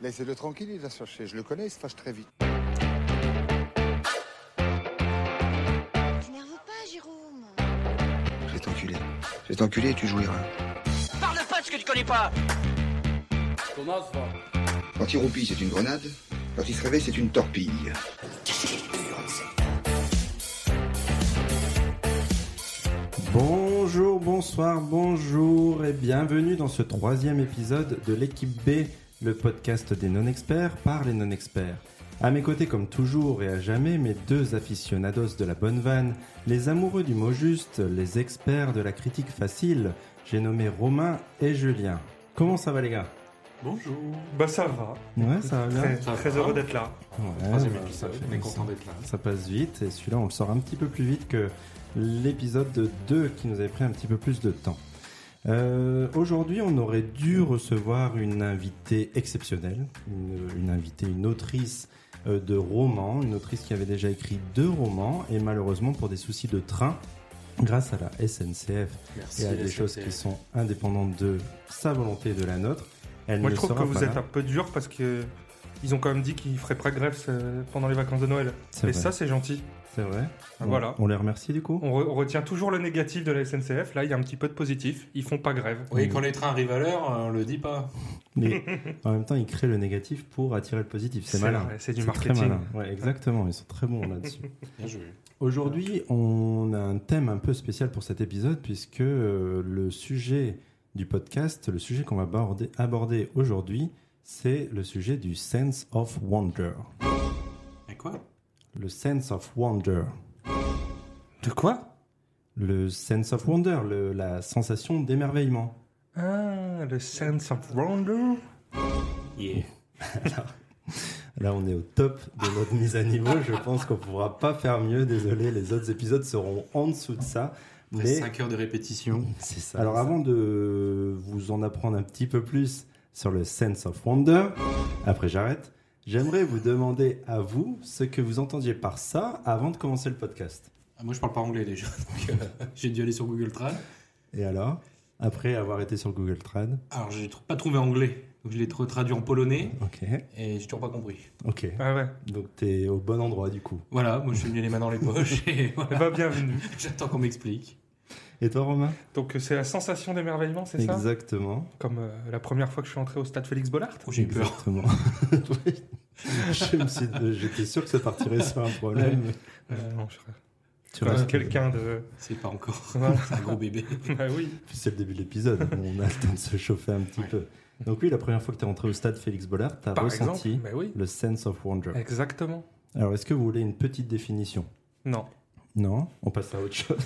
Laissez-le tranquille, il va se fâcher. Je le connais, il se fâche très vite. T'énerve pas, Jérôme. Je vais t'enculer. Je vais t'enculer et tu hein. jouiras. Parle pas de ce que tu connais pas Quand il roupille, c'est une grenade. Quand il se réveille, c'est une torpille. Bonjour, bonsoir, bonjour et bienvenue dans ce troisième épisode de l'équipe B, le podcast des non-experts par les non-experts. À mes côtés, comme toujours et à jamais, mes deux aficionados de la bonne vanne, les amoureux du mot juste, les experts de la critique facile, j'ai nommé Romain et Julien. Comment ça va les gars Bonjour. Bah ça va. Ouais, ça va bien. Très, Ça très va. heureux d'être là. Ouais, Troisième bah, épisode, ça fait on est plaisir. content d'être là. Ça passe vite et celui-là on le sort un petit peu plus vite que l'épisode 2 qui nous avait pris un petit peu plus de temps. Euh, Aujourd'hui on aurait dû recevoir une invitée exceptionnelle, une, une invitée, une autrice euh, de romans, une autrice qui avait déjà écrit deux romans et malheureusement pour des soucis de train, grâce à la SNCF Merci. et à des SNCF. choses qui sont indépendantes de sa volonté et de la nôtre, elle Moi ne je trouve sera que vous pas êtes là. un peu dur parce que ils ont quand même dit qu'ils feraient pas grève euh, pendant les vacances de Noël. C'est Et vrai. ça c'est gentil. C'est vrai. On- Voilà. On les remercie du coup. On, re- on retient toujours le négatif de la SNCF. Là il y a un petit peu de positif. Ils font pas grève. Oui, quand les trains arrivent à l'heure, euh, on le dit pas. Mais en même temps, ils créent le négatif pour attirer le positif. C'est C'est malin. vrai, c'est du très marketing. malin. Ouais, exactement. Ils sont très bons là-dessus. Bien joué. Aujourd'hui, on a un thème un peu spécial pour cet épisode puisque euh, le sujet du podcast, le sujet qu'on va aborder, aborder aujourd'hui, c'est le sujet du sense of wonder. Et quoi Le sense of wonder. De quoi Le sense of wonder, le- la sensation d'émerveillement. Ah, le sense of wonder. Yeah. Là, on est au top de notre mise à niveau. Je pense qu'on pourra pas faire mieux. Désolé, les autres épisodes seront en dessous de ça. Après Mais 5 heures de répétition. c'est ça. Alors, avant de vous en apprendre un petit peu plus sur le sense of wonder, après j'arrête. J'aimerais vous demander à vous ce que vous entendiez par ça avant de commencer le podcast. Ah, Moi, je parle pas anglais déjà. donc, euh, j'ai dû aller sur Google Trad. Et alors, après avoir été sur Google Trad, Alors, j'ai tr- pas trouvé anglais. Donc, je l'ai tr- traduit en polonais ok, et j'ai toujours pas compris. ok. Ah ouais. Donc t'es au bon endroit du coup. Voilà, moi, je suis venu les mains dans les poches et Eh voilà. ben, bienvenue. J'attends qu'on m'explique. Et toi Romain Donc euh, c'est la sensation d'émerveillement, c'est ça Exactement. Comme euh, la première fois que je suis entré au stade Félix Bollard. Oh, j'ai eu peur. Exactement. Oui. Je me suis- euh, J'étais sûr que ça partirait sur un problème. Euh, non, je serais Tu quand même restes- Euh, quelqu'un de. C'est pas encore. Voilà. C'est un gros bébé. bah oui. Puis C'est le début de l'épisode, hein. on a le temps de se chauffer un petit Ouais. peu. Donc oui, la première fois que tu es rentré au stade Félix Bollard, tu as Par ressenti exemple. Bah oui. le sense of wonder. Exactement. Alors est-ce que vous voulez une petite définition Non. Non On passe à autre chose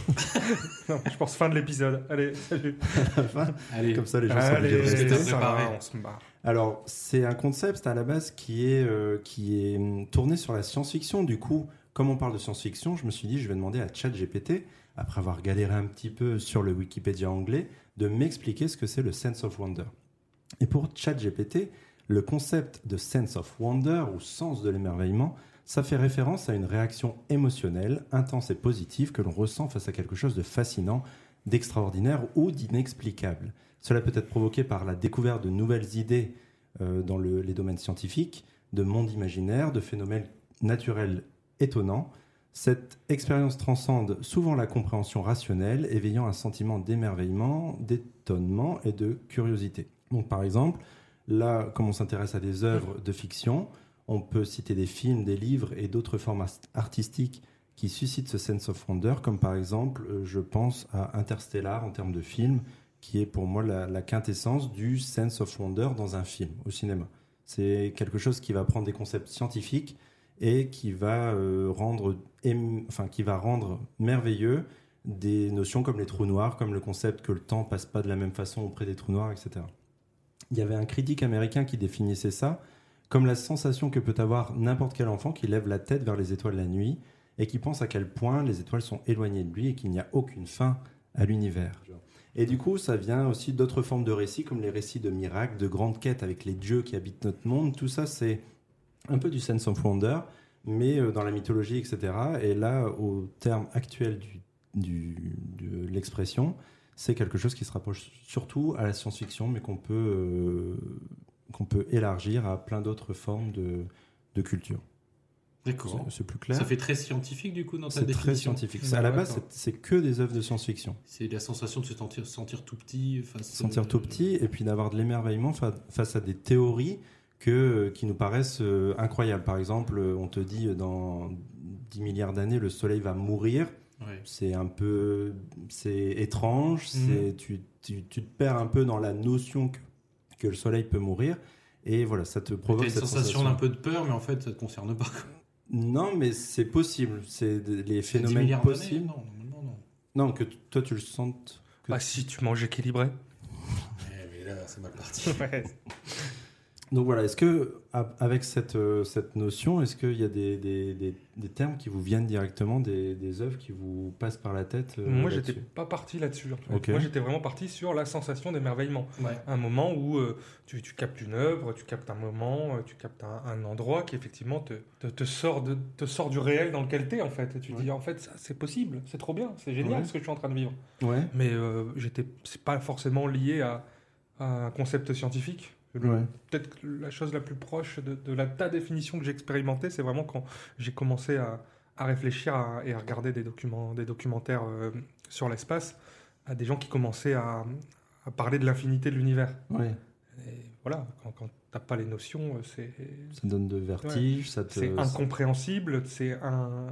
Non, je pense fin de l'épisode. Allez, salut. à la fin. Allez. Comme ça, les gens sont obligés de Allez, Qu'est-ce rester. que t'as ça va, préparé on se marre. Alors, c'est un concept à la base qui est, euh, qui est hum, tourné sur la science-fiction. Du coup, comme on parle de science-fiction, je me suis dit, je vais demander à ChatGPT, après avoir galéré un petit peu sur le Wikipédia anglais, de m'expliquer ce que c'est le sense of wonder. Et pour ChatGPT, le concept de sense of wonder ou sens de l'émerveillement, ça fait référence à une réaction émotionnelle, intense et positive que l'on ressent face à quelque chose de fascinant, d'extraordinaire ou d'inexplicable. Cela peut être provoqué par la découverte de nouvelles idées euh, dans le- les domaines scientifiques, de mondes imaginaires, de phénomènes naturels étonnants. Cette expérience transcende souvent la compréhension rationnelle, éveillant un sentiment d'émerveillement, d'étonnement et de curiosité. Donc, par exemple, là, comme on s'intéresse à des œuvres de fiction, on peut citer des films, des livres et d'autres formes art- artistiques qui suscitent ce sense of wonder, comme par exemple, euh, je pense à Interstellar en termes de film, qui est pour moi la, la quintessence du sense of wonder dans un film au cinéma. C'est quelque chose qui va prendre des concepts scientifiques et qui va euh, rendre, aim- enfin, qui va rendre merveilleux des notions comme les trous noirs, comme le concept que le temps passe pas de la même façon auprès des trous noirs, etc. Il y avait un critique américain qui définissait ça comme la sensation que peut avoir n'importe quel enfant qui lève la tête vers les étoiles la nuit et qui pense à quel point les étoiles sont éloignées de lui et qu'il n'y a aucune fin à l'univers. Et du coup, ça vient aussi d'autres formes de récits, comme les récits de miracles, de grandes quêtes avec les dieux qui habitent notre monde. Tout ça, c'est un peu du sense of wonder, mais euh, dans la mythologie, etc. Et là, au terme actuel du, du- de l'expression, c'est quelque chose qui se rapproche surtout à la science-fiction, mais qu'on peut, euh, qu'on peut élargir à plein d'autres formes de, de culture. D'accord. C'est- C'est plus clair. Ça fait très scientifique du coup dans ta C'est définition. très scientifique. C'est- À la D'accord. base, c'est- c'est que des œuvres de science-fiction. C'est la sensation de se sentir, sentir tout petit. Face, euh, Sentir tout petit et puis d'avoir de l'émerveillement fa- face à des théories que, qui nous paraissent euh, incroyables. Par exemple, euh, on te dit euh, dans 10 milliards d'années, le soleil va mourir. Ouais. C'est un peu c'est étrange. Mmh. Mhm. c'est- Tu, tu- tu te perds un peu dans la notion que, que le soleil peut mourir. Et voilà, ça te T'as provoque une cette sensation d'un peu de peur, mais en fait, ça te concerne pas. Non, mais c'est possible. C'est des- les C'est 10 phénomènes milliards d'années, possibles. Non, normalement, non. Non, que t- toi tu le sentes. Bah, si tu manges équilibré. Ouais, mais là, c'est mal parti. Donc voilà, est-ce que a- avec cette, euh, cette notion, est-ce qu'il y a des, des, des- des termes qui vous viennent directement, des, des œuvres qui vous passent par la tête euh, Moi, là-dessus j'étais pas parti là-dessus. en fait. Ok. Moi, j'étais vraiment parti sur la sensation d'émerveillement. ouais. Un moment où euh, tu, tu captes une œuvre, tu captes un moment, euh, tu captes un, un endroit qui effectivement te, te, te sort de, te sort du réel dans lequel t'es en fait. Et tu Ouais. dis en fait ça, c'est possible, c'est trop bien, c'est génial Ouais. ce que je suis en train de vivre. Ouais. Mais euh, j'étais, c'est pas forcément lié à, à un concept scientifique. Le- Ouais. Peut-être que la chose la plus proche de, de la ta définition que j'ai expérimentée, c'est vraiment quand j'ai commencé à, à réfléchir à- et à regarder des, documents, des documentaires euh, sur l'espace, à des gens qui commençaient à, à parler de l'infinité de l'univers. Ouais. Et voilà, quand, quand t'as pas les notions, euh, c'est Ça donne de vertige, ça te. c'est incompréhensible, c'est un.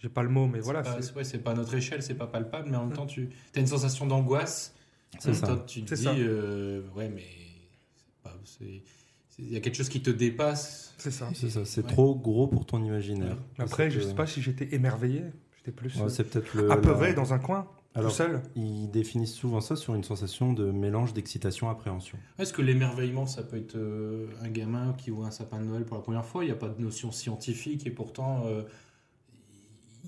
J'ai pas le mot, mais voilà. c'est pas, c'est- c'est- ouais, c'est pas à notre échelle, c'est pas palpable, mais en même temps, tu as une sensation d'angoisse. Mm. C'est En même ça. temps, Tu te C'est dis, ça. euh, ouais, mais c'est pas- c'est- c'est- il y a quelque chose qui te dépasse. C'est ça. C'est ça, c'est Ouais. trop gros pour ton imaginaire. Après, C'est je que- sais pas si j'étais émerveillé, j'étais plus euh, Ouais, c'est peut-être le. apeuré la- dans un coin, Euh, bah, Alors, tout seul. Ils définissent souvent ça sur une sensation de mélange d'excitation-appréhension. Est-ce que l'émerveillement, ça peut être euh, un gamin qui voit un sapin de Noël pour la première fois Il n'y a pas de notion scientifique et pourtant, euh,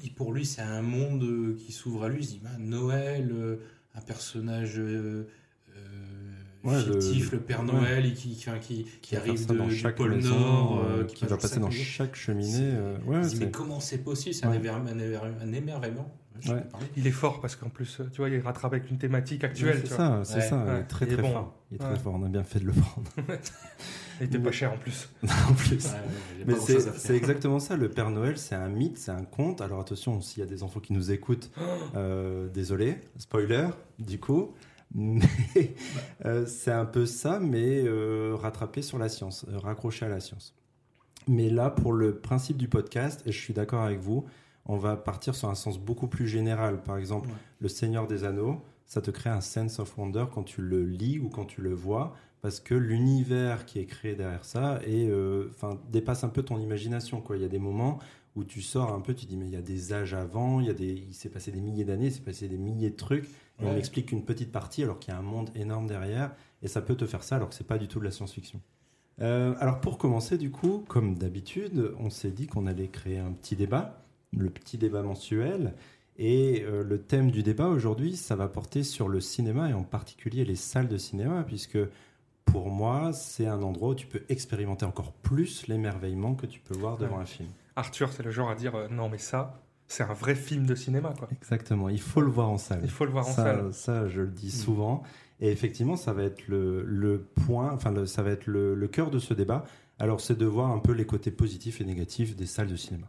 il- pour lui, c'est un monde euh, qui s'ouvre à lui. Il se dit, Ben, Noël, euh, un personnage euh, euh, Ouais, le- fictif, le, Père ouais. Noël, et qui, enfin, qui, qui va faire arrive ça de- dans du chaque pôle maison, Nord, euh, euh, qui va dans passer chaque dans maison. chaque C'est- cheminée. euh, Il Ouais, se dit, mais c'est- comment c'est possible C'est un, Ouais. éver- un éver- un émerveillement. Je sais Ouais. pas parler. Il est fort parce qu'en plus, euh, tu vois, il rattrape avec une thématique actuelle. Ouais, tu c'est ça, vois. c'est Ouais. ça. Il est Ouais. très Il est très bon, fort. Il est très Ouais. fort. On a bien fait de le prendre. Il était pas Mais- cher en plus. en plus. Ouais, ouais, j'ai Mais pas grand-chose c'est à faire. c'est exactement ça, le Père Noël, c'est un mythe, c'est un conte. Alors attention, s'il y a des enfants qui nous écoutent, euh, désolé, spoiler, du coup. Mais euh, c'est un peu ça, mais euh, rattrapé sur la science, euh, raccroché à la science. Mais là, pour le principe du podcast, et je suis d'accord avec vous, on va partir sur un sens beaucoup plus général. Par exemple, Ouais. Le Seigneur des Anneaux, ça te crée un sense of wonder quand tu le lis ou quand tu le vois, parce que l'univers qui est créé derrière ça est, euh, enfin, dépasse un peu ton imagination. Quoi. Il y a des moments où tu sors un peu, tu dis mais il y a des âges avant, il, y a des, il s'est passé des milliers d'années, il s'est passé des milliers de trucs, et on Ouais. m'explique qu'une petite partie alors qu'il y a un monde énorme derrière, et ça peut te faire ça alors que c'est pas du tout de la science-fiction. Euh, alors pour commencer du coup, comme d'habitude, on s'est dit qu'on allait créer un petit débat, le petit débat mensuel, et euh, le thème du débat aujourd'hui, ça va porter sur le cinéma et en particulier les salles de cinéma, puisque pour moi, c'est un endroit où tu peux expérimenter encore plus l'émerveillement que tu peux voir devant Ouais. un film. Arthur, c'est le genre à dire euh, non, mais ça, c'est un vrai film de cinéma, quoi. Exactement, il faut le voir en salle. Il faut le voir en ça, euh, salle. Mm. ça, je le dis souvent. Et effectivement, ça va être le, le point, enfin, le- ça va être le, le cœur de ce débat. Alors, c'est de voir un peu les côtés positifs et négatifs des salles de cinéma.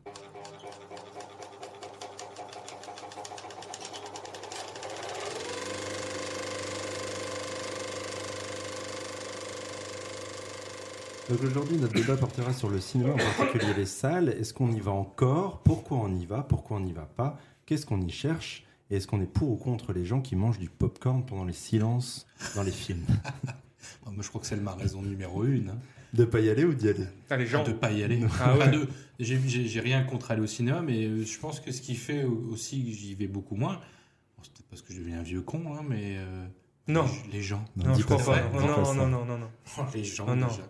Donc aujourd'hui, notre débat portera sur le cinéma, en particulier les salles. Est-ce qu'on y va encore Pourquoi on y va Pourquoi on n'y va pas Qu'est-ce qu'on y cherche et est-ce qu'on est pour ou contre les gens qui mangent du popcorn pendant les silences dans les films Ah, Moi, je crois que c'est ma raison numéro une. hein. De pas y aller ou d'y aller Ah, les gens. de pas y aller. Ah ouais. Pas de- j'ai- J'ai j'ai rien contre aller au cinéma, mais euh, je pense que ce qui fait au- aussi que j'y vais beaucoup moins, bon, c'est peut-être parce que je deviens un vieux con, hein, mais euh, Non. les, les gens, Non, dis je crois pas pas. ça, Non, dis pas non, ça. non, non, non, non. Oh, les gens Non, non. déjà.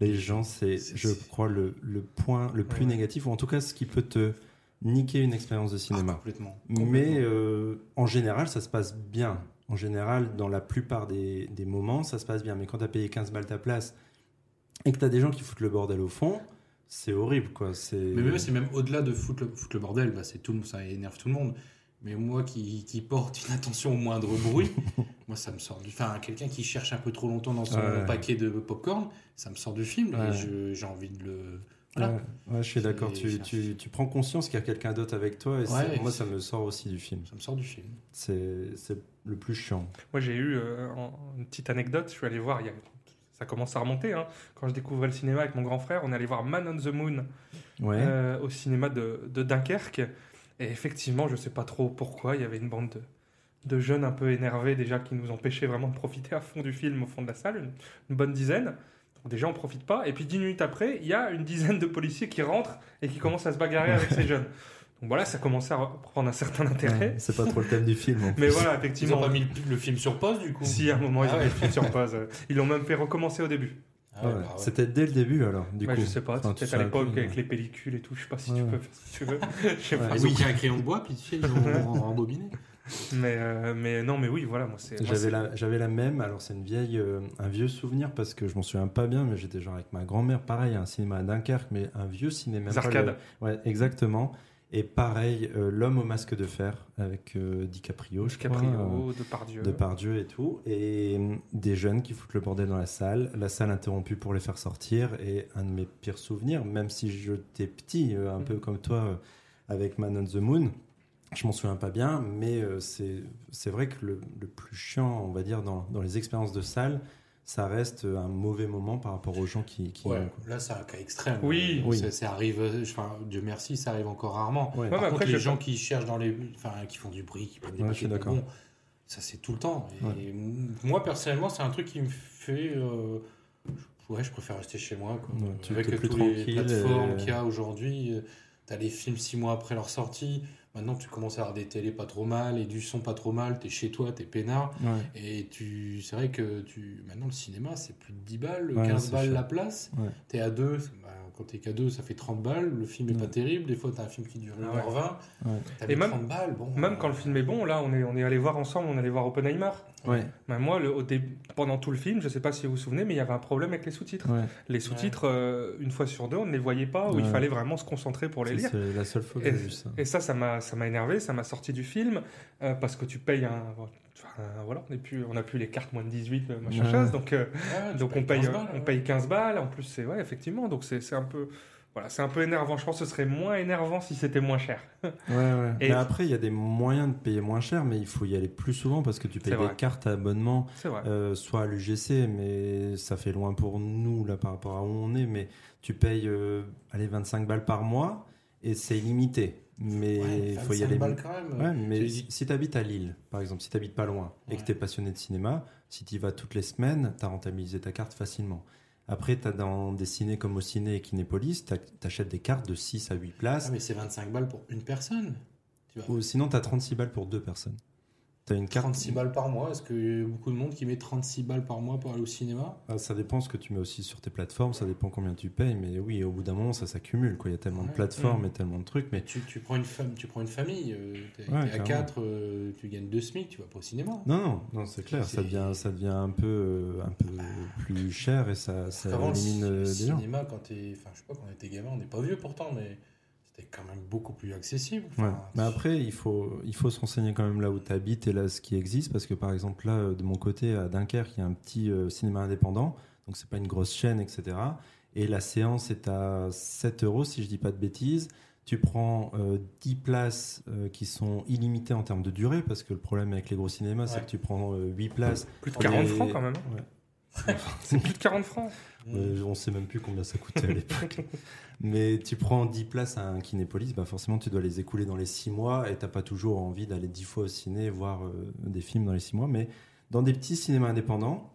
Les gens, c'est, C'est- je c'est- crois, le, le point le plus Ouais. négatif, ou en tout cas ce qui peut te niquer une expérience de Ah, cinéma. complètement. Mais euh, en général, ça se passe bien. En général, dans la plupart des, des moments, ça se passe bien. Mais quand t'as payé 15 balles ta place et que t'as des gens qui foutent le bordel au fond, c'est horrible, quoi. C'est... Mais même, c'est même au-delà de foutre le, foutre le bordel, bah, c'est tout, le- ça énerve tout le monde. Mais moi qui, qui porte une attention au moindre bruit, moi, Moi, ça me sort du. Enfin, quelqu'un qui cherche un peu trop longtemps dans son Ouais. paquet de popcorn, ça me sort du film Ouais. et je- j'ai envie de le. Voilà. Ouais, ouais, je suis C'est- d'accord. Tu, c'est- tu- tu prends conscience qu'il y a quelqu'un d'autre avec toi et c'est- Ouais, moi, c'est- ça me sort aussi du film. Ça me sort du film. C'est c'est le plus chiant. Moi, j'ai eu euh, en- une petite anecdote. Je suis allé voir, il y a- ça commence à remonter. hein. Quand je découvrais le cinéma avec mon grand frère, on allait voir Man on the Moon Ouais. euh, au cinéma de, de Dunkerque. Et effectivement, je sais pas trop pourquoi, il y avait une bande de, de jeunes un peu énervés déjà qui nous empêchaient vraiment de profiter à fond du film au fond de la salle, une, une bonne dizaine. Donc déjà, on profite pas. Et puis dix minutes après, il y a une dizaine de policiers qui rentrent et qui commencent à se bagarrer avec ces jeunes. Donc voilà, ça commençait à prendre un certain intérêt. Ouais, c'est pas trop le thème du film. en Mais plus. voilà, Ils n'ont effectivement. pas mis le, le film sur pause du coup Si, à un moment, ils Ah ont ouais. mis le film sur pause. euh. Ils l'ont même fait recommencer au début. Ah ouais, bah Ouais, ouais. C'était dès le début alors. Du Bah, coup. je sais pas, Enfin, c'est tu peut-être sais à un l'époque peu, avec les pellicules et tout. Je sais pas si tu Ouais. peux faire ce que tu veux. Je sais Ouais. pas. Ils ont pris un crayon de bois, puis tu sais, ils ont rembobiné. Mais, euh, mais non, mais oui, voilà, moi c'est. moi, J'avais la, j'avais la même, alors c'est une vieille, euh, un vieux souvenir parce que je m'en souviens pas bien, mais j'étais genre avec ma grand-mère, pareil, à un cinéma à Dunkerque, mais un vieux cinéma. Les pas le- arcades. Ouais, exactement. Et pareil, euh, L'homme au masque de fer avec euh, DiCaprio, je crois, euh, Caprio, Depardieu. Depardieu et tout. Et euh, des jeunes qui foutent le bordel dans la salle, la salle interrompue pour les faire sortir. Et un de mes pires souvenirs, même si j'étais petit, euh, un Mm. peu comme toi euh, avec Man on the Moon, je m'en souviens pas bien, mais euh, c'est c'est vrai que le, le plus chiant, on va dire, dans, dans les expériences de salle, ça reste euh, un mauvais moment par rapport aux gens qui. qui Ouais, là, c'est un cas extrême. Oui. Oui. Ça, ça arrive, euh, enfin, Dieu merci, ça arrive encore rarement. Ouais. Ouais, Par mais contre, après, les je- gens qui cherchent dans les. Enfin, qui font du bruit, qui prennent des Ouais, je paquets suis de d'accord. bonbons, ça c'est tout le temps. Et m- moi, personnellement, c'est un truc qui me fait. euh, je- Ouais, je préfère rester chez moi. Quoi. Ouais, tu Avec t'es plus toutes les tranquille et- plateformes qu'il y a aujourd'hui, euh, t'as les films six mois après leur sortie. Maintenant, tu commences à avoir des télés pas trop mal et du son pas trop mal. T'es chez toi, t'es peinard. Ouais. Et tu, c'est vrai que tu, maintenant le cinéma c'est plus de 10 balles, Ouais, 15 c'est balles cher. la place. Ouais. T'es à 2, quand t'es qu'à 2, ça fait 30 balles. Le film est pas Ouais. terrible. Des fois t'as un film qui dure Ah 1h20. ouais. Ouais. T'as Et mis même- 30 balles. Bon, euh, Même quand le film est bon, là, on est, on est allé voir ensemble, on allait voir Oppenheimer. Ouais, Ben, moi, le, au dé- pendant tout le film, je sais pas si vous vous souvenez, mais il y avait un problème avec les sous-titres. ouais. Les sous-titres, euh, une fois sur deux, on ne les voyait pas, ou il Ouais. fallait vraiment se concentrer pour Ça, les lire. C'est la seule fois que j'ai vu ça. Et ça, ça m'a, ça m'a énervé, ça m'a sorti du film, euh, parce que tu payes un. enfin, voilà, on, est plus, on a plus les cartes moins de 18, euh, machin Ouais. chose, donc, euh, Ouais, Ah, tu donc payes on, paye, 15 balles, on ouais. paye 15 balles, en plus, c'est, ouais, effectivement, donc c'est, c'est un peu. Voilà, c'est un peu énervant. Je pense que ce serait moins énervant si c'était moins cher. Ouais, ouais. Et- Mais après, il y a des moyens de payer moins cher, mais il faut y aller plus souvent parce que tu payes C'est vrai. des cartes à abonnement, C'est vrai. euh, soit à l'UGC, mais ça fait loin pour nous là par rapport à où on est, mais tu payes euh, allez, 25 balles par mois et c'est limité. Mais il Ouais, faut y 25 aller. balles quand même. Ouais, mais Tu dis- si si t'habites à Lille, par exemple, si t'habites pas loin et que Ouais. t'es passionné de cinéma, si t'y vas toutes les semaines, t'as rentabilisé ta carte facilement. Après, t'as dans des ciné comme au ciné et Kinépolis, t'as- t'achètes des cartes de 6 à 8 places. Ah, mais c'est 25 balles pour une personne. Tu vois. Ou sinon, t'as 36 balles pour deux personnes. T'as une carte. 36 balles par mois. Est-ce qu'il y a beaucoup de monde qui met 36 balles par mois pour aller au cinéma Ah, ça dépend ce que tu mets aussi sur tes plateformes, ça dépend combien tu payes, mais oui, au bout d'un moment, ça s'accumule. quoi. Il y a tellement de Ouais. Mm. plateformes et tellement de trucs, mais. tu, tu prends une femme, tu prends une famille. euh, t'es- Ouais, t'es à clairement. 4, tu gagnes 2 SMIC, tu vas pas au cinéma. Non, non, non c'est clair, ça C'est- Bah. devient, ça devient un peu, euh, un peu plus cher et ça, ça Avant, le, le élimine euh, des gens. cinéma, quand t'es. Enfin, je sais pas, quand on était gamin, on n'est pas vieux pourtant, mais c'était quand même beaucoup plus accessible. Enfin, Ouais. Mais après, il faut, il faut se renseigner quand même là où tu habites et là ce qui existe, parce que par exemple, là, euh, de mon côté, à Dunkerque, il y a un petit euh, cinéma indépendant, donc c'est pas une grosse chaîne, etc. Et la séance est à 7 euros, si je dis pas de bêtises. Tu prends euh, 10 places euh, qui sont illimitées en termes de durée, parce que le problème avec les gros cinémas, c'est Ouais. que tu prends euh, 8 places. Plus de On 40 est- francs quand même. Ouais. C'est plus de 40 francs. Euh, on sait même plus combien ça coûtait à l'époque. Mais tu prends 10 places à un kinépolis, bah forcément tu dois les écouler dans les 6 mois et t'as pas toujours envie d'aller 10 fois au ciné voir euh, des films dans les 6 mois. Mais dans des petits cinémas indépendants,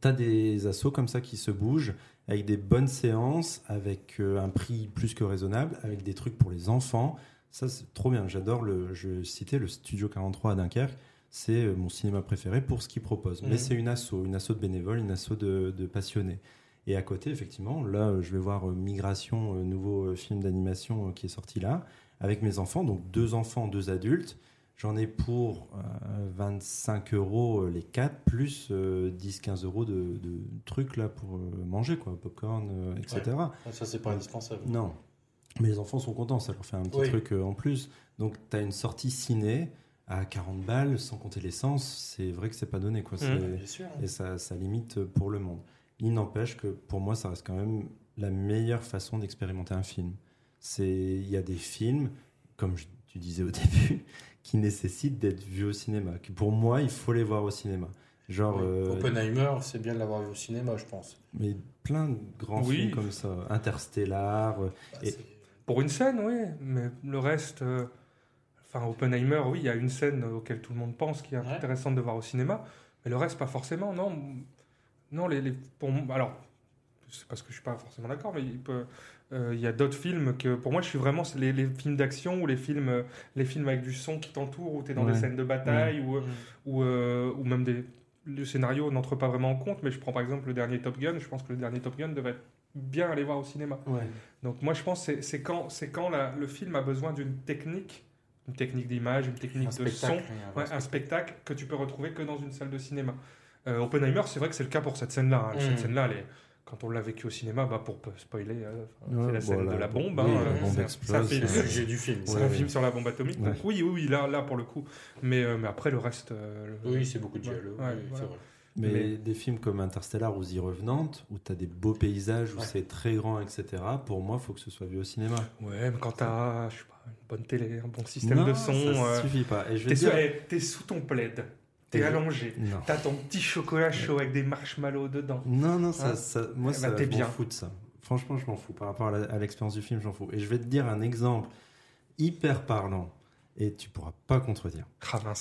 t'as des assos comme ça qui se bougent avec des bonnes séances, avec euh, un prix plus que raisonnable, avec des trucs pour les enfants. Ça c'est trop bien. J'adore le. Je citais le Studio 43 à Dunkerque. C'est euh, mon cinéma préféré pour ce qu'il propose. Mais Mhm. c'est une asso, une asso de bénévoles, une asso de- de passionnés. Et à côté, effectivement, là, euh, je vais voir euh, Migration, euh, nouveau euh, film d'animation euh, qui est sorti là, avec mes enfants, donc deux enfants, deux adultes. J'en ai pour euh, 25 euros euh, les quatre, plus 10-15 euros de, de trucs là pour euh, manger, quoi, popcorn, euh, etc. Ça, c'est pas indispensable. Non. Mais les enfants sont contents, ça leur fait un petit Oui. truc euh, en plus. Donc, tu as une sortie ciné à 40 balles, sans compter l'essence, c'est vrai que c'est pas donné. Quoi. C'est- Bien sûr. hein. Et ça, ça limite pour le monde. Il n'empêche que pour moi, ça reste quand même la meilleure façon d'expérimenter un film. C'est- Il y a des films, comme je- tu disais au début, qui nécessitent d'être vus au cinéma. Que Pour moi, il faut les voir au cinéma. Genre, euh, Oppenheimer, c'est bien de l'avoir vu au cinéma, je pense. mais plein de grands Oui. films comme ça. Interstellar, euh, Bah, Et- c'est- Pour une scène, oui, mais le reste. euh, Enfin, Oppenheimer, oui, il y a une scène auquel tout le monde pense qui est Ouais. intéressante de voir au cinéma, mais le reste, pas forcément, non. Non, les, les- pour moi- alors, c'est parce que je suis pas forcément d'accord, mais il, peut- euh, il y a d'autres films que, pour moi, je suis vraiment c'est les, les films d'action ou les films, euh, les films avec du son qui t'entoure, où tu es dans Ouais. des scènes de bataille, ou, Mm. ou, euh, ou même des, le scénario n'entre pas vraiment en compte, mais je prends par exemple le dernier Top Gun, je pense que le dernier Top Gun devait être bien aller voir au cinéma. Donc moi je pense que c'est- c'est quand, c'est quand la- le film a besoin d'une technique, une technique d'image, une technique Un de son, spectacle, un vrai ouais, un spectacle que tu peux retrouver que dans une salle de cinéma. Euh, Oppenheimer, c'est vrai que c'est le cas pour cette scène-là. hein. Mm. Cette scène-là, elle est- quand on l'a vécu au cinéma, bah, pour peu spoiler, euh, enfin, Ouais, c'est la scène voilà. de la bombe. Oui, hein. la bombe C'est un- explose, c'est un film- Le Ouais. sujet du film. c'est ça. un Ouais. film sur la bombe atomique. donc Ouais. oui, oui, oui, là, là pour le coup. Mais, euh, mais après, le reste. euh, le- Oui, c'est beaucoup de Ouais, dialogue. ouais, oui, voilà. c'est vrai. Mais, Mais- des films comme Interstellar ou The Revenant, où tu as des beaux paysages, où Ouais. c'est très grand, etc., pour moi, il faut que ce soit vu au cinéma. Ouais, mais quand t'as, je sais pas, une bonne télé, un bon système Non, de son, ça euh, suffit pas. Et je vais t'es te sous, dire... eh, t'es sous ton plaid, t'es Et- allongé. Non. T'as ton petit chocolat chaud avec des marshmallows dedans. Non, non, ça, Hein ça- moi, Eh ça, ben, t'es je m'en bien. fous de ça. Franchement, je m'en fous. Par rapport à la- à l'expérience du film, j'en fous. Et je vais te dire un exemple hyper parlant, et tu pourras pas contredire. Cravins.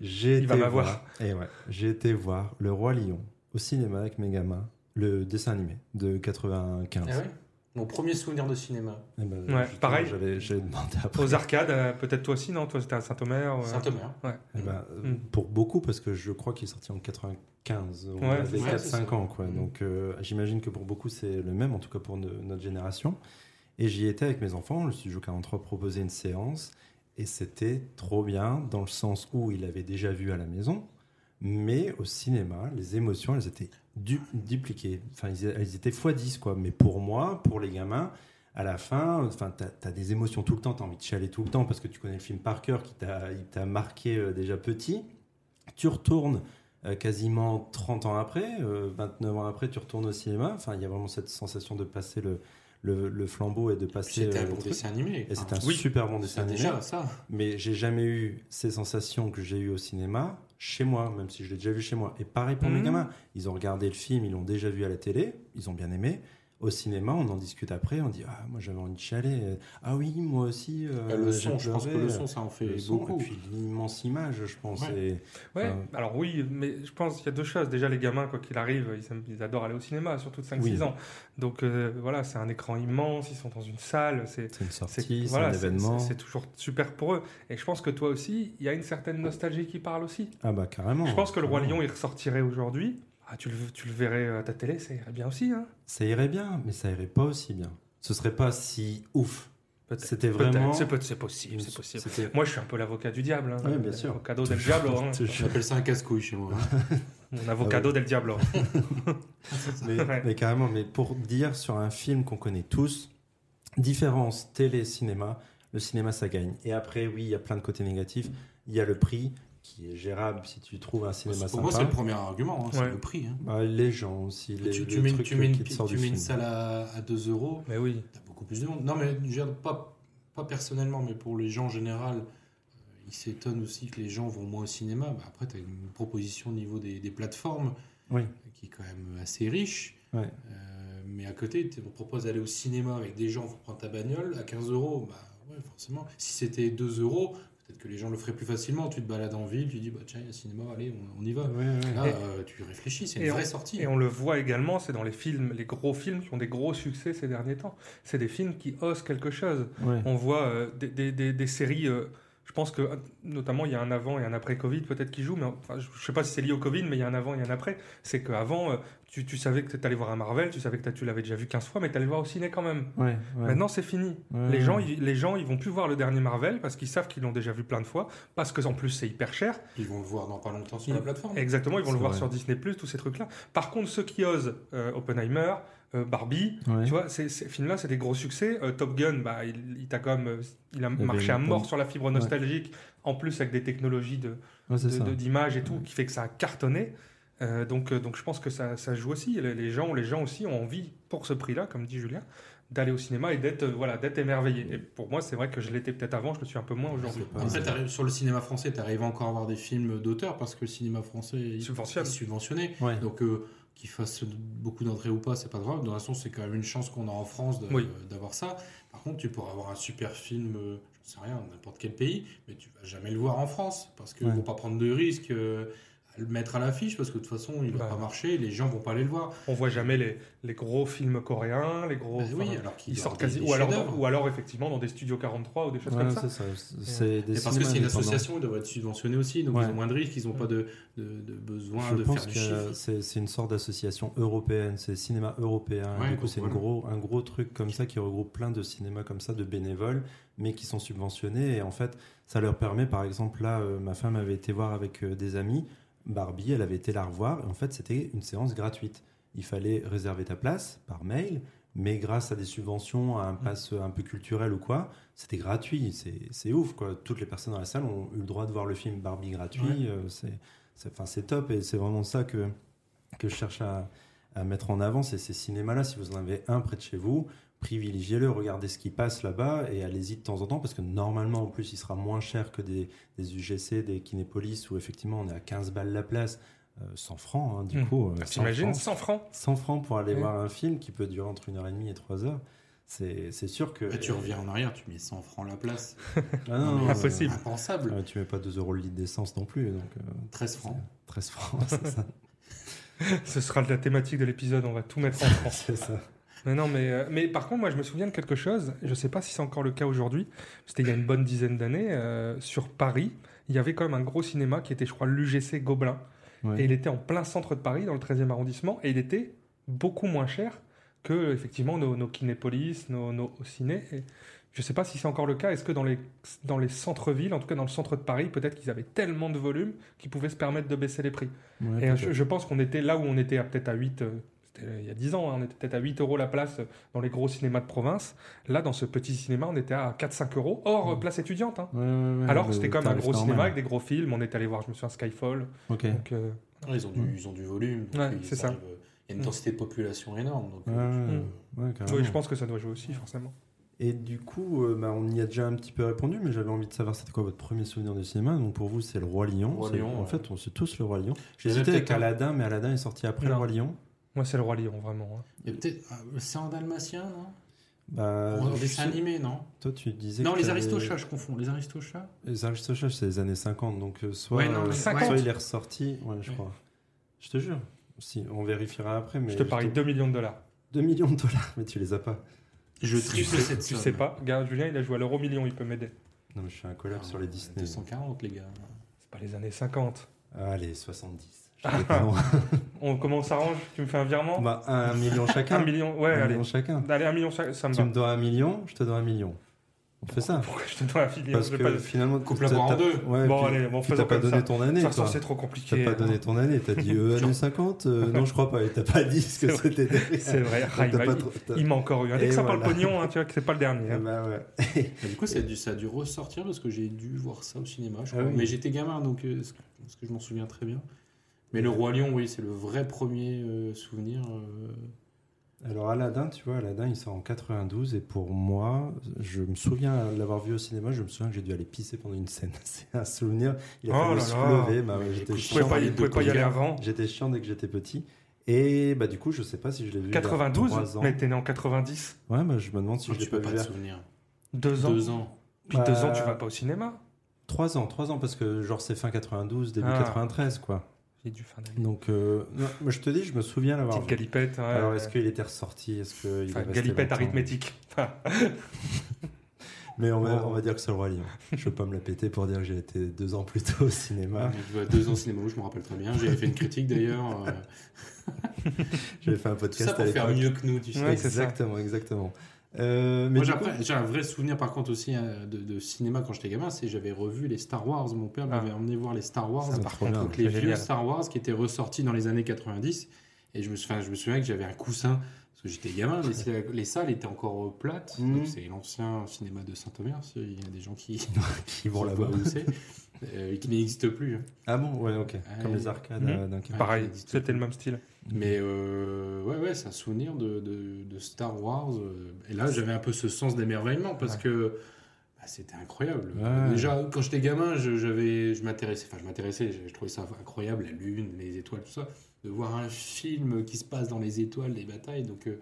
J'ai Il été va m'avoir. voir. Et ouais, j'ai été voir Le Roi Lion au cinéma avec mes gamins, le dessin animé de 95. Ah ouais Mon premier souvenir de cinéma, Eh ben, Ouais, justement, pareil. J'avais j'avais demandé après. Aux arcades, euh, peut-être toi aussi, non Toi, c'était à Saint-Omer. euh? ouais. Saint-Omer. Eh ben, euh, Mm. Pour beaucoup, parce que je crois qu'il est sorti en 95. On Ouais, avait c'est ça, 4-5 ans, quoi. Mm. Donc euh, j'imagine que pour beaucoup, c'est le même, en tout cas pour no- notre génération. Et j'y étais avec mes enfants, le Studio 43 proposait une séance, et c'était trop bien, dans le sens où il avait déjà vu à la maison, mais au cinéma, les émotions, elles étaient du- dupliquées. Enfin, ils- elles étaient x10, quoi. Mais pour moi, pour les gamins, à la fin, enfin, t'as as des émotions tout le temps, t'as envie de chialer tout le temps parce que tu connais le film par cœur qui t'a il t'a marqué euh, déjà petit. Tu retournes euh, quasiment 30 ans après, euh, 29 ans après, tu retournes au cinéma. Enfin, il y a vraiment cette sensation de passer le, le, le flambeau et de passer. C'était euh, un le bon truc. dessin animé. Et c'est un Oui. super bon dessin C'est animé. déjà ça. Mais j'ai jamais eu ces sensations que j'ai eues au cinéma chez moi, même si je l'ai déjà vu chez moi. Et pareil pour mes Mhm. gamins. Ils ont regardé le film, ils l'ont déjà vu à la télé, ils ont bien aimé. Au cinéma, on en discute après, on dit Ah, moi j'avais envie de chialer. Ah oui, moi aussi. euh, le j'ai son, je pense que pleuré. le son, ça en Le fait son, beaucoup. Et puis l'immense image, je pense. Ouais. Et- Ouais, Enfin, alors oui, mais je pense qu'il y a deux choses. Déjà, les gamins, quoi qu'il arrive, ils, aiment- ils adorent aller au cinéma, surtout de Oui. 5-6 ans. Donc euh, voilà, c'est un écran immense, ils sont dans une salle, c'est c'est une C'est sortie, c'est voilà, un c'est- événement. c'est- c'est toujours super pour eux. Et je pense que toi aussi, il y a une certaine nostalgie qui parle aussi. Ah bah carrément. je pense que le Roi carrément. Lion, il ressortirait aujourd'hui. Ah, tu, le, tu le verrais euh, à ta télé, ça irait bien aussi. Hein Ça irait bien, mais ça irait pas aussi bien. Ce serait pas si ouf. Peut-être, C'était peut-être. vraiment. C'est peut- c'est possible, c'est possible. C'était- Moi, je suis un peu l'avocat du diable. Hein. Ouais, bien sûr. L'avocado del diablo. hein. Je te jure. On appelle ça un casse-couille chez moi. Mon Ah avocado del diablo. mais, Ouais. mais carrément, mais pour dire sur un film qu'on connaît tous, différence télé-cinéma, le cinéma ça gagne. Et après, oui, il y a plein de côtés négatifs. Il y a le prix qui est gérable si tu trouves un cinéma Pour sympa. moi, c'est le premier argument, hein, c'est Ouais. le prix. hein. Bah, les gens aussi, les, tu, le tu mets, truc tu mets qui une, te sort tu du mets une film. salle à, à 2 euros, Mais oui. t'as beaucoup plus de monde. Non, mais je veux dire, pas, pas personnellement, mais pour les gens en général, euh, ils s'étonnent aussi que les gens vont moins au cinéma. Bah, après, t'as une proposition au niveau des, des plateformes Oui. euh, qui est quand même assez riche. Ouais. Euh, mais à côté, tu- on propose d'aller au cinéma avec des gens, vous prendre ta bagnole à 15 euros. Bah, ouais, forcément. Si c'était 2 euros, peut-être que les gens le feraient plus facilement. Tu te balades en ville, tu dis, bah, tiens, il y a un cinéma, allez, on, on y va. Ouais, ouais. Là, Et- euh, tu réfléchis, c'est et une vraie on- sortie. Et on le voit également, c'est dans les films, les gros films qui ont des gros succès ces derniers temps. C'est des films qui osent quelque chose. Ouais. On voit euh, des, des- des- des séries. euh, je pense que euh, notamment il y a un avant et un après Covid peut-être qui joue, mais enfin, je je sais pas si c'est lié au Covid, mais il y a un avant et un après. C'est qu'avant, euh, tu, tu savais que tu allais voir un Marvel, tu savais que t'as- tu l'avais déjà vu 15 fois, mais tu allais voir au ciné quand même. Ouais, ouais. Maintenant c'est fini. Ouais, Les, ouais. gens, ils, les gens, ils vont plus voir le dernier Marvel parce qu'ils savent qu'ils l'ont déjà vu plein de fois, parce que en plus c'est hyper cher. Ils vont le voir dans pas longtemps sur Ils- la plateforme. Exactement, ils vont C'est le voir vrai. sur Disney+, tous ces trucs-là. Par contre, ceux qui osent, euh, Oppenheimer, euh, Barbie. Ouais. Tu vois, ces, ces films-là, c'est des gros succès. Euh, Top Gun, bah, il, il t'a comme, euh, il a avait marché à une mort pompe. sur la fibre nostalgique, en plus avec des technologies de, Ouais, c'est de- ça. de- d'image et tout, qui fait que ça a cartonné. Euh, donc, euh, donc je pense que ça, ça joue aussi. Les, les gens, les gens aussi ont envie, pour ce prix-là, comme dit Julien, d'aller au cinéma et d'être euh, voilà, d'être émerveillé. Et pour moi, c'est vrai que je l'étais peut-être avant, je le suis un peu moins aujourd'hui. Ouais. Après, t'arrives- sur le cinéma français, tu arrives encore à voir des films d'auteur parce que le cinéma français il- Subventionne. est subventionné. Ouais. Donc, euh, qu'ils fassent beaucoup d'entrées ou pas, c'est pas grave. De toute façon, c'est quand même une chance qu'on a en France de- Oui. d'avoir ça. Par contre, tu pourras avoir un super film, euh, j'en sais rien, de n'importe quel pays, mais tu vas jamais le voir en France parce qu'ils Ouais. vont pas prendre de risques euh, à le mettre à l'affiche parce que de toute façon, il va Bah. pas marcher, les gens vont pas aller le voir. On voit jamais les, les gros films coréens, les gros. Bah enfin, oui, alors qu'ils ils sortent des- quasi. des Ou alors, chefs-d'œuvre. ou alors, effectivement, dans des studios 43 ou des choses Ouais, comme ça. c'est ça. C'est des Et parce que c'est cinémas une indépendants. association, ils doivent être subventionnés aussi, donc Ouais. ils ont moins de risques, ils n'ont pas de, de- de besoin Je de pense faire du que chiffre. c'est c'est une sorte d'association européenne, c'est cinéma européen. Ouais, du coup, donc c'est une voilà. gros, un gros truc comme ça qui regroupe plein de cinémas comme ça, de bénévoles, mais qui sont subventionnés. Et en fait, ça leur permet, par exemple, là, euh, ma femme avait été voir avec euh, des amis, Barbie, elle avait été la revoir. Et en fait, c'était une séance gratuite. Il fallait réserver ta place par mail, mais grâce à des subventions, à un Mmh. pass euh, un peu culturel ou quoi, c'était gratuit. C'est- C'est ouf, quoi. Toutes les personnes dans la salle ont eu le droit de voir le film Barbie gratuit. Ouais. euh, c'est c'est- enfin, c'est top et c'est vraiment ça que, que je cherche à, à mettre en avant. C'est ces cinémas-là, si vous en avez un près de chez vous, privilégiez-le, regardez ce qui passe là-bas et allez-y de temps en temps parce que normalement, en plus, il sera moins cher que des, des UGC, des Kinépolis où effectivement on est à 15 balles la place, euh, 100 francs hein, du Mmh. coup. euh, 100 T'imagines francs. 100 francs 100 francs pour aller Ouais. voir un film qui peut durer entre 1h30 et 3h. C'est c'est sûr que. Bah, tu reviens en arrière, tu mets 100 francs la place. Ah non, Non, mais euh, impossible. Cible. Impensable. euh, tu mets pas 2 euros le litre d'essence non plus. Donc, euh, 13 francs. 13 francs, c'est ça. Ce sera la thématique de l'épisode, on va tout mettre en France. c'est ça. Mais non, mais, euh, mais par contre, moi, je me souviens de quelque chose. Je sais pas si c'est encore le cas aujourd'hui. C'était il y a une bonne dizaine d'années. euh, sur Paris, il y avait quand même un gros cinéma qui était, je crois, l'UGC Gobelin. Ouais. Et il était en plein centre de Paris, dans le 13e arrondissement. Et il était beaucoup moins cher que, effectivement, nos, nos Kinépolis, nos, nos ciné. Et je sais pas si c'est encore le cas. Est-ce que dans les, dans les centres-villes, en tout cas dans le centre de Paris, peut-être qu'ils avaient tellement de volume qu'ils pouvaient se permettre de baisser les prix Ouais, et peut-être. je, je pense qu'on était là où on était à peut-être à 8, euh, c'était il y a 10 ans, hein, on était peut-être à 8 euros la place euh, dans les gros cinémas de province. Là, dans ce petit cinéma, on était à 4-5 euros hors euh, place étudiante. hein. Ouais, ouais, ouais, Alors le que c'était quand même un tarif gros cinéma normal. avec des gros films. On est allé voir, je me souviens, Skyfall. Ok. Donc, euh, Ouais, ils, ont du, ils ont du volume. donc Ouais, ils c'est ça. arrivent, euh, Il y a une Mm. densité de population énorme. Donc, Ouais, euh, tu ouais, peux- ouais, carrément. oui, je pense que ça doit jouer aussi, forcément. Et du coup, euh, bah, on y a déjà un petit peu répondu, mais j'avais envie de savoir c'était quoi votre premier souvenir de cinéma. Donc pour vous, c'est le Roi Lion. Roi C'est- Lion, en ouais. fait, on sait tous le Roi Lion. Je dirais J'hésitais avec peut-être un- Aladdin, mais Aladdin est sorti après le Non. Roi Lion. Moi, c'est le Roi Lion, vraiment. hein. Il y a peut-être. ah, C'est en dalmatien, non Bah, Ou en je dessin sais- animé, non Toi, tu disais. Non, que les t'avais- Aristochats, je confonds. Les Aristochats Les Aristochats, c'est les années 50, donc euh, soit, Ouais, non, euh, mais- soit 50. il est ressorti, ouais, je Ouais. crois. Je te jure. Si, on vérifiera après, mais je te parie 2 millions de dollars. 2 millions de dollars, mais tu les as pas. Je Tu triple sais, cette tu somme. sais pas. Gars, Julien, il a joué à l'euro million, il peut m'aider. Non, mais je suis un collab Ah, sur les Disney. 240, les gars. C'est pas les années 50. Allez, 70. Ah, J'étais pas loin. On, comment on s'arrange Tu me fais un virement bah, un million Un chacun. million, ouais, un allez. million chacun. Allez, un million, ça, ça me Tu va. me donnes un million, je te donne un million. On fait ça. Pourquoi je te dois la filière Parce Je vais que pas- finalement, Coupe la t'as- voix en t'as- deux. Ouais, Bon, puis- allez, bon, puis faisons t'as pas comme donné ça. ton De année. toute façon, toi. c'est trop T'as compliqué. hein. pas donné ton année. T'as dit euh, années 50. euh, non, je crois pas. Et t'as pas dit ce que C'est vrai. c'était. derrière. C'est vrai, Donc, ah, il t'as m'a- pas il- trop- t'as- il m'a encore eu. un. Dès Et que ça parle voilà. pognon, hein, tu vois que c'est pas le dernier. Ah hein. bah ouais. Et du coup, ça a, dû, ça a dû ressortir parce que j'ai dû voir ça au cinéma, je Ah crois. oui. Mais j'étais gamin, donc euh, ce que, ce que je m'en souviens très bien. Mais le Roi Lion, oui, c'est le vrai premier euh, souvenir. euh, Alors Aladdin, tu vois, Aladdin, il sort en 92 et pour moi, je me souviens l'avoir vu au cinéma, je me souviens que j'ai dû aller pisser pendant une scène. C'est un souvenir. Il a Oh fallu là se là. lever, bah, Mais j'étais écoute, Je pouvais chiant. pas, y- Jean-Marie pouvais de pas y aller Collier. avant. J'étais chiant dès que j'étais petit. Et bah du coup, je sais pas si je l'ai vu. il y a 92 trois ans. Mais Oh, t'es né en 90. Ouais, bah, je me demande si dont je l'ai tu peux pas pas vu. te vers- souvenir. Deux ans. Deux ans. Puis Bah, deux ans, tu vas pas au cinéma. Trois ans, trois ans parce que genre c'est fin 92, début Ah. 93 quoi. J'ai dû faire des Donc euh, non, moi, je te dis, je me souviens l'avoir petites vu. galipettes. ouais. Alors est-ce qu'il était ressorti Est-ce que il est Enfin, resté longtemps galipette Ah, arithmétique. Mais on va, Oh. on va dire que c'est le Roi Lion. Je veux pas me la péter pour dire que j'ai été deux ans plus tôt au cinéma. Donc, tu vas à deux ans au cinéma, je me rappelle très bien. J'avais fait une critique d'ailleurs. euh, J'avais fait un tout ça podcast pour à faire l'époque. mieux que nous, tu sais. Ouais, c'est ça. exactement, exactement. Euh, Moi, mais du j'ai coup- après- j'ai un vrai souvenir par contre aussi euh, de, de cinéma quand j'étais gamin, c'est j'avais revu les Star Wars. Mon père m'avait Ah. emmené voir les Star Wars, Ça, par trop contre, bien. donc les C'est vieux génial. Star Wars qui étaient ressortis dans les années 90. Et je me, sou- enfin, je me souviens que j'avais un coussin, parce Parce que j'étais gamin, les, les salles étaient encore euh, plates. Mhm. Donc, C'est l'ancien cinéma de Saint-Omer. s'il y a des gens qui, Qui vont qui voient là-bas. où c'est, euh, et qui n'existe plus. hein. Ah bon, ouais, ok. Ah, Comme oui. les arcades Mhm. euh, d'un Ouais, ça Pareil, n'existe c'était plus. le même style. Mais euh, ouais, ouais, c'est un souvenir de, de- de Star Wars. euh, Et là, j'avais un peu ce sens d'émerveillement parce Ouais. que bah, c'était incroyable. Ouais. Déjà, quand j'étais gamin, je, j'avais, je m'intéressais, enfin, je m'intéressais, je, je trouvais ça incroyable, la lune, les étoiles, tout ça. De voir un film qui se passe dans les étoiles, les batailles. Donc, euh,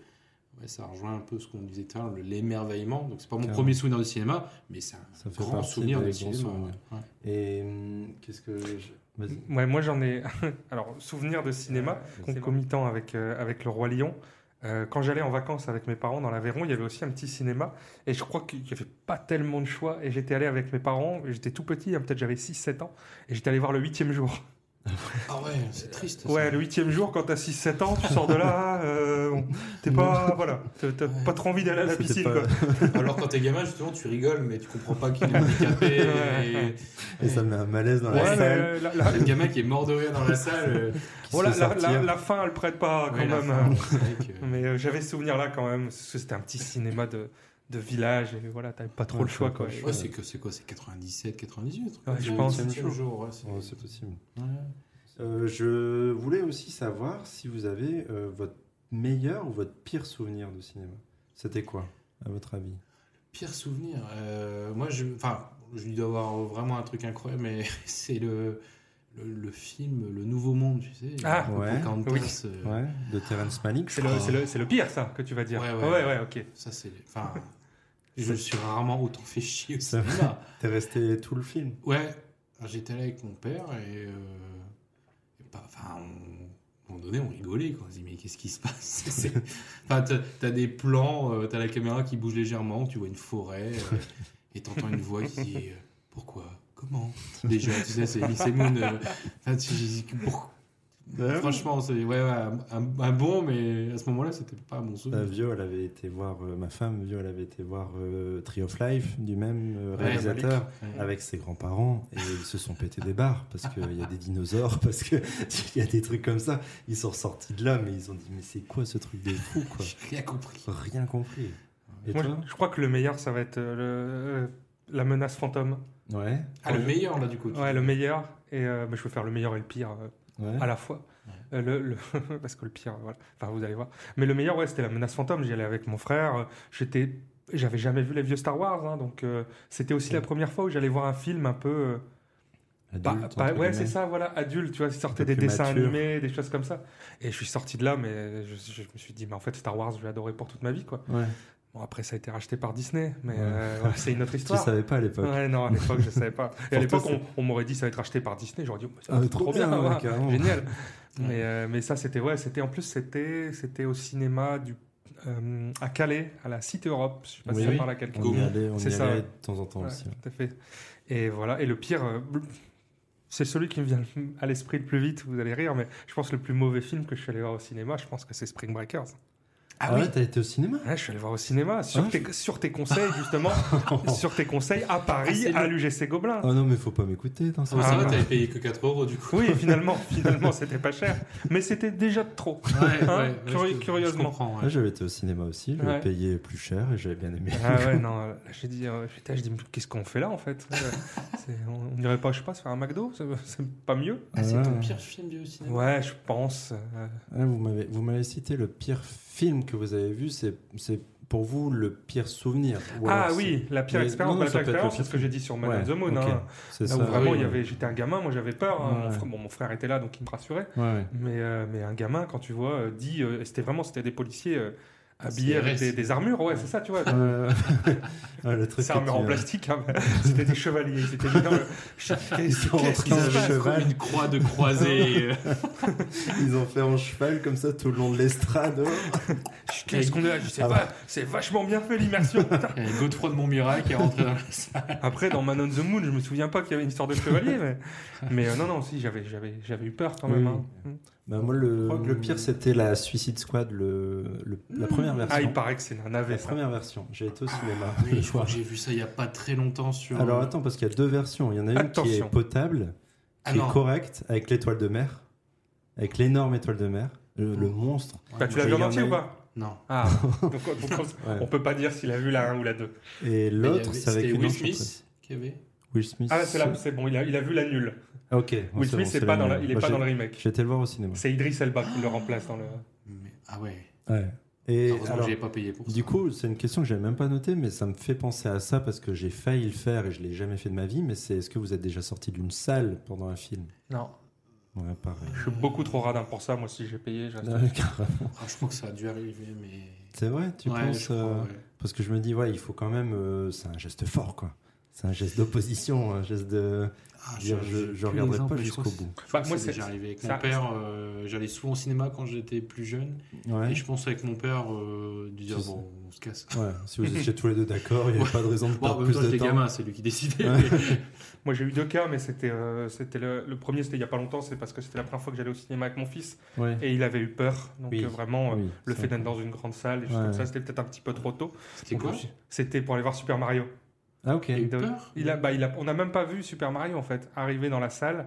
ouais, ça rejoint un peu ce qu'on disait tout à l'heure, le- l'émerveillement. Donc, c'est pas mon Carrément. premier souvenir de cinéma, mais c'est un Ça fait grand partie souvenir des de grands cinéma. souvenirs. ouais. Et hum, qu'est-ce que. je- Vas-y. Ouais, moi j'en ai. Alors, souvenir de cinéma, concomitant avec, euh, avec le Roi Lion. Euh, quand j'allais en vacances avec mes parents dans l'Aveyron, il y avait aussi un petit cinéma. Et je crois qu'il n'y avait pas tellement de choix. Et j'étais allé avec mes parents, j'étais tout petit, hein, peut-être j'avais 6-7 ans. Et j'étais allé voir le huitième jour. Ah ouais, c'est triste. ça. Ouais, le huitième jour, quand t'as 6-7 ans, tu sors de là, euh, on- t'es pas. Voilà, t'as t'as pas trop envie d'aller à la C'était piscine, pas- quoi. Alors quand t'es gamin, justement, tu rigoles, mais tu comprends pas qu'il est handicapé. Ouais. Et ça met un malaise dans Ouais, la mais euh, salle. la, Et la- le gamin qui est mort de rire dans la salle. euh, qui se oh, la- fait la- la- sortir. la fin, elle prête pas, quand ouais, la même. hein. fin, c'est vrai que- Mais euh, j'avais ce souvenir là quand même, parce que c'était un petit cinéma de, de village et voilà, t'avais pas trop Ouais, le choix quoi. t'avais Ouais, c'est que c'est quoi C'est 97, 98 Ouais, je pense. C'est le huitième jour, ouais, c'est- Ouais, c'est possible. Ouais. Euh, je voulais aussi savoir si vous avez euh, votre meilleur ou votre pire souvenir de cinéma. C'était quoi, à votre avis Pire souvenir. euh, moi, je, enfin, je lui dois avoir vraiment un truc incroyable, mais c'est le, le, le film Le Nouveau Monde, tu sais. Ah, avec ouais, Pocahontas, oui. euh, Ouais, de Terrence Malick. je C'est le, crois. c'est le- c'est le pire ça que tu vas dire. Ouais, ouais. ok. Ça, c'est. Enfin, je me suis rarement autant fait chier au cinéma. T'es resté tout le film. Ouais, Alors, j'étais là avec mon père et. euh, et pas- Enfin, on- à un moment donné, on rigolait. Quoi. On se dit, mais qu'est-ce qui se passe C'est- Enfin, t'as- t'as des plans, euh, t'as la caméra qui bouge légèrement, tu vois une forêt euh, et t'entends une voix qui dit euh, Pourquoi Comment Déjà, tu sais, c'est Elise Moon. euh, enfin, tu- tu- tu- pour- Ah Ouais. Franchement, c'est ouais, ouais, un, un bon, mais à ce moment-là, c'était pas un bon Euh, souvenir. Vio, elle avait été voir, euh, ma femme, Vio, elle avait été voir euh, Tree of Life du même euh, Ouais, réalisateur Malick. avec ses grands-parents et ils se sont pété des barres parce qu'il y a des dinosaures, parce qu'il y a des trucs comme ça. Ils sont ressortis de là, mais ils ont dit Mais c'est quoi ce truc de fou quoi J'ai rien compris. Rien compris. Et Moi, toi je, je crois que le meilleur ça va être euh, le- euh, la menace fantôme. Ouais, Ah, le meilleur, là, du coup. tu Ouais, dis. le meilleur. Et euh, bah, je peux faire le meilleur et le pire euh, ouais. à la fois. Euh, le, le- parce que le pire, voilà. Enfin, vous allez voir. Mais le meilleur, ouais, c'était la menace fantôme. J'y allais avec mon frère. euh, J'étais, j'avais jamais vu les vieux Star Wars, hein, donc euh, c'était aussi la première fois où j'allais voir un film un peu. euh, Pas- Adulte, pas- entre bah, ouais, c'est guillemets. ça, voilà, adulte, tu vois, ils sortaient peu des plus dessins mature. animés, des choses comme ça. Et je suis sorti de là, mais je, je me suis dit, mais en fait, Star Wars, je l'ai adoré pour toute ma vie, quoi. Ouais. Bon, après, ça a été racheté par Disney, mais Ouais. euh, voilà, c'est une autre Tu histoire. savais pas à l'époque. Ouais, non, à l'époque, je savais pas. Et à Pour l'époque, toi, on, on m'aurait dit, ça va être racheté par Disney, j'aurais dit, oh, bah, ça Ah, va être trop trop bien, bien, ouais, voilà, carrément. génial. Ouais. Mais, euh, mais ça, c'était, ouais, c'était, en plus, c'était, c'était au cinéma du, euh, à Calais, à la Cité Europe, je suis passé Oui. par là quelques On y allait, on y C'est ça, allait ouais. de temps en temps Ouais, aussi. ouais. tout à fait. Et voilà. Et le pire, euh, c'est celui qui me vient à l'esprit le plus vite. Vous allez rire, mais je pense que le plus mauvais film que je suis allé voir au cinéma, je pense que c'est Spring Breakers. Ah, ouais, t'as été au cinéma Ouais, je suis allé voir au cinéma sur, Ah, tes, sur tes conseils justement, sur tes conseils à Paris, Ah, c'est à le- l'UGC Gobelin. Oh non, mais faut pas m'écouter. dans ça. Ah, ça Ah, va, bah. t'avais payé que 4 euros, du coup. Oui, finalement, finalement, c'était pas cher, mais c'était déjà de trop. Ouais, Hein, ouais, curi- ouais, je- je curieusement. comprends, ouais. Ouais, j'avais été au cinéma aussi, j'avais Ouais. payé plus cher et j'avais bien aimé. Ah ouais, non, euh, j'ai dit, euh, putain, je dis, mais qu'est-ce qu'on fait là en fait Euh, c'est- On on irait pas, je sais pas, se faire un McDo C'est c'est pas mieux Ah, c'est ton Ouais. pire film du cinéma Ouais, je pense. euh, Ah, vous m'avez vous m'avez cité le pire film que vous avez vu, c'est c'est pour vous le pire souvenir. ou ah alors oui, la pire Mais expérience, non, non, bah, ça la peut pire être le expérience, pire c'est ce que j'ai dit sur Man Ouais, on the Moon. ok. hein. c'est Là ça. où vraiment, oui, il y ouais. avait, j'étais un gamin, moi j'avais peur. hein. Mon, Ouais. frère, bon, mon frère était là, donc il me rassurait. Ouais, ouais. Mais, euh, mais un gamin, quand tu vois, euh, dit, euh, et c'était vraiment, c'était des policiers euh, habillés CRS. avec des, des armures, ouais, c'est ça, tu vois. Euh, ah, le truc Des que armures tu- en plastique, hein, c'était des chevaliers. C'était dans le... euh, Ils Qu'est-ce sont rentrés qu'ils en avaient cheval, comme une croix de croisée euh, ils ont fait en cheval comme ça tout le long de l'estrade. Qu'est-ce qu'on est là Je sais Ah pas, c'est vachement bien fait l'immersion. putain. et Godefroy de Montmirail qui est rentré dans la salle. Après, dans Man on the Moon, je me souviens pas qu'il y avait une histoire de chevalier, mais, mais euh, non, non, si, j'avais j'avais- j'avais eu peur quand même. Oui. hein. Bah, moi, le, crois que le pire, c'était la Suicide Squad, le, le- la première version. Ah, il paraît que c'est un La navet, ça. Ah première version. J'ai été au cinéma. Oui, je crois que j'ai vu ça il y a pas très longtemps sur. euh, Alors attends, parce qu'il y a deux versions. Il y en a une qui est Attention. potable, Ah qui non. est correcte, avec l'étoile de mer, avec l'énorme étoile de mer, le, le monstre. Ouais, Bah, tu moi, l'as Et vu il y en en entier a ou eu- pas Non. Ah, donc on, donc on- Ouais. on peut pas dire s'il a vu la 1 ou la 2. Et Mais il y l'autre, avait- c'est avec c'était une Will enchanteresse. Smith qui avait. Will Smith. Ah, c'est là, c'est bon, il a, il a vu la nulle. Ah, Ok. bon, Will c'est Smith, bon, c'est c'est pas la dans la- même. il est Moi, pas j'ai- dans le remake. J'étais le voir au cinéma. C'est Idris Elba qui le remplace dans le. Mais- ah ouais. Ouais. Et Heureusement que alors, j'avais pas payé pour ça. Du coup, c'est une question que j'avais même pas notée, mais ça me fait penser à ça parce que j'ai failli le faire et je l'ai jamais fait de ma vie. Mais c'est est-ce que vous êtes déjà sorti d'une salle pendant un film Non. Ouais, pareil. Je suis beaucoup trop radin pour ça, moi si j'ai payé, je reste- Ouais, carrément. Ah, je crois que ça a dû arriver, mais. C'est vrai, tu Ouais, penses je crois, euh, ouais. Parce que je me dis, ouais, il faut quand même. euh, c'est un geste fort, quoi. C'est un geste d'opposition, un geste de. Ah, je j'ai je, plus je regarderai l'exemple, pas mais je jusqu'au crois que bout. Bah, moi, c'est moi, c'est. déjà arrivé avec ça- mon père. euh, J'allais souvent au cinéma quand j'étais plus jeune. Ouais. Et je pense avec mon père euh, de dire C'est ça. bon, on se casse. Ouais, si vous étiez tous les deux d'accord, il n'y avait Ouais. pas de raison de Bon, perdre en même plus temps, de j'étais temps. euh, gamin, c'est lui qui décidait. Ouais. Moi j'ai eu deux cas, mais c'était euh, c'était le, le premier, c'était il y a pas longtemps, c'est parce que c'était la première fois que j'allais au cinéma avec mon fils Ouais. et il avait eu peur. Donc Oui. euh, vraiment, euh, Oui, le c'est fait vrai. d'être dans une grande salle, et choses Ouais. comme ça, c'était peut-être un petit peu trop tôt. C'était Donc, quoi je me suis- C'était pour aller voir Super Mario. Ah, ok. Il a eu de- peur Il a, bah, il a, on n'a même pas vu Super Mario en fait arriver dans la salle.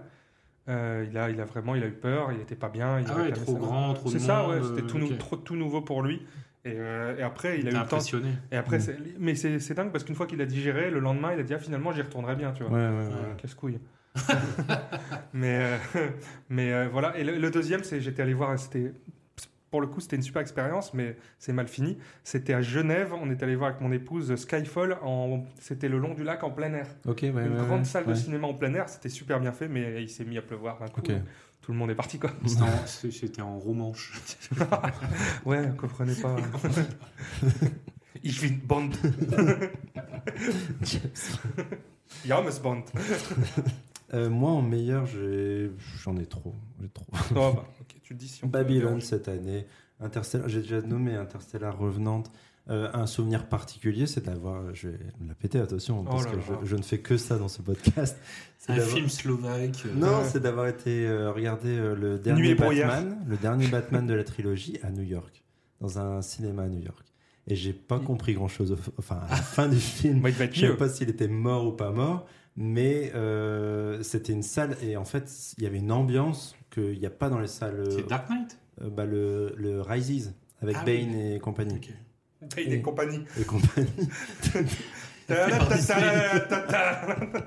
euh, il a, il a vraiment, il a eu peur. Il n'était pas bien. Il Ah avait ouais, calmé trop sa- grand, trop de C'est ça, ouais. monde, C'était euh, tout, nou- ok. trop- tout nouveau pour lui. Et, euh, et après, il a T'es eu le temps. impressionné. Et Mm. après, c'est- mais c'est c'est dingue parce qu'une fois qu'il a digéré, le lendemain, il a dit ah, finalement, j'y retournerai bien, tu vois. Ouais, ouais, ouais. Casse couille. mais euh, mais euh, voilà. Et le, le deuxième, c'est j'étais allé voir. C'était pour le coup, c'était une super expérience, mais c'est mal fini. C'était à Genève. On est allé voir avec mon épouse Skyfall. en- C'était le long du lac en plein air Ok, ouais, ouais, une ouais, grande salle ouais. de cinéma en plein air, c'était super bien fait, mais il s'est mis à pleuvoir d'un coup. Ok. Tout le monde est parti quoi. C'était en- C'était en romanche. Ouais, on comprenait pas. ich bin Bond. James Bond. Euh, moi, en meilleur, j'ai- j'en ai trop. J'ai trop. Non, bah, ok, tu le dis si on peut Babylone déranger. cette année. Interstellar, j'ai déjà nommé Interstellar Revenante. Euh, un souvenir particulier, c'est d'avoir. Je vais me la péter, attention, Oh parce là que là. je, je ne fais que ça dans ce podcast. C'est Un d'avoir- film slovaque. euh, Non, Ouais. c'est d'avoir été euh, regarder euh, le dernier et brouillard. Batman, le dernier Batman de la trilogie à New York, dans un cinéma à New York. Et j'ai pas Il- compris grand chose, enfin à la fin du film. Bah, il va être Je sais mieux. pas s'il était mort ou pas mort, mais euh, c'était une salle et en fait il y avait une ambiance qu'il n'y a pas dans les salles. C'est Dark Knight euh, bah, le, le Rises avec Ah Bane et compagnie. Ok. Payne et Et- compagnie. Et compagnie.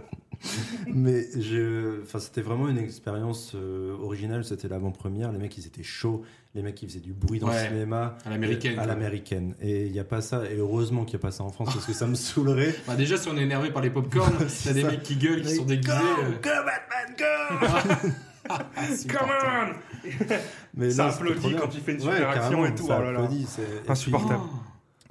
mais je, enfin c'était vraiment une expérience euh, originale. C'était l'avant-première. Les mecs ils étaient chauds. Les mecs ils faisaient du bruit dans Ouais. le cinéma. À l'américaine. À quoi. l'américaine. Et il n'y a pas ça. Et heureusement qu'il n'y a pas ça en France parce que ça me saoulerait. Bah, déjà, si on est énervé par les popcorn, C'est t'as des ça. mecs qui gueulent, qui sont déguisés. Go, euh, go Batman, go ah, c'est Come important. on Mais Ça non, c'était applaudit trop bien. quand il fait une Ouais, super action carrément, et tout, Ça oh là là. applaudit, c'est- et puis- Insupportable.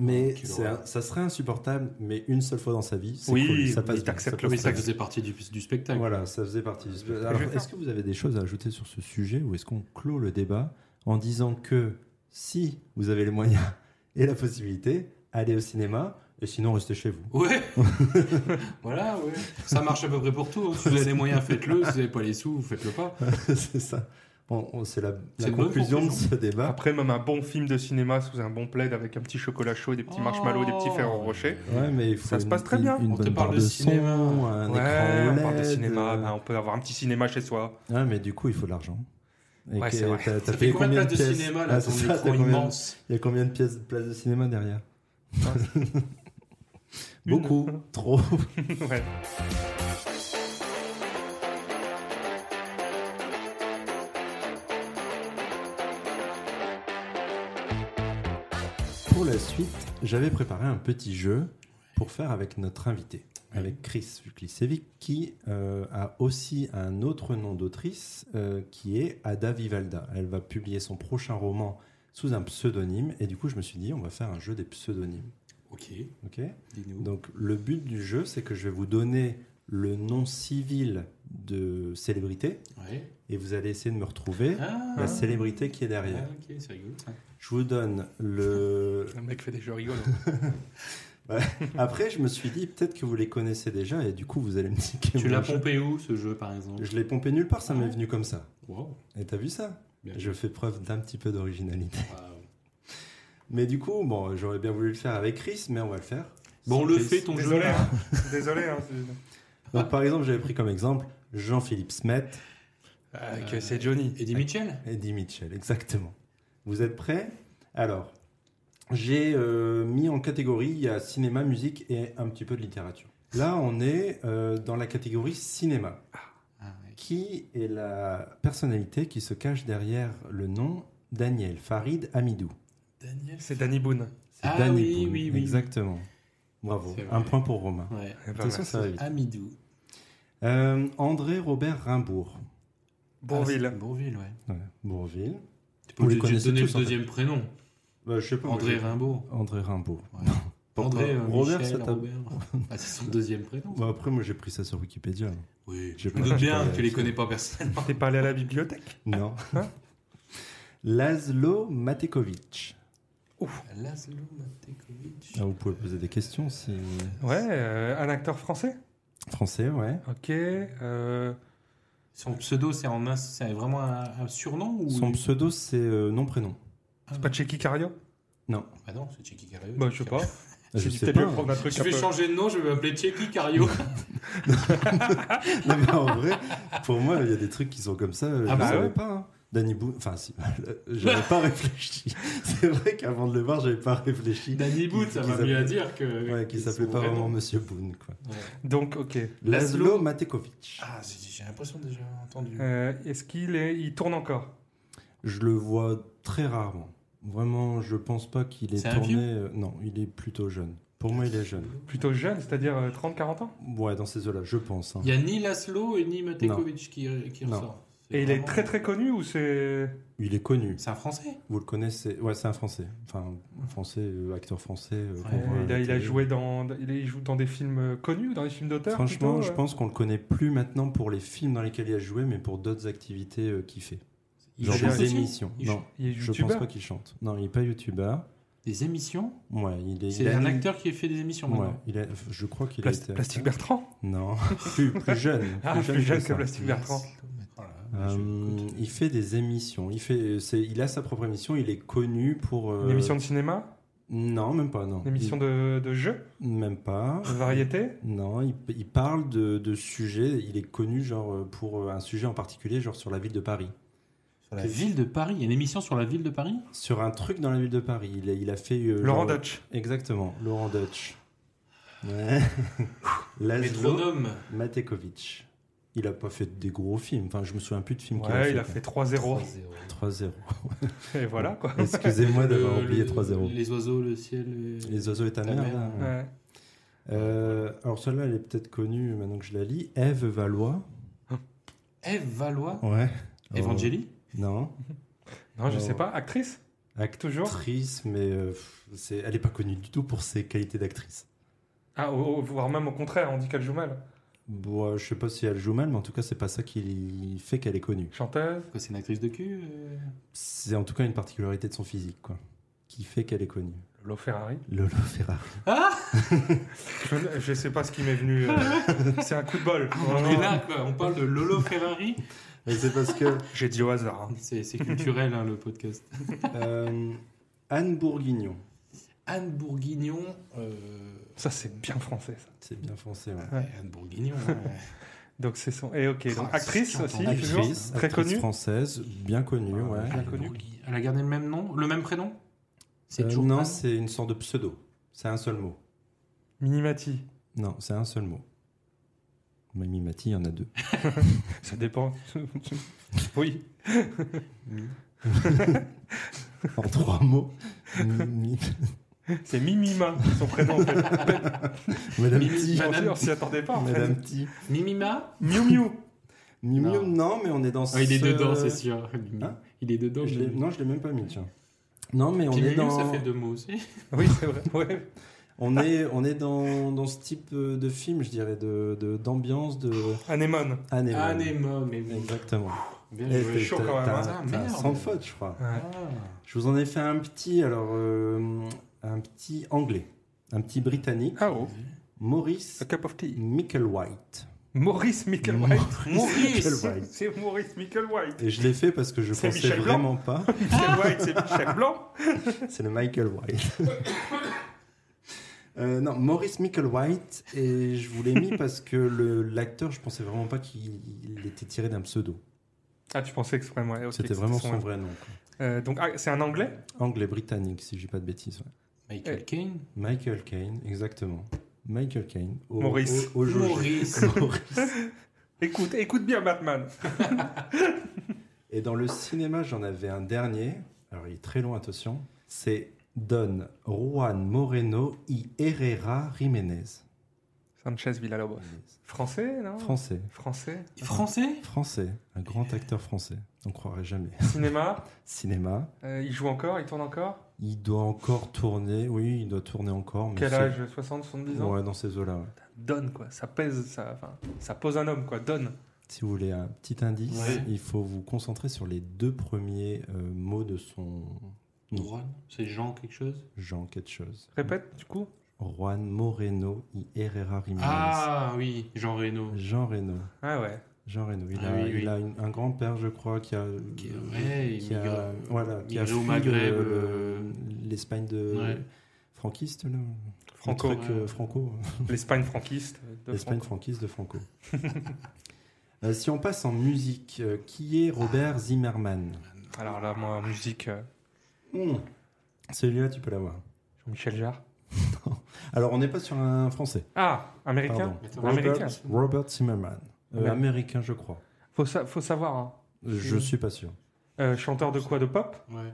Mais Quelle c'est horreur. un- ça serait insupportable, mais une seule fois dans sa vie. c'est Oui, cool, ça oui, passe bien, t'acceptes ça le passe Mais ça bien. faisait partie du, du spectacle. Voilà, ça faisait partie. du- Alors, vais faire- est-ce que vous avez des choses à ajouter sur ce sujet ou est-ce qu'on clôt le débat en disant que si vous avez les moyens et la possibilité, allez au cinéma et sinon restez chez vous. Ouais. voilà, ouais. Ça marche à peu près pour tout. hein. Si vous avez les moyens, faites-le. Si vous n'avez pas les sous, faites-le pas. c'est ça. Bon, on- c'est la, la C'est une bonne conclusion de conclusion. ce débat. Après, même un bon film de cinéma sous un bon plaid avec un petit chocolat chaud, des petits Oh. marshmallows, des petits fers au rocher. Ouais, mais il faut Ça se une- passe très une- bien. Une On te bonne parle barre de de cinéma. son, un ouais, écran on parle de LED, cinéma, euh, bah, on peut avoir un petit cinéma chez soi. Ah, mais du coup, il faut de l'argent. Et Ouais, que- c'est vrai. t'as- T'as Ça fait payé combien de places de pièces cinéma là Ah, ton c'est ça, écran t'as combien- immense Il y a combien de pièces, places de cinéma derrière Une. Beaucoup, trop. ouais. Pour la suite, j'avais préparé un petit jeu pour faire avec notre invité, avec Chris Vuklicevic, qui euh, a aussi un autre nom d'autrice euh, qui est Ada Vivalda. Elle va publier son prochain roman sous un pseudonyme, et du coup, je me suis dit, on va faire un jeu des pseudonymes. Ok, Ok dis-nous. Donc le but du jeu, c'est que je vais vous donner le nom civil de célébrité Ouais. et vous allez essayer de me retrouver Ah, la célébrité qui est ah, derrière. ok, c'est rigolo. ça. Je vous donne le. Le mec fait des jeux rigolos. Après, je me suis dit peut-être que vous les connaissez déjà et du coup vous allez me dire. que Tu vous- l'as pompé où ce jeu par exemple Je l'ai pompé nulle part, ça m'est venu comme ça. Wow. Et t'as vu ça Bien. Je fais preuve d'un petit peu d'originalité. Ah, ouais. Mais du coup, bon, j'aurais bien voulu le faire avec Chris, mais on va le faire. Bon, sans le Chris. fait ton jeu Désolé, là. hein. désolé. Hein. Donc par exemple, j'avais pris comme exemple Jean-Philippe Smet, Euh, que c'est Johnny. Eddie Mitchell Eddie Mitchell, exactement. Vous êtes prêts Alors, j'ai euh, mis en catégorie, il y a cinéma, musique et un petit peu de littérature. Là, on est euh, dans la catégorie cinéma. Ah, ouais. Qui est la personnalité qui se cache derrière le nom Daniel Farid Hamidou Daniel C'est Danny Boone. C'est Ah Danny oui, Boone, oui, oui. Exactement. Bravo. C'est vrai. Un point pour Romain. Ouais. Eh ben, Attention, ça va vite. Amidou. Euh, André Robert Rimbourg. Bourville. Ah, c'est Bourville, ouais. Ouais, Bourville. Tu peux Vous les juste connaissez donner tous, le en fait. deuxième prénom. Bah, je sais pas. André moi, Rimbaud. j'ai- André Rimbourg. Ouais. Pourquoi André, euh, Robert, Michel, ça t'a- Robert. Ah, c'est son deuxième prénom. Bah, après, moi, j'ai pris ça sur Wikipédia. hein. Oui, J'ai je pas- me doute bien j'ai pas- que tu les connais pas personnellement. Ah, T'es pas allé à la bibliothèque Non. Laszlo Matekovic. Laszlo Matekovic. Ah, vous pouvez poser des questions si. Ouais, euh, un acteur français. Français, ouais. Ok. euh, Son pseudo, c'est en un- c'est vraiment un, un surnom ou Son pseudo, c'est euh, nom-prénom. c'est pas Checky Cario Ah non, c'est Checky Cario. Bah, je sais pas. Je C'est- sais peut-être pas. hein. mieux de prendre un truc Je un vais peu- changer de nom, je vais m'appeler Checky Cario. Non, mais en vrai, pour moi, il y a des trucs qui sont comme ça. je Ah bah savais ouais. pas. hein. Danny Boone, enfin, si, j'avais pas réfléchi. C'est vrai qu'avant de le voir, j'avais pas réfléchi. Danny Boot, ça Qui va s'appelait- mieux à dire que. Ouais, qui que s'appelait son pas vrai vraiment nom. Monsieur Boone, quoi. Ouais. Donc, ok. Laszlo- Laszlo Matekovic. Ah, j'ai j'ai l'impression de déjà entendu. Euh, Est-ce qu'il est... il tourne encore Je le vois très rarement. Vraiment, je pense pas qu'il C'est est un tourné. vieux euh, Non, il est plutôt jeune. Pour moi, il est jeune. Plutôt jeune, c'est-à-dire 30-40 ans Ouais, dans ces eaux-là, je pense. hein. Il n'y a ni Laszlo et ni Matekovic qui, qui Non. ressort. C'est Et il vraiment- est très très connu ou c'est. Il est connu. C'est un Français Vous le connaissez Ouais, c'est un Français. Enfin, français, euh, acteur français. euh, qu'on Ouais, voit à il, a, la il a télé. joué dans, il est- il joue dans des films euh, connus, dans des films d'auteur. Franchement, plutôt, je euh. pense qu'on le connaît plus maintenant pour les films dans lesquels il a joué, mais pour d'autres activités euh, qu'il fait. Il Genre chante des aussi émissions. Il non, chante- Il est je pense youtubeur. pas qu'il chante. Non, il n'est pas youtubeur. Des émissions Ouais, il est. il C'est un anime- acteur qui a fait des émissions Ouais, maintenant. il a- je crois qu'il a Plas- été. Plastique acteur. Bertrand Non, plus, plus jeune. Ah, plus jeune que ça. Plastique Bertrand. Laszlo Mate- Oh là là, je- Euh, écoute. il fait des émissions. Il fait, euh, c'est, il a sa propre émission. Il est connu pour. euh, Une émission de cinéma Non, même pas. Non. Une émission de, de jeu Il- Même pas. De variété Non, il, il parle de, de sujets. Il est connu genre euh, pour euh, un sujet en particulier, genre sur la ville de Paris. Sur la ville de Paris. Il y a une émission sur la ville de Paris Sur un truc dans la ville de Paris. Il a, il a fait. euh, Laurent genre- Dutch. Exactement, Laurent Dutch. Ouais. Laszlo Métronome. Matekovic. Il a pas fait des gros films. Enfin, je me souviens plus de films qu'il a Ouais, il a quoi. fait 3-0. 3-0. 3-0. Et voilà quoi. Excusez-moi d'avoir Le- oublié le- 3-0. Les oiseaux, le ciel. et- Les oiseaux et ta Ta mère. mère, là, ouais. Ouais. Euh, alors celle-là, elle est peut-être connue maintenant que je la lis. Ève Valois. Ève Valois. Ouais. Evangélie Non. Non, je Oh. sais pas. Actrice Toujours Actrice, mais euh, pff, c'est- elle n'est pas connue du tout pour ses qualités d'actrice. Ah, au- au- voire même au contraire, on dit qu'elle joue mal. Bon, euh, je sais pas si elle joue mal, mais en tout cas, c'est pas ça qui fait qu'elle est connue. Chanteuse Quoi, c'est une actrice de cul euh C'est en tout cas une particularité de son physique, quoi, qui fait qu'elle est connue. Lolo Ferrari Lolo Ferrari. Ah je, je sais pas ce qui m'est venu. euh, C'est un coup de bol. On est Vraiment. là, quoi. On parle de Lolo Ferrari. Mais c'est parce que J'ai dit au hasard. hein. C'est c'est culturel, hein, le podcast. euh, Anne Bourguignon, Anne Bourguignon. euh, Ça, c'est bien français ça. c'est bien français. ouais. Ouais. Anne Bourguignon. hein. ouais. Donc c'est son. Et ok, donc Ah, actrice c'est aussi, qui, Actrice, toujours très actrice connue. française, bien connue, ouais. bien connue. Bourgui- Elle a gardé le même nom Le même prénom Euh, toujours non, Anne c'est une sorte de pseudo. C'est un seul mot. Minimati. Non, c'est un seul mot. Mamie Mati, il y en a deux. Ça dépend. oui. En trois mots. Mimi. C'est Mimima, son prénom. En fait. Madame Mimi- Ti. Madame- Madame, on s'y attendait pas. En fait. Madame Ti. Mimima Miu Miu. Miu Miu, Non. non, mais on est dans. Ah, Il est ce- dedans, c'est sûr. euh, Hein Il est dedans. Je Mimi. l'ai- non, je l'ai même pas mis, tiens. Non, mais on Puis est Mimou, dans. ça fait deux mots aussi. Oui, c'est vrai. Ouais. On est, on est dans, dans ce type euh, de film, je dirais, de de- d'ambiance, de, Anémone. Anémone. Ah, Anémone, mais bon. Exactement. Bien Eh, joué. t'es- chaud t'as- quand même, hein. t'as- Ah, t'as merde. Sans faute, je crois. Ouais. Ah. Je vous en ai fait un petit, alors, euh, un petit anglais, un petit britannique, Ah oh. Maurice A cup of tea. Micklewhite. Maurice Micklewhite. Maurice Micklewhite. C'est Maurice Micklewhite. Et je l'ai fait parce que je C'est pensais Michel Blanc. vraiment pas. Micklewhite, c'est Michel Blanc. C'est le Michael White. Euh, non, Maurice Michael White, et je vous l'ai mis parce que le- l'acteur, je pensais vraiment pas qu'il il était tiré d'un pseudo. Ah, tu pensais que c'est vraiment. ouais, ok, C'était vraiment son son vrai nom. quoi. Euh, donc, ah, c'est un anglais Anglais-britannique, si je dis pas de bêtises. ouais. Michael Eh. Caine. Michael Caine, exactement. Michael Caine. au- Maurice. au- au Jojo. Maurice. Écoute, écoute bien Batman. Et dans le cinéma, j'en avais un dernier. Alors, il est très long, attention. C'est Don Juan Moreno y Herrera Jiménez. Sanchez Villalobos. Français, non Français. Français. Français Français. Un grand acteur français. On croirait jamais. Cinéma. Cinéma. euh, il joue encore, il tourne encore. Il doit encore tourner. Oui, il doit tourner encore. Mais Quel c'est- âge 60, 70 ans Ouais, dans ces eaux-là. ouais. Donne quoi, ça pèse, ça, enfin, ça pose un homme quoi, donne. Si vous voulez un petit indice, Ouais. il faut vous concentrer sur les deux premiers euh, mots de son Juan, c'est Jean quelque chose Jean quelque chose. Répète du coup. Juan Moreno y Herrera Jiménez. Ah oui, Jean Reno. Jean Reno. Ah ouais. Jean Reno. Il Ah a, oui, oui. il a une- un grand-père, je crois, qui a. Qui- ouais, qui a- immigré- voilà, qui a immigré au fui Maghreb, le- le- euh, l'Espagne de. Ouais. Franquiste, là. Franco. Le truc, euh, Franco. L'Espagne franquiste. euh, de L'Espagne Franco. franquiste de Franco. Euh, si on passe en musique, euh, qui est Robert Zimmerman Alors là, moi, en musique, euh, Hmm. Celui-là, tu peux l'avoir. Jean-Michel Jarre. Alors, on n'est pas sur un français. Ah, américain. Pardon. Attends, Américain. Robert, Robert Zimmerman. Euh, Ouais. Américain, je crois. Faut, sa- faut savoir. hein. Je Mm. suis pas sûr. Euh, chanteur de quoi, de pop Ouais.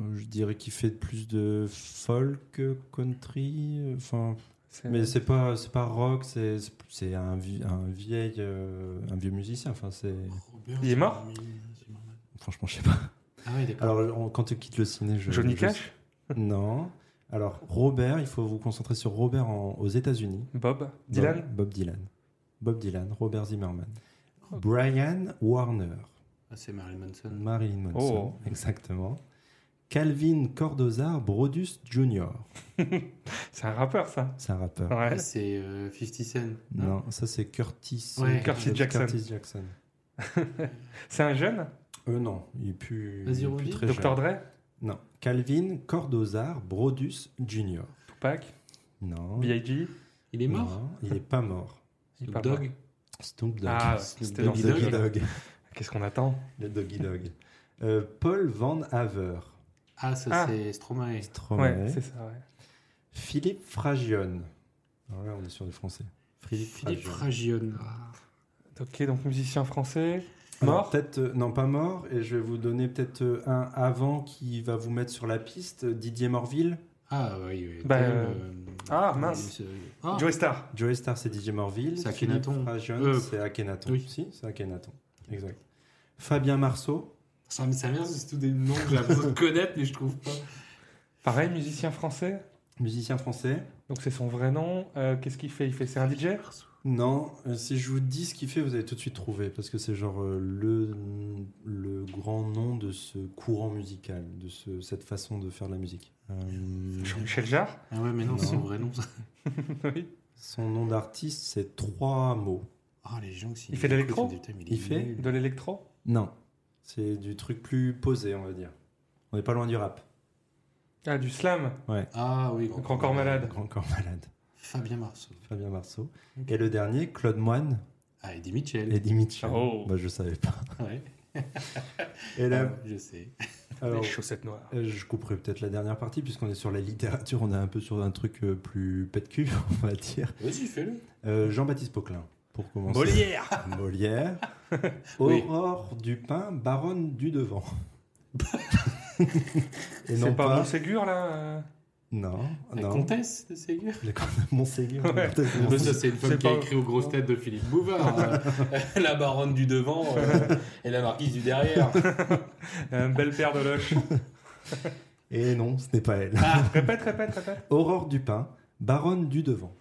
Euh, Je dirais qu'il fait plus de folk, euh, country. euh, Enfin, C'est- mais c'est pas, c'est pas rock. C'est, c'est un, vi- un vieil, euh, un vieux musicien. Enfin, c'est Robert Il est mort Zimmerman. franchement, je sais pas. Ah oui, d'accord. Alors, on- quand tu quittes le ciné, je, Johnny je- Cash, Non. Alors, Robert, il faut vous concentrer sur Robert en- aux États-Unis. Bob, Dylan. Bob, Bob Dylan. Bob Dylan, Robert Zimmerman. Oh. Brian Warner. Ah, c'est Marilyn Manson. Marilyn Manson. Oh. Exactement. Calvin Cordozar Brodus Jr. C'est un rappeur ça. C'est un rappeur. Ouais. Ah, c'est euh, 50 Cent. Non, ça c'est Curtis. Ouais. Curtis Jackson. Curtis Jackson. C'est un jeune, Euh, non, il est plus, Vas-y, il est plus redis. très Dr jeune. Dre, Non, Calvin Cordozar Brodus Jr. Tupac, Non. B.I.G. Il est Non, mort il est pas mort. il est Snoop pas Dogg Snoop Dogg. Ah, Snoop c'était dans Doggy Doggy Doggy Dog. Dog. Dogg. Qu'est-ce qu'on attend Le Doggy Dog. Euh, Paul Van Haver. Ah, ça Ah. c'est Stromae. Stromae. Ouais, c'est ça. ouais. Philippe Fragione. Alors là, on est sur du français. Philippe, Philippe Fragione. Fragione. Ok, donc musicien français, Alors, mort. peut-être, euh, non, pas mort. Et je vais vous donner peut-être euh, un avant qui va vous mettre sur la piste. Didier Morville. Ah oui, oui. Bah, tel, euh, ah, mince. euh, ah, Joey Star. Joey Star, c'est Didier Morville. C'est Philippe Akhenaton. Fragione, Euh, c'est Akhenaton. oui. Si, c'est Akhenaton. Exact. Fabien Marceau. Ça me sert c'est tous des noms que j'ai l'impression de connaître, mais je trouve pas. Pareil, musicien français. Musicien français. Donc c'est son vrai nom. Euh, Qu'est-ce qu'il fait Il fait, c'est un DJ. Non, euh, si je vous dis ce qu'il fait, vous allez tout de suite trouver, parce que c'est genre euh, le, le grand nom de ce courant musical, de ce- cette façon de faire de la musique. Euh, Jean-Michel Jarre. Ah ouais, mais non, c'est Non. son vrai nom. ça. oui. son nom d'artiste, c'est trois mots. Ah, les gens, s'ils Il fait de l'écoutent, l'électro ils disent, putain, mais Il est fait nul. De l'électro. Non, c'est du truc plus posé, on va dire. On n'est pas loin du rap. Ah, du slam. Ah oui, Donc encore malade. Grand corps malade, Fabien Marceau. Fabien Marceau. Et le dernier, Claude Moine, Ah, Eddie Mitchell. Eddie Mitchell. Oh. Bah, je savais pas. Ouais. Et là, Ah, je sais. alors, Les chaussettes noires. Euh, Je couperai peut-être la dernière partie, puisqu'on est sur la littérature, on est un peu sur un truc euh, plus pète cul, on va dire. Vas-y, fais-le. Euh, Jean-Baptiste Poquelin, pour commencer. Molière. Molière. Oui. Aurore Dupin, baronne du devant. Et non C'est pas. pas Montségur là. euh Non, La non. comtesse de Ségur. Le comte de Montségur. Ouais. le comte de Ouais, ça, Montségur. c'est une C'est femme qui pas- a écrit aux grosses têtes de Philippe Bouvard. euh, la baronne du devant euh, et la marquise du derrière. Une euh, belle paire de loches. Et non, ce n'est pas elle. répète, répète, répète. Aurore Dupin, baronne du devant.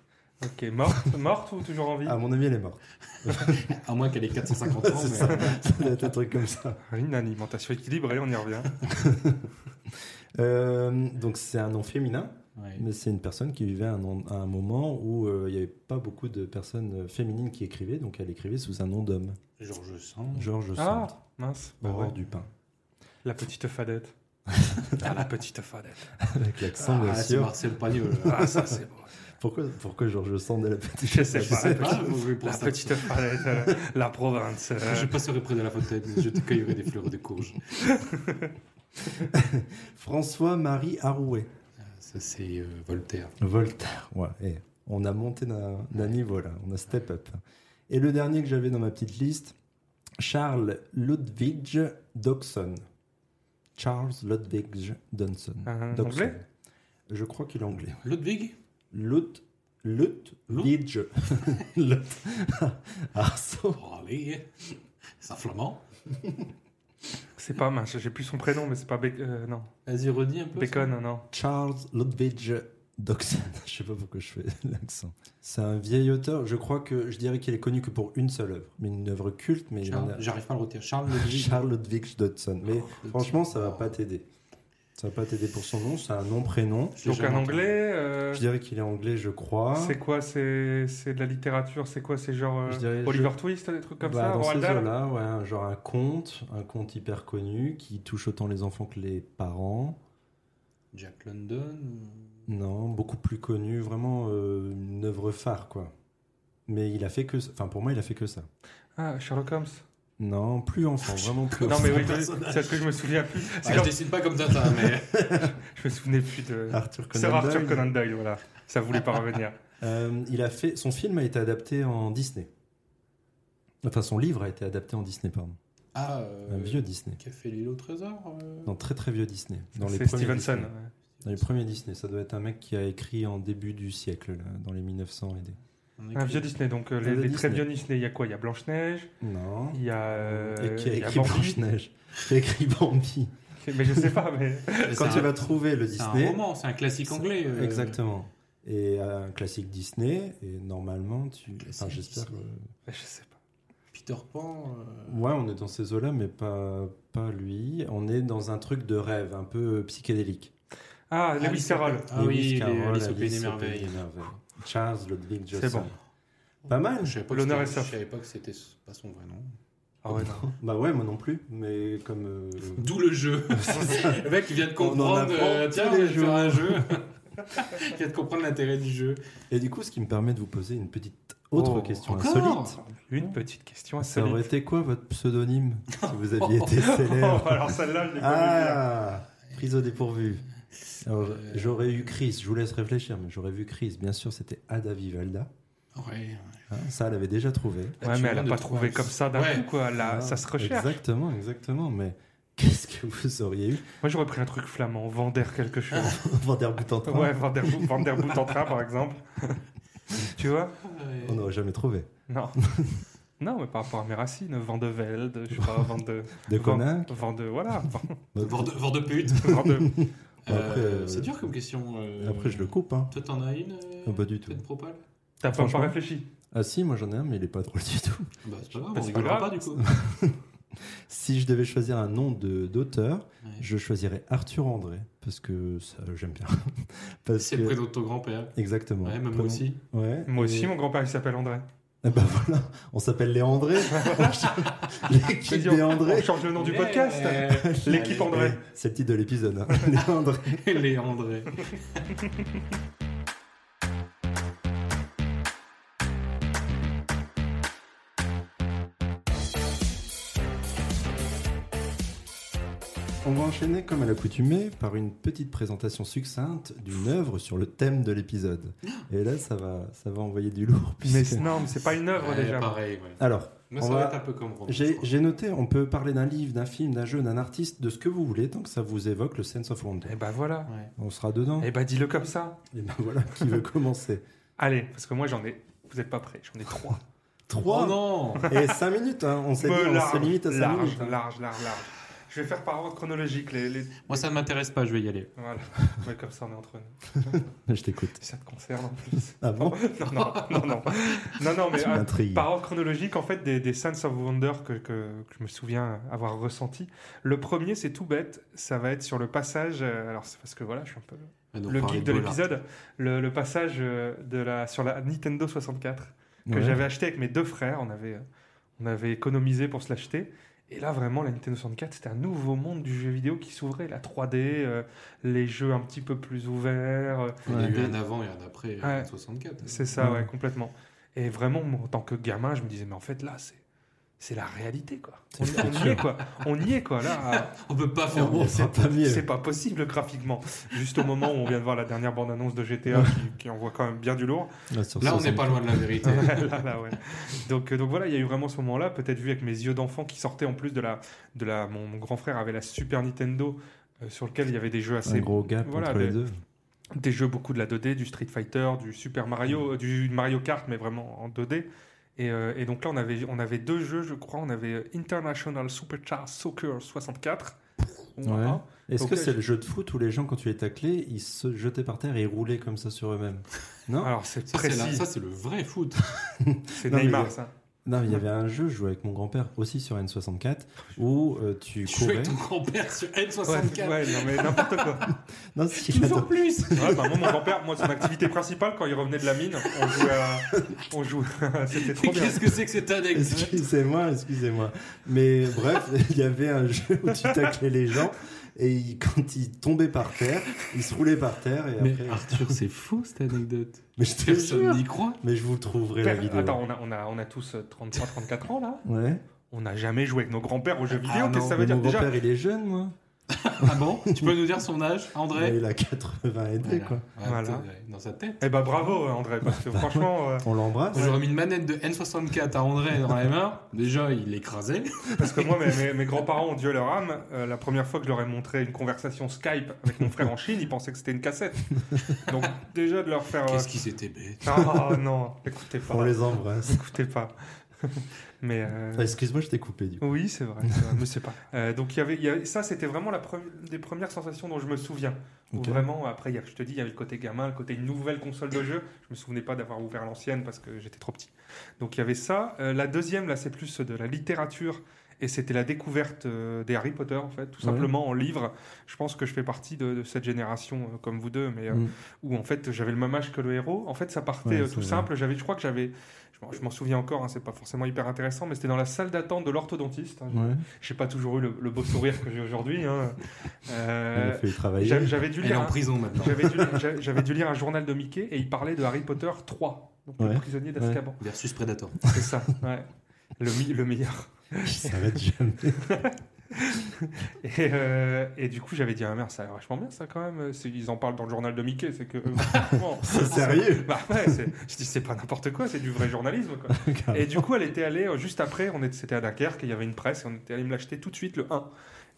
Ah, Ok, morte, morte ou toujours en vie À mon avis, elle est morte. À moins qu'elle ait 450 ans. C'est mais- euh, ça. ça doit être un truc comme ça. Ah, Une alimentation équilibrée, on y revient. Euh, donc, c'est un nom féminin. Ouais. Mais c'est une personne qui vivait à un, en- à un moment où euh, il n'y avait pas beaucoup de personnes euh, féminines qui écrivaient, donc elle écrivait sous un nom d'homme. Georges Sand. Georges Ah, Sand, mince. Bah Aurore ouais. Dupin. La petite fadette. Ah, la petite fadette. Avec l'accent, bien Ah, c'est sûr. Marcel Pagnol. Ah, ça, c'est beau. Pourquoi, pourquoi Georges Sand est la petite Je sais Je sais pas. pas, vous voulez La prendre ça. petite fadette, euh, la province. euh. Je passerai près de la fontaine, je te cueillerai des fleurs de courge. François-Marie Arouet. Ah, Ça, c'est euh, Voltaire. Voltaire, ouais. Eh, on a monté d'un d'un niveau là, on a step up. Et le dernier que j'avais dans ma petite liste, Charles Ludwig Dodson. Charles Ludwig Dodson. Un Dodson. Ah, Anglais Je crois qu'il est anglais. Ludwig Lut, Lut, Ludwig. Lut. Ah, ça. Oh, allez C'est un flamand. C'est pas mince, j'ai plus son prénom, mais c'est pas Bacon. non, Vas-y, redis un peu. Bacon, non. Charles Ludwig Dodson. Je sais pas pourquoi je fais l'accent. C'est un vieil auteur. Je crois que je dirais qu'il est connu que pour une seule œuvre, mais une œuvre culte. Mais ça. il en Charles- a- J'arrive pas à le retenir. Charles Ludwig. Charles Ludwig Dodson. Mais Oh, franchement, ça va oh. pas t'aider. Ça va pas t'aider pour son nom. C'est un nom prénom. Je l'ai Donc un jamais anglais. euh, Je dirais qu'il est anglais, je crois. C'est quoi C'est c'est de la littérature C'est quoi C'est genre euh, Je dirais- Oliver je- Twist, des trucs comme Bah, ça dans Roald ces Dahl eaux-là, ouais, un- genre un conte, un conte hyper connu qui touche autant les enfants que les parents. entendu. Jack London. Non, beaucoup plus connu, vraiment euh, une œuvre phare, quoi. Mais il a fait que, ça- enfin pour moi, il a fait que ça. Ah, Sherlock Holmes. Non, plus enfant, vraiment plus. Non, enfant. mais oui, personnage. c'est ce que je me souviens plus. C'est Ah, je comme- décide pas comme Tintin, mais. Je me souvenais plus de. Arthur Ah, Conan C'est Arthur Doyle. Conan Doyle, voilà. Ça voulait pas revenir. Euh, il a fait, son film a été adapté en Disney. Enfin, son livre a été adapté en Disney, pardon. Ah, Un euh, vieux Disney. Qui a fait l'île au trésor euh, Dans très très vieux Disney. Dans les C'est premiers Stevenson. Disney. ouais. Dans les premiers Disney, ça doit être un mec qui a écrit en début du siècle, là, dans les 1900 et des. On Un écrit- vieux Disney, donc euh, Un les, vieux les très Disney. vieux Disney, il y a quoi Il y a Blanche-Neige, Non. il y a. euh, et qui a il y a écrit Bambi. Blanche-Neige. Qui a écrit Bambi. Mais je sais pas, mais. Mais Quand c'est tu un- vas trouver le C'est un Disney. roman, c'est un classique anglais. euh, Exactement. Et euh, un classique Disney, et normalement, tu. Classique Enfin, j'espère. Disney. que- Je sais pas. Peter Pan. euh, Ouais, on est dans ces eaux-là, mais pas, pas lui. On est dans un truc de rêve, un peu euh, psychédélique. Ah, Lewis Alice- Carroll. Ah Lewis oui, les- Carroll, Alice au Pays des Alice au Pays Merveilles. des Merveilles. Charles Ludwig C'est Johnson. Pas mal. Je savais pas que L'honneur c'était- est sauf. Je savais pas que c'était pas son vrai nom. Ah ouais, non. Bah ouais, moi non plus, mais comme. euh, D'où le jeu. le mec il vient de On en comprendre. apprend euh, tous tiens, on les va faire jours. un jeu. il vient de comprendre l'intérêt du jeu. Et du coup, ce qui me permet de vous poser une petite autre Oh, question encore insolite. Une petite question Ça aurait insolite. été quoi votre pseudonyme si vous aviez été célèbre Oh, alors celle-là, je l'ai pas vu. Ah Prise au dépourvu. Alors, j'aurais eu Chris, je vous laisse réfléchir, mais j'aurais vu Chris. Bien sûr, c'était Ada Vivalda. Ouais. Hein, ça, elle avait déjà trouvé. Ouais, mais elle a de pas trouver trouvé un- comme ça d'un Ouais. coup, quoi. Là, Ah, ça se recherche. Exactement, exactement. Mais qu'est-ce que vous auriez eu Moi, j'aurais pris un truc flamand, Vander quelque Ah. chose. Vander Boutantin Ouais, Van der, Boot- Van der Boot en train, par exemple. tu vois Ouais. On n'aurait jamais trouvé. Non. non, mais par rapport à mes racines, Van de Velde, je sais pas, Van de... De Van- Coninck Van de... Voilà. Van, Euh, Bord de, bord de pute. Van de... Euh, Après, euh, C'est dur comme question. euh, Après, je le coupe. Hein. Toi, t'en as une euh, Ah, pas du tout. peut-être propale T'as pas, Franchement. réfléchi Ah si, moi j'en ai un, mais il est pas drôle du tout. Bah, c'est pas grave, Bah, on c'est pas rigolera pas grave. du coup. Si je devais choisir un nom de- d'auteur, Ouais. je choisirais Arthur André, parce que ça, j'aime bien. Parce C'est que- le prénom de ton grand-père. Exactement. Ouais, même moi Prénom- aussi. Ouais. Moi Et- aussi, mon grand-père, il s'appelle André. Ah bah voilà, on s'appelle les André. L'équipe Vas-y, des on, on André. Eh, change le nom du podcast. L'équipe Allez. André. C'est le titre de l'épisode. hein. Les André. Les André. On va enchaîner, comme à l'accoutumée, par une petite présentation succincte d'une œuvre sur le thème de l'épisode. Et là, ça va, ça va envoyer du lourd. Mais puisque- non, mais c'est pas une œuvre, Ouais, déjà. Pareil, ouais. Alors, Moi, On ça va- va être un peu comme Romain, je j'ai crois. j'ai noté, on peut parler d'un livre, d'un film, d'un jeu, d'un artiste, de ce que vous voulez, tant que ça vous évoque le sense of wonder. Eh ben voilà. Ouais. On sera dedans. Eh ben dis-le comme ça. Et ben voilà, qui veut commencer Allez, parce que moi, j'en ai... Vous êtes pas prêts, j'en ai trois. Trois Oh non Et cinq minutes, hein. on s'est dit, Me on se limite à cinq large, minutes. hein. large, large, large. Je vais faire par ordre chronologique. Les, les- Moi, ça ne m'intéresse pas, je vais y aller. Voilà. Ouais, comme ça, on est entre nous. Je t'écoute. Si ça te concerne en plus. Ah bon non, non, non, non. Non, non, mais Tu euh, m'intrigues. par ordre chronologique, en fait, des, des Sense of Wonder que, que- que je me souviens avoir ressenti. Le premier, c'est tout bête, ça va être sur le passage. euh, alors, c'est parce que voilà, je suis un peu Ah, donc, le parler geek de Bollard. l'épisode. Le, le passage euh, de la, sur la Nintendo 64 que Ouais. j'avais acheté avec mes deux frères. On avait, euh, on avait économisé pour se l'acheter. Et là, vraiment, la Nintendo 64, c'était un nouveau monde du jeu vidéo qui s'ouvrait. La 3D, euh, les jeux un petit peu plus ouverts. euh, Il y a Ouais. eu un avant et un après euh, Ouais. 64. C'est ça, Ouais. ouais, complètement. Et vraiment, moi, en tant que gamin, je me disais, mais en fait, là, c'est c'est la réalité, quoi. C'est On, le on y futur. est, quoi. On y est, quoi. Là, à- On peut pas faire On mieux. fera pas mieux. c'est pas possible graphiquement. Juste au moment où on vient de voir la dernière bande-annonce de GTA qui, qui envoie quand même bien du lourd. Là, sur Là, on 60. n'est pas loin de la vérité. Là, là, ouais. donc, euh, donc voilà, il y a eu vraiment ce moment-là, peut-être vu avec mes yeux d'enfant qui sortaient en plus de la. De la mon, mon grand frère avait la Super Nintendo euh, sur lequel il y avait des jeux un assez. gros gap voilà, entre les des- deux. Des jeux beaucoup de la 2D, du Street Fighter, du Super Mm. Mario, euh, du Mario Kart, mais vraiment en 2D. Et, euh, et donc là, on avait, on avait deux jeux, je crois. On avait euh, International Supercharge Soccer 64. Ouais. Est-ce Donc que là, c'est je- le jeu de foot où les gens, quand tu les taclais, ils se jetaient par terre et ils roulaient comme ça sur eux-mêmes Non Alors c'est Ça, c'est la- précis, Ça, c'est le vrai foot. c'est Non, mais- Neymar ça. Non, il y avait un jeu, je jouais avec mon grand-père aussi sur N64, Ah, où euh, tu Je suis avec courais. ton grand-père sur N64. Ouais, ouais, non mais n'importe quoi. Non, si, Toujours attends. plus. Ouais, bah, moi, mon grand-père, moi, son activité principale, quand il revenait de la mine, on jouait à... On jouait... C'était trop bien. Qu'est-ce que c'est que cette anecdote Excusez-moi, excusez-moi. Mais bref, il y avait un jeu où tu taclais les gens et ils- quand ils tombaient par terre, ils se roulaient par terre et après. Arthur, c'est faux cette anecdote. Mais je te Personne jure. n'y croit. Mais je vous trouverai la vidéo. Attends, on a, on, a, on a tous 33-34 ans, là Ouais. On n'a jamais joué avec nos grands-pères aux jeux vidéo, Ah, qu'est-ce que non, ça veut Mais dire mon Déjà, grand-père, il est jeune, moi. Ah bon Tu peux nous dire son âge, André Mais il a 80 aidés, Voilà. quoi. Ouais, Voilà. t'es Dans sa tête. eh ben bravo, hein, André, parce que franchement... euh, On l'embrasse. J'aurais mis une manette de N64 à André dans la main. Déjà, il l'écrasait. Parce que moi, mes, mes- mes grands-parents ont Dieu leur âme. euh, la première fois que je leur ai montré une conversation Skype avec mon frère en Chine, ils pensaient que c'était une cassette. Donc déjà de leur faire... euh, Qu'est-ce qu'ils étaient bêtes. Oh non, écoutez pas. On les embrasse. Écoutez pas. Mais... euh, Enfin, Ah, Excuse-moi, je t'ai coupé du coup. Oui, c'est vrai, c'est vrai, mais c'est pas. Euh, donc il y avait, il y avait- ça, c'était vraiment la premi- des premières sensations dont je me souviens. Où Ok. Vraiment, après, il y a- je te dis, il y avait le côté gamin, le côté nouvelle console de jeu. Je me souvenais pas d'avoir ouvert l'ancienne parce que j'étais trop petit. Donc il y avait ça. Euh, la deuxième, là, c'est plus de la littérature. Et c'était la découverte euh, des Harry Potter, en fait, tout Ouais. simplement en livre. Je pense que je fais partie de, de cette génération, euh, comme vous deux, mais euh, Mm. où en fait j'avais le même âge que le héros. En fait, ça partait Ouais, euh, c'est tout vrai. simple. J'avais, je crois que j'avais, je m'en- je m'en souviens encore. hein, c'est pas forcément hyper intéressant, mais c'était dans la salle d'attente de l'orthodontiste. hein, Ouais. j'ai pas toujours eu le, le beau sourire que j'ai aujourd'hui. hein. Euh, il a fallu travailler. j'a- j'avais dû Elle est lire. en un- prison maintenant. J'avais dû, j'a- j'avais dû lire un journal de Mickey et il parlait de Harry Potter 3, donc Ouais. le prisonnier d'Azkaban. Versus Predator. C'est ça, ouais. Le, mi- le meilleur. Il s'arrête jamais. Et, euh, et du coup, j'avais dit à ma mère, ça a l'air vachement bien ça quand même. C'est- Ils en parlent dans le journal de Mickey, c'est que. Bon. C'est sérieux. Bah ouais, c'est- je dis, c'est pas n'importe quoi, c'est du vrai journalisme quoi. Et du coup, elle était allée euh, juste après. On était, c'était à Dunkerque, et il y avait une presse, et on était allé me l'acheter tout de suite le 1.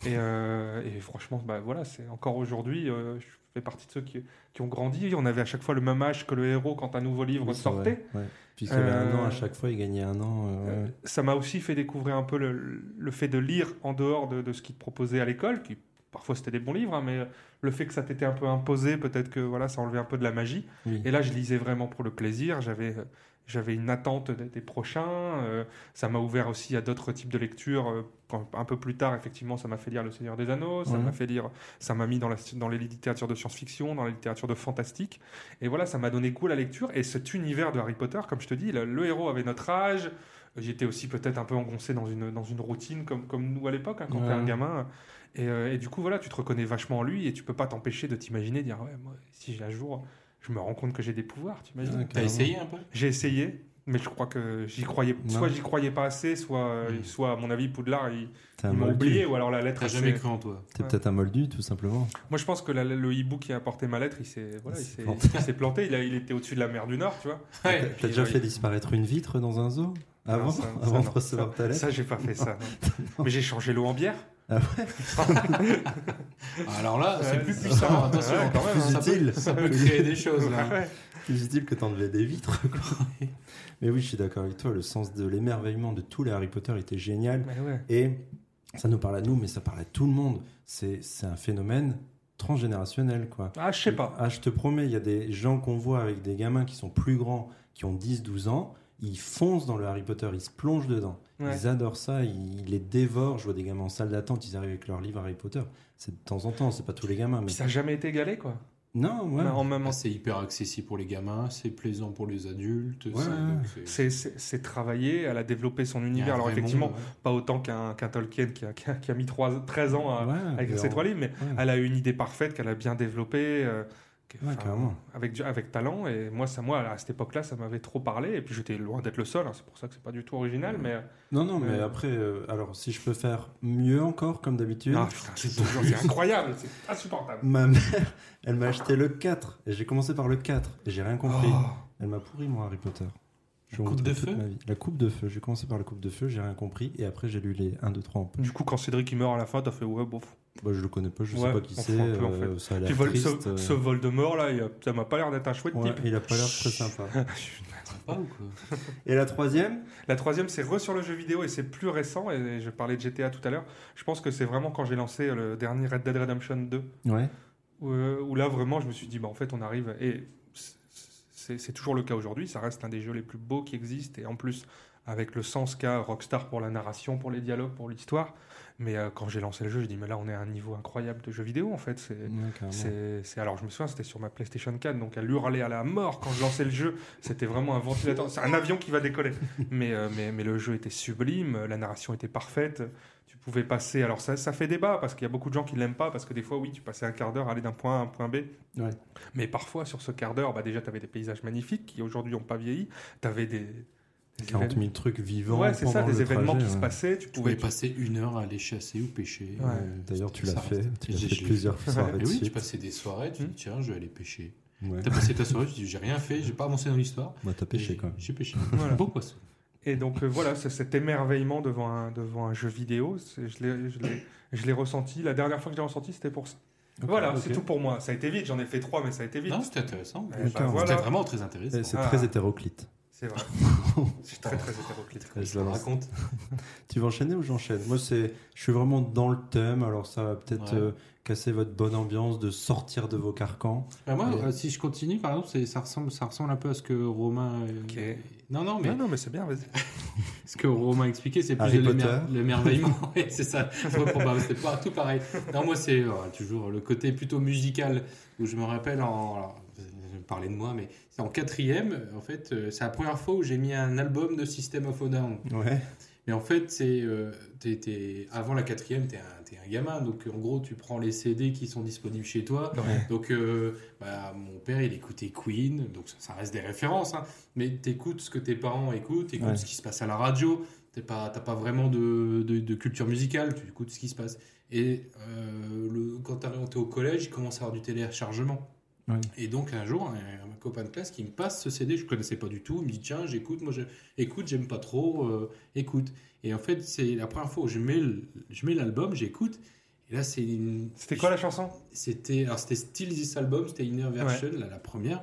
Et, euh, et franchement, bah voilà, c'est encore aujourd'hui, euh, je fais partie de ceux qui, qui ont grandi. On avait à chaque fois le même âge que le héros quand un nouveau livre Oui, c'est sortait. vrai, ouais. Puisqu'il y avait un Euh, an à chaque fois, il gagnait un an. euh, Euh, ouais. ça m'a aussi fait découvrir un peu le, le fait de lire en dehors de, de ce qu'ils te proposait à l'école, qui parfois c'était des bons livres, hein, mais le fait que ça t'était un peu imposé, peut-être que voilà, ça enlevait un peu de la magie. Oui. Et là, je lisais vraiment pour le plaisir. J'avais euh, j'avais une attente des, des prochains. euh, ça m'a ouvert aussi à d'autres types de lectures. euh, quand- un peu plus tard, effectivement, ça m'a fait lire Le Seigneur des Anneaux. Ça Ouais. m'a fait lire. Ça m'a mis dans, la, dans les littératures de science-fiction, dans les littératures de fantastique. Et voilà, ça m'a donné goût à la lecture. Et cet univers de Harry Potter, comme je te dis, le, le héros avait notre âge. J'étais aussi peut-être un peu engoncé dans une, dans une routine comme, comme nous à l'époque, hein, quand Ouais. t'es un gamin. Et, euh, et du coup, voilà, tu te reconnais vachement en lui et tu peux pas t'empêcher de t'imaginer, dire, ouais, moi, si j'ai un jour, je me rends compte que j'ai des pouvoirs, t'imagines Ouais, T'as carrément. essayé un peu J'ai essayé, mais je crois que j'y croyais, Non. soit j'y croyais pas assez, soit, euh, Mm. soit à mon avis, Poudlard, il, T'es un il m'a moldu. oublié, ou alors la lettre. T'as elle jamais s'est- cru en toi. T'es peut-être un moldu, tout simplement. Moi, je pense que la- le hibou qui a apporté ma lettre, il s'est voilà, Il il s'est s'est- planté. il s'est planté, il, a- il était au-dessus de la mer du Nord, tu vois. Ouais. T'as puis, déjà euh, fait disparaître une vitre dans un zoo Ah, Avant, ça- ça, avant de non. recevoir ta lettre Ça, j'ai pas fait ça. non. mais j'ai changé l'eau en bière. Alors là, Ah, c'est Ouais, plus c'est- puissant. Attention, Ouais, quand même, hein. ça, peut, Utile. ça peut créer des choses. là. Ouais. Plus utile que t'enlevais des vitres, quoi. Mais oui, je suis d'accord avec toi. Le sens de l'émerveillement de tous les Harry Potter était génial. Mais ouais. Et ça nous parle à nous, mais ça parle à tout le monde. C'est c'est un phénomène transgénérationnel, quoi. Ah, je sais pas. Ah, je te promets, il y a des gens qu'on voit avec des gamins qui sont plus grands, qui ont 10-12 ans, ils foncent dans le Harry Potter, ils se plongent dedans. Ouais. Ils adorent ça, ils les dévorent. Je vois des gamins en salle d'attente, ils arrivent avec leur livre Harry Potter. C'est de temps en temps, c'est pas tous les gamins, mais. Puis ça n'a jamais été égalé, quoi. Non, ouais. En même Ah, C'est hyper accessible pour les gamins, c'est plaisant pour les adultes. Ouais, c'est- ouais. donc c'est- c'est- c'est c'est travaillé, elle a développé son il y a univers. un Alors, vrai effectivement, monde, hein. ouais. pas autant qu'un qu'un Tolkien qui a, qui a- qui a mis trois- 13 ans à, Ouais, à écrire mais euh, ses en- trois livres, mais ouais. elle a eu une idée parfaite qu'elle a bien développée. euh, qu'elle- Ouais, enfin, carrément. avec, du- avec talent. Et moi, ça, moi, à cette époque-là, ça m'avait trop parlé. Et puis j'étais loin d'être le seul. hein, c'est pour ça que c'est pas du tout original. Mais Non, non, mais Euh, après, euh, alors si je peux faire mieux encore, comme d'habitude. Ah, putain, je te jure, c'est incroyable, c'est insupportable. Ma mère, elle m'a acheté le 4. Et j'ai commencé par le 4. Et j'ai rien compris. Oh. Elle m'a pourri, mon Harry Potter. La Je coupe regrette de toute feu ma vie. La coupe de feu. J'ai commencé par la coupe de feu, j'ai rien compris. Et après, j'ai lu les 1, 2, 3 en Du coup, quand Cédric il meurt à la fin, t'as fait ouais, bof. Bah, je le connais pas, je Ouais, sais pas qui on c'est. s'en fout, en euh, ça a l'air Puis vol- triste. ce, euh, ce vol de mort là, il a- ça m'a pas l'air d'être un chouette ouais, type. il a pas l'air très sympa. Pas ou quoi Et la troisième La troisième, c'est re sur le jeu vidéo et c'est plus récent. Et je parlais de GTA tout à l'heure. Je pense que c'est vraiment quand j'ai lancé euh, le dernier Red Dead Redemption 2, Ouais. où, euh, où là vraiment, je me suis dit, bah en fait, on arrive. Et c'est- c'est c'est toujours le cas aujourd'hui. Ça reste l'un des jeux les plus beaux qui existent. Et en plus, avec le sens qu'a Rockstar pour la narration, pour les dialogues, pour l'histoire. Mais euh, quand j'ai lancé le jeu, je dis, mais là, on est à un niveau incroyable de jeu vidéo en fait. C'est. Ouais, carrément. C'est, c'est- alors je me souviens, c'était sur ma PlayStation 4, donc elle hurlait à la mort quand je lançais le jeu. C'était vraiment un ventilateur, c'est un avion qui va décoller. Mais, euh, mais, mais le jeu était sublime, la narration était parfaite. Tu pouvais passer. Alors ça, ça fait débat parce qu'il y a beaucoup de gens qui l'aiment pas parce que des fois, oui, tu passais un quart d'heure à aller d'un point A à un point B. Ouais. Mais parfois, sur ce quart d'heure, bah, déjà, tu avais des paysages magnifiques qui aujourd'hui n'ont pas vieilli. Tu avais des. des 40 événements- 000 trucs vivants. Ouais, c'est ça, pendant des le événements trajet, qui se ouais. passaient. Tu Vous pouvez pouvais. passer une heure à aller chasser ou pêcher. Ouais. Euh, D'ailleurs, tu ça l'as reste- fait. Tu l'as J'ai- fait j'ai- plusieurs fois. Mais oui, tu passais des soirées, tu Hmm. dis tiens, je vais aller pêcher. Ouais. T'as passé ta soirée, tu dis j'ai rien fait, j'ai pas avancé dans l'histoire. Bah, t'as pêché J'ai- quand même. J'ai pêché. Voilà. Beau poisson. Et donc euh, voilà, c'est cet émerveillement devant un, devant un jeu vidéo, c'est- je l'ai- je l'ai- je l'ai ressenti. La dernière fois que j'ai ressenti, c'était pour ça. voilà, ok. c'est tout pour moi. Ça a été vite, j'en ai fait trois, mais ça a été vite. Non, c'était intéressant. Eh ben, Putain, voilà, C'était vraiment très intéressant. Et Eh, C'est Ah. très hétéroclite. c'est vrai. C'est très très hétéroclite. Et Je te raconte. Tu veux enchaîner ou j'enchaîne Moi, c'est, je suis vraiment dans le thème, alors ça va peut-être Ouais. euh, casser votre bonne ambiance de sortir de vos carcans. Bah, moi, Et- euh, si je continue, par exemple, c'est- ça ressemble, ça ressemble un peu à ce que Romain. euh, Ok. Non, non, mais Non, non, mais c'est bien, vas-y. ce que Romain expliquait, c'est plus Harry de l'émer- Potter. l'émerveillement. Oui, c'est ça. Moi, pour moi, c'est pas tout pareil. Non, moi, c'est euh, toujours le côté plutôt musical où je me rappelle en. alors, je vais parler de moi, mais c'est en quatrième. En fait, euh, c'est la première fois où j'ai mis un album de System of a Down. Ouais. Mais en fait, c'est euh, t'es- t'es- avant la quatrième, t'es un, t'es un gamin, donc en gros, tu prends les CD qui sont disponibles chez toi. Ouais. Donc, euh, bah, mon père, il écoutait Queen, donc ça, ça reste des références, hein. mais t'écoutes ce que tes parents écoutent, t'écoutes Ouais. ce qui se passe à la radio, t'es pas- t'as pas, vraiment de, de- de culture musicale, tu écoutes ce qui se passe. Et euh, le, quand t'es au collège, il commence à avoir du téléchargement. Ouais. Et donc un jour, un, un copain de classe qui me passe ce CD, je connaissais pas du tout, il me dit tiens, j'écoute, moi je- écoute, j'aime pas trop, euh, écoute. Et en fait, c'est la première fois où je mets le- je mets l'album, j'écoute. Et là, c'est une. C'était quoi la chanson C'était alors c'était Still This Album, c'était Inner Version, la, la première.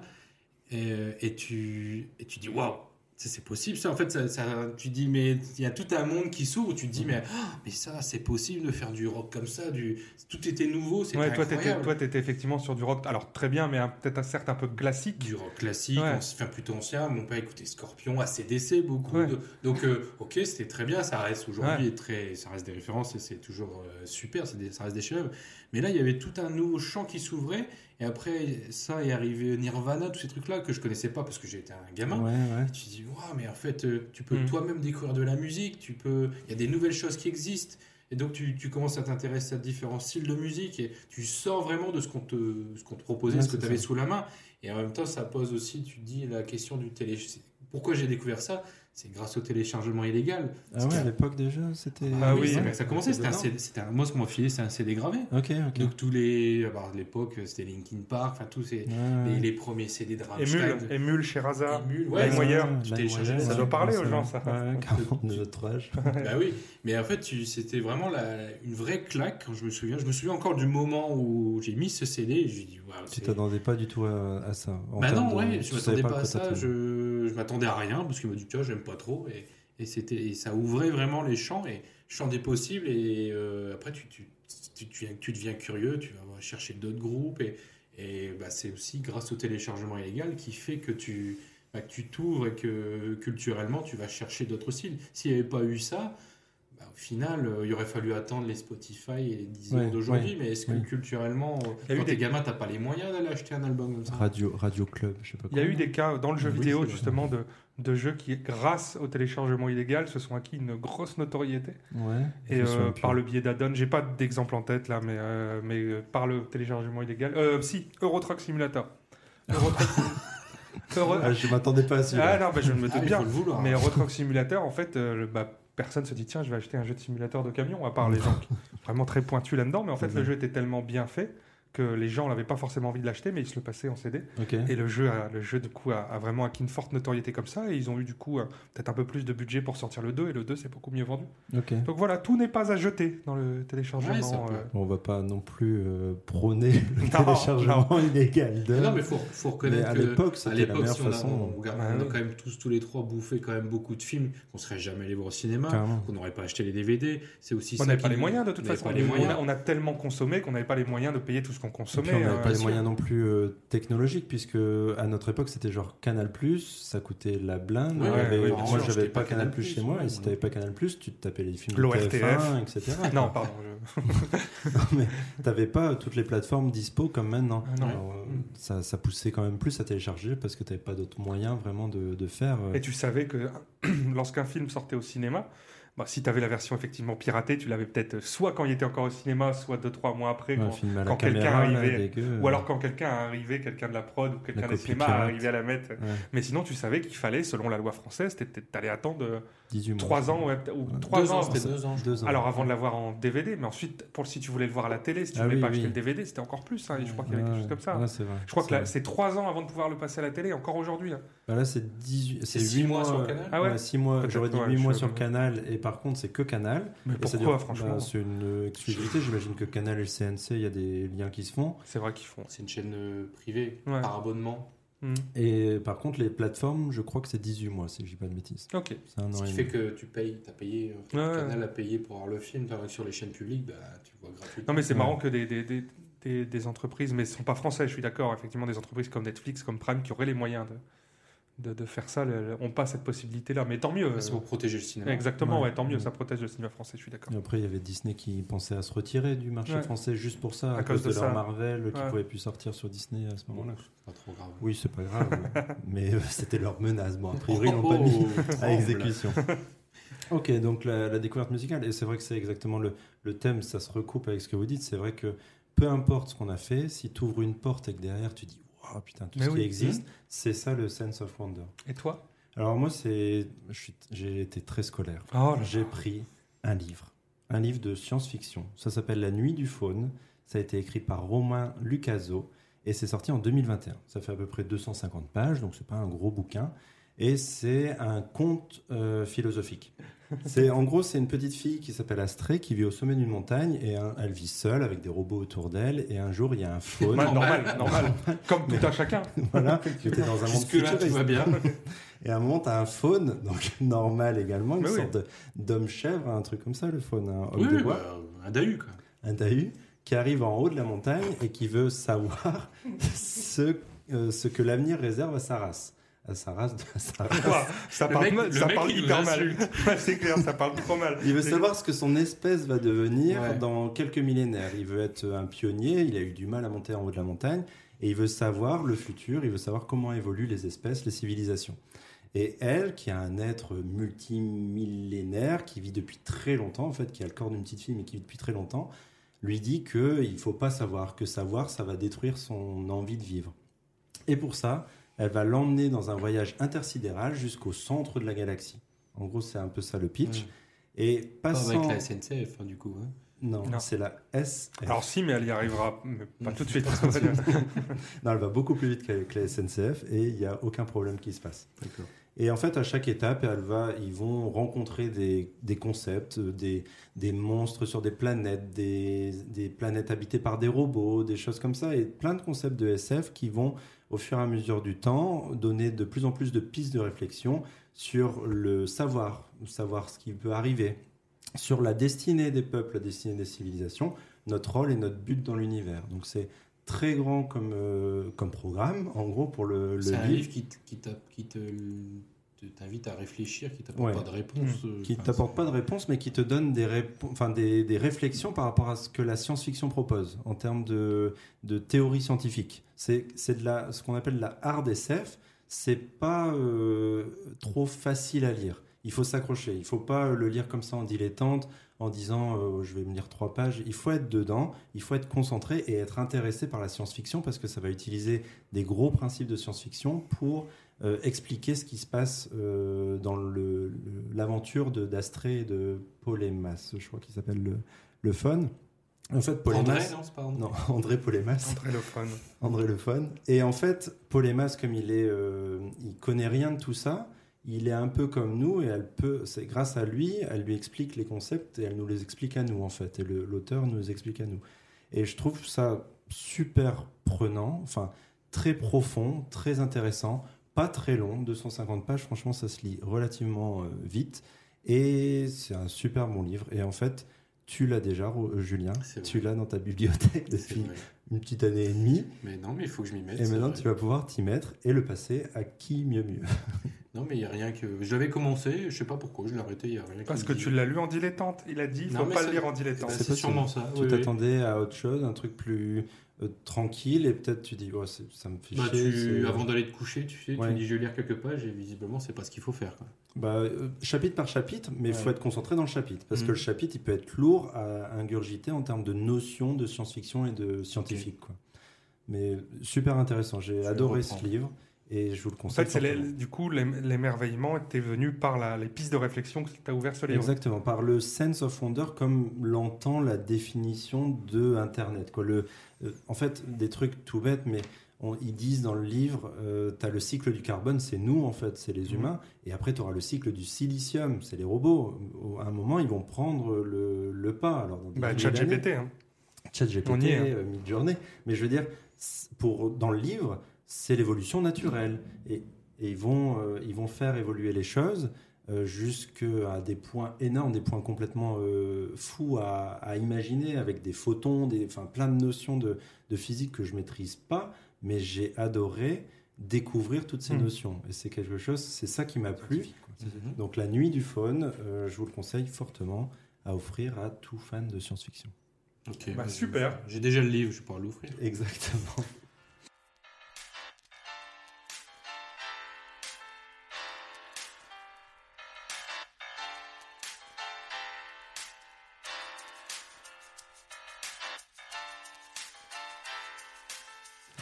Et, euh, et tu et tu dis waouh, ça, c'est possible ça. En fait, ça, ça- tu dis mais il y a tout un monde qui s'ouvre. Tu te Mm. dis mais ah, mais ça c'est possible de faire du rock comme ça. Du tout était nouveau. C'était Ouais, toi, t'étais, incroyable. toi, t'étais effectivement sur du rock. Alors très bien, mais un- peut-être un certes un peu classique. du rock classique, Ouais. on se fait plutôt ancien. Mon père écoutait Scorpion, ACDC beaucoup. Ouais. de- donc, euh, ok, c'était très bien. Ça reste aujourd'hui Ouais. et très, ça reste des références et c'est toujours euh, super. c'est des- ça reste des chefs-d'œuvre. Mais là, il y avait tout un nouveau champ qui s'ouvrait. Et après, ça est arrivé Nirvana, tous ces trucs-là que je connaissais pas parce que j'étais un Ah Ouais, Ah gamin. ouais. Tu te dis, Waouh, mais en fait, euh, tu peux Mm. toi-même découvrir de la musique, tu peux... il y a des nouvelles choses qui existent. Et donc, tu, tu commences à t'intéresser à différents styles de musique et tu sors vraiment de ce qu'on te, ce qu'on te proposait, Ouais, ce que c'est tu avais ça. sous la main. Et en même temps, ça pose aussi, tu te dis, la question du télé. Pourquoi j'ai découvert ça C'est grâce au téléchargement illégal. Ah ouais, à l'époque déjà, c'était. Ah oui, c'est ouais. comme ça commençait. C'était un, Dedans. CD c'était un- moi, ce qu'on m'a filé, c'est un CD gravé. Ok, ok. Donc, tous les. bah, à l'époque, c'était Linkin Park, enfin, tous ces. Ouais, ouais. Les, les premiers CD de Rammstein. Émule, Émule chez Raza. Ah, Émule, Ouais, ouais, Lime Wire, ouais, tu Lime téléchargeais, Wire, ça ouais, doit parler aux ouais, gens, ça. Ouais, carrément, de notre âge. Bah oui, mais en fait, tu- c'était vraiment la- une vraie claque quand je me souviens. Je me souviens encore du moment où j'ai mis ce CD et j'ai dit waouh. Tu c'est- t'attendais pas du tout à, à ça. en Bah termes non, de- ouais, tu je m'attendais savais pas, à quoi ça. t'attendais. Je, je m'attendais à rien parce qu'il m'a dit tiens, j'aime pas trop et, et c'était et ça ouvrait vraiment les champs et champs des possibles et euh, après tu, tu, tu, tu, tu deviens curieux, tu vas chercher d'autres groupes et, et bah, c'est aussi grâce au téléchargement illégal qui fait que tu bah, que tu t'ouvres et que culturellement tu vas chercher d'autres styles. S'il n'y avait pas eu ça, bah, au final, euh, il aurait fallu attendre les Spotify et les Deezer Ouais, d'aujourd'hui, mais est-ce que ouais. culturellement, Il y a eu quand des- t'es gamin, t'as pas les moyens d'aller acheter un album comme ça Radio, Radio Club, je sais pas Il y a quoi. eu des cas dans le jeu Oui, c'est vidéo vrai. justement de, de jeux qui, grâce au téléchargement illégal, se sont acquis une grosse notoriété. Ouais. je Et me souviens euh, plus. par le biais d'addon, j'ai pas d'exemple en tête là, mais, euh, mais euh, par le téléchargement illégal. Euh, si, Euro Truck Simulator. Euro- Ah, je m'attendais pas à Ah celui-là. non, bah, je me Ah, doute il bien. faut le vouloir. Mais Euro Truck Simulator, en fait, euh, le- bah, personne se dit tiens, je vais acheter un jeu de simulateur de camion, à part les gens qui sont vraiment très pointus là-dedans. Mais en fait, le Mhm. jeu était tellement bien fait que les gens n'avaient pas forcément envie de l'acheter, mais ils se le passaient en CD. Ok. Et le jeu, a, le jeu du coup, a, a vraiment acquis une forte notoriété comme ça. Et ils ont eu, du coup, un- peut-être un peu plus de budget pour sortir le 2. Et le 2, c'est beaucoup mieux vendu. Ok. Donc voilà, tout n'est pas à jeter dans le Ouais, ça téléchargement. peut. euh, On va pas non plus euh, prôner le Non, téléchargement illégal. De... Ah euh, Non, mais faut, faut reconnaître Mais à que l'époque, c'était à la l'époque, meilleure si on a- façon. on, regarde- Bah on a oui. quand même tous, tous les trois bouffé quand même beaucoup de films qu'on serait jamais allés voir au cinéma, Carrément. qu'on n'aurait pas acheté les DVD. C'est aussi on ça n'avait qui pas les nous- moyens de toute on n'avait façon. pas les On a- moyens. On a tellement consommé qu'on n'avait pas les moyens de payer tout ce qu'on Et puis, on consommait. n'avait euh, pas les sûr. moyens non plus euh, technologiques, puisque à notre époque, c'était genre Canal, ça coûtait la blinde. Ouais, Il y avait- ouais, bien moi, sûr, j'avais c'était pas pas Canal, Canal+, chez moi, ouais, et si ouais. t'avais pas Canal, tu te tapais les films de L'ORTF. TF1, etc. Non, quoi. pardon. je- mais t'avais pas euh, toutes les plateformes dispo comme maintenant. Ah, non. Alors, euh, Mm. ça, ça poussait quand même plus à télécharger parce que t'avais pas d'autres moyens vraiment de, de faire. euh. Et tu savais que lorsqu'un film sortait au cinéma, bah, si tu avais la version effectivement piratée, tu l'avais peut-être soit quand il était encore au cinéma, soit deux, trois mois après. Ouais, un quand- film à la quand quelqu'un caméra, là, arrivait- dégueu, Ou euh. alors quand quelqu'un arrivait, quelqu'un de la prod ou quelqu'un des copie cinémas pirate. arrivait à la mettre. Ouais, Mais sinon, tu savais qu'il fallait, selon la loi française, tu allais attendre euh, 18 mois. trois ans ouais, peut-être- ou Ouais. trois Deux Oh, ans. ans, c'était deux ans. je Deux ans. Alors avant de l'avoir en DVD, mais ensuite, pour, si tu voulais le voir à la télé, si tu Ah voulais oui, pas oui. acheter le DVD, c'était encore plus. hein, et je crois qu'il y avait quelque chose comme ça. Ouais, c'est vrai. Je crois que C'est là, vrai. c'est trois ans avant de pouvoir le passer à la télé, encore aujourd'hui. hein. Bah là, c'est 18, c'est C'est six 8 mois mois sur euh, Canal Ah ouais six mois. Peut-être, J'aurais dit ouais, 8 mois je- sur Canal et par contre, c'est que Canal. Mais Et ça pourquoi, dure- franchement bah, C'est une euh, exclusivité. J'imagine que Canal et le CNC, il y a des liens qui se font. C'est vrai qu'ils font. C'est une chaîne euh, privée, Ouais. par abonnement. Hmm. Et par contre, les plateformes, je crois que c'est 18 mois, si je dis pas de bêtises. Ok. C'est un Ce an qui et fait demi. que tu payes, t'as payé, euh, Ouais, ouais. Canal a payé pour voir le film, tandis que sur les chaînes publiques, bah, tu le vois gratuitement. Non, mais c'est Ouais. marrant que des, des, des, des, des entreprises, mais ce ne sont pas français, je suis d'accord, effectivement, des entreprises comme Netflix, comme Prime, qui auraient les moyens de, de, de faire ça, n'ont pas cette possibilité-là. Mais euh, tant mieux. Bah, C'est pour protéger le cinéma. Exactement, Ouais. ouais, tant mieux, Ouais. ça protège le cinéma français, je suis d'accord. Et après, il y avait Disney qui pensait à se retirer du marché Ouais. français juste pour ça, à, À cause, cause de, de leur ça. Marvel qui Ouais. pouvait plus sortir sur Disney à ce Bon, moment-là. c'est pas trop grave. Oui, c'est pas grave, mais euh, c'était leur menace. Bon, a priori, Oh, ils l'ont pas mis. à exécution. ok, donc la, la découverte musicale, et c'est vrai que c'est exactement le, le thème, ça se recoupe avec ce que vous dites, c'est vrai que peu importe ce qu'on a fait, si tu ouvres une porte et que derrière tu dis, waouh putain, tout Mais ce oui. qui existe, c'est ça le sense of wonder. Et toi Alors moi, c'est, je suis- j'ai été très scolaire. Oh là J'ai pris un livre, un livre de science-fiction. Ça s'appelle La Nuit du Faune. Ça a été écrit par Romain Lucaso et c'est sorti en 2021. Ça fait à peu près 250 pages, donc c'est pas un gros bouquin. Et c'est un conte euh, philosophique. C'est en gros, c'est une petite fille qui s'appelle Astrée qui vit au sommet d'une montagne et hein, elle vit seule avec des robots autour d'elle. Et un jour, il y a un faune. Ouais, normal, normal. Comme tout un chacun. voilà, j'étais dans un monde Jusque-là, tout futuriste. va bien. Et à un moment, t'as un faune, donc normal également, une Mais oui. sorte de- d'homme-chèvre, un truc comme ça, le faune, un homme Oui, de oui, bois, bah, un Dahu, quoi. un dahu, qui arrive en haut de la montagne et qui veut savoir ce, euh, ce que l'avenir réserve à sa race. À sa race, de- à sa race. Ouah, ça Le parle, mec- mal- le ça mec, parle il nous hyper mal. Ouais, c'est clair, ça parle trop mal. Il veut Mais- savoir ce que son espèce va devenir Ouais. dans quelques millénaires. Il veut être un pionnier, il a eu du mal à monter en haut de la montagne, et il veut savoir le futur, il veut savoir comment évoluent les espèces, les civilisations. Et elle, qui a un être multimillénaire, qui vit depuis très longtemps, en fait, qui a le corps d'une petite fille, mais qui vit depuis très longtemps, lui dit qu'il ne faut pas savoir, que savoir, ça va détruire son envie de vivre. Et pour ça, elle va l'emmener dans un voyage intersidéral jusqu'au centre de la galaxie. En gros, c'est un peu ça le pitch. Et Mm. Pas passant... avec la SNCF, hein, du coup. hein. Non, Non. c'est la S. Alors si, mais elle y arrivera, mais pas Non. tout de suite. Non, elle va beaucoup plus vite qu'avec la SNCF et il n'y a aucun problème qui se passe. Et en fait, à chaque étape, elle va, ils vont rencontrer des, des concepts, euh, des, des monstres sur des planètes, des, des planètes habitées par des robots, des choses comme ça, et plein de concepts de SF qui vont, au fur et à mesure du temps, donner de plus en plus de pistes de réflexion sur le savoir, savoir ce qui peut arriver, sur la destinée des peuples, la destinée des civilisations, notre rôle et notre but dans l'univers. Donc c'est très grand comme, euh, comme programme, en gros, pour le, le C'est un livre. livre qui, t- qui, t'a- qui te te- t'invite à réfléchir, qui t'apporte Ouais. pas de réponse. euh, qui enfin, t'apporte pas de réponse, mais qui te donne des, répo- enfin, des, des réflexions par rapport à ce que la science-fiction propose en termes de, de théorie scientifique. C'est c'est de la, ce qu'on appelle la hard SF. C'est pas euh, trop facile à lire. Il faut s'accrocher. Il faut pas le lire comme ça en dilettante, en disant euh, je vais me lire trois pages. Il faut être dedans, il faut être concentré et être intéressé par la science-fiction parce que ça va utiliser des gros principes de science-fiction pour euh, expliquer ce qui se passe euh, dans le- le- l'aventure de d'Astrée et de Polémas, je crois qu'il s'appelle le, le fun. En fait, André, Polémas. non, c'est pas André. Non, André Polémas. André Le Fun. André Le Fun. Et en fait, Polémas, comme il est, euh, il connaît rien de tout ça, il est un peu comme nous et elle peut, c'est grâce à lui, elle lui explique les concepts et elle nous les explique à nous en fait. Et le- l'auteur nous les explique à nous. Et je trouve ça super prenant, enfin très profond, très intéressant, pas très long, 250 pages. Franchement, ça se lit relativement euh, vite et c'est un super bon livre. Et en fait. Tu l'as déjà, Ro- euh, Julien. C'est vrai. Tu l'as dans ta bibliothèque C'est depuis vrai. une petite année et demie. Mais non, mais il faut que je m'y mette. Et c'est maintenant, vrai. tu vas pouvoir t'y mettre et le passer à qui mieux mieux. Non, mais il n'y a rien que. Je l'avais commencé, je sais pas pourquoi, je l'ai arrêté, il n'y a rien Parce qui que me dit- tu l'as lu en dilettante. Il a dit, il Non, faut mais pas ça- le lire Eh en ben, dilettante. C'est C'est possible. sûrement ça. tu oui, oui. t'attendais à autre chose, un truc plus euh, tranquille, et peut-être tu dis, ouais, c'est- ça me fait Bah, chier. tu, c'est- avant d'aller te coucher, tu sais, Ouais. tu dis je vais lire quelques pages et visiblement c'est pas ce qu'il faut faire. quoi. Bah, euh, chapitre par chapitre, mais il faut Ouais. être concentré dans le chapitre. Parce Mhm. que le chapitre, il peut être lourd à ingurgiter en termes de notions de science-fiction et de scientifique. Quoi. Mais super intéressant. J'ai vais adoré le ce reprendre. livre et je vous le En conseille. fait, c'est les- fortement. du coup, l'ém- l'émerveillement était venu par la- les pistes de réflexion que tu as ouvert ce livre. Exactement, par le sense of wonder comme l'entend la définition de Internet. Quoi. Le, euh, en fait, des trucs tout bêtes, mais on- ils disent dans le livre, tu as le cycle du carbone, c'est nous en fait, c'est Mmh. les humains, et après tu auras le cycle du silicium, c'est les robots. Au- À un moment, ils vont prendre le, le pas. Alors, dans des Bah, milliers d'années- ChatGPT. hein. ChatGPT, On y est, hein. euh, Midjourney. Mais je veux dire, c'est- pour, dans le livre, c'est l'évolution naturelle. Et, et ils, vont, euh, ils vont faire évoluer les choses euh, jusqu'à des points énormes, des points complètement euh, fous à, à imaginer, avec des photons, des, enfin, plein de notions de, de physique que je maîtrise pas. Mais j'ai adoré découvrir toutes ces Hmm. notions. Et c'est quelque chose, c'est ça qui m'a plu. Mhm. Donc La Nuit du Faune, euh, je vous le conseille fortement à offrir à tout fan de science-fiction. Ok. Bah, super. J'ai déjà le livre, je vais pouvoir l'ouvrir. Exactement.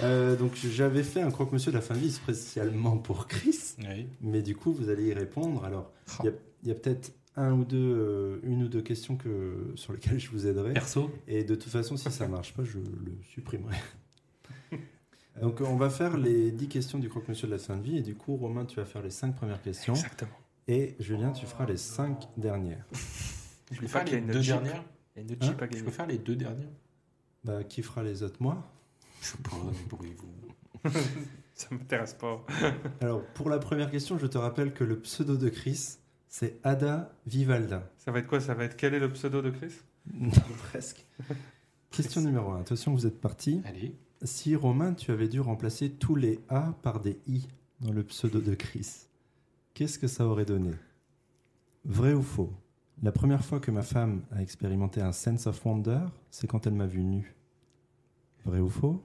Euh, donc j'avais fait un croque-monsieur de la fin de vie spécialement pour Chris, Oui. mais du coup vous allez y répondre. Alors il y a- il y a, peut-être un ou deux, euh, une ou deux questions que, sur lesquelles je vous aiderai. Perso, Et de toute façon, si ça marche pas, je le supprimerai. Donc, on va faire les 10 questions du croque-monsieur de la fin de vie. Et du coup, Romain, tu vas faire les 5 premières questions. Exactement. Et Julien, tu feras les 5 dernières. je peux pas faire qu'il y les a une deux Jeep. dernières. Il y a une Hein Jeep à Je gagner. peux faire les deux dernières. Bah, qui fera les autres Moi Je sais pas, pourriez vous. Ça m'intéresse pas. Alors, pour la première question, je te rappelle que le pseudo de Chris, c'est Ada Vivalda. Ça va être quoi Ça va être quel est le pseudo de Chris Non, presque. Question numéro 1. Attention, vous êtes parti. Allez. Si, Romain, tu avais dû remplacer tous les A par des I dans le pseudo de Chris, qu'est-ce que ça aurait donné Vrai ou faux La première fois que ma femme a expérimenté un sense of wonder, c'est quand elle m'a vu nu. Vrai ou faux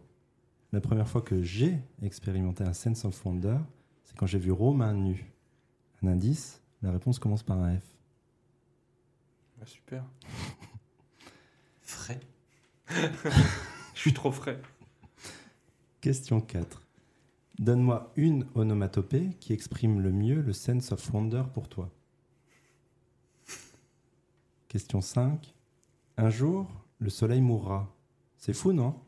La première fois que j'ai expérimenté un sense of wonder, c'est quand j'ai vu Romain nu. Un indice La réponse commence par un F. Bah, Super. Frais. Je suis trop frais. Question 4. Donne-moi une onomatopée qui exprime le mieux le sense of wonder pour toi. Question 5. Un jour, le soleil mourra. C'est fou, non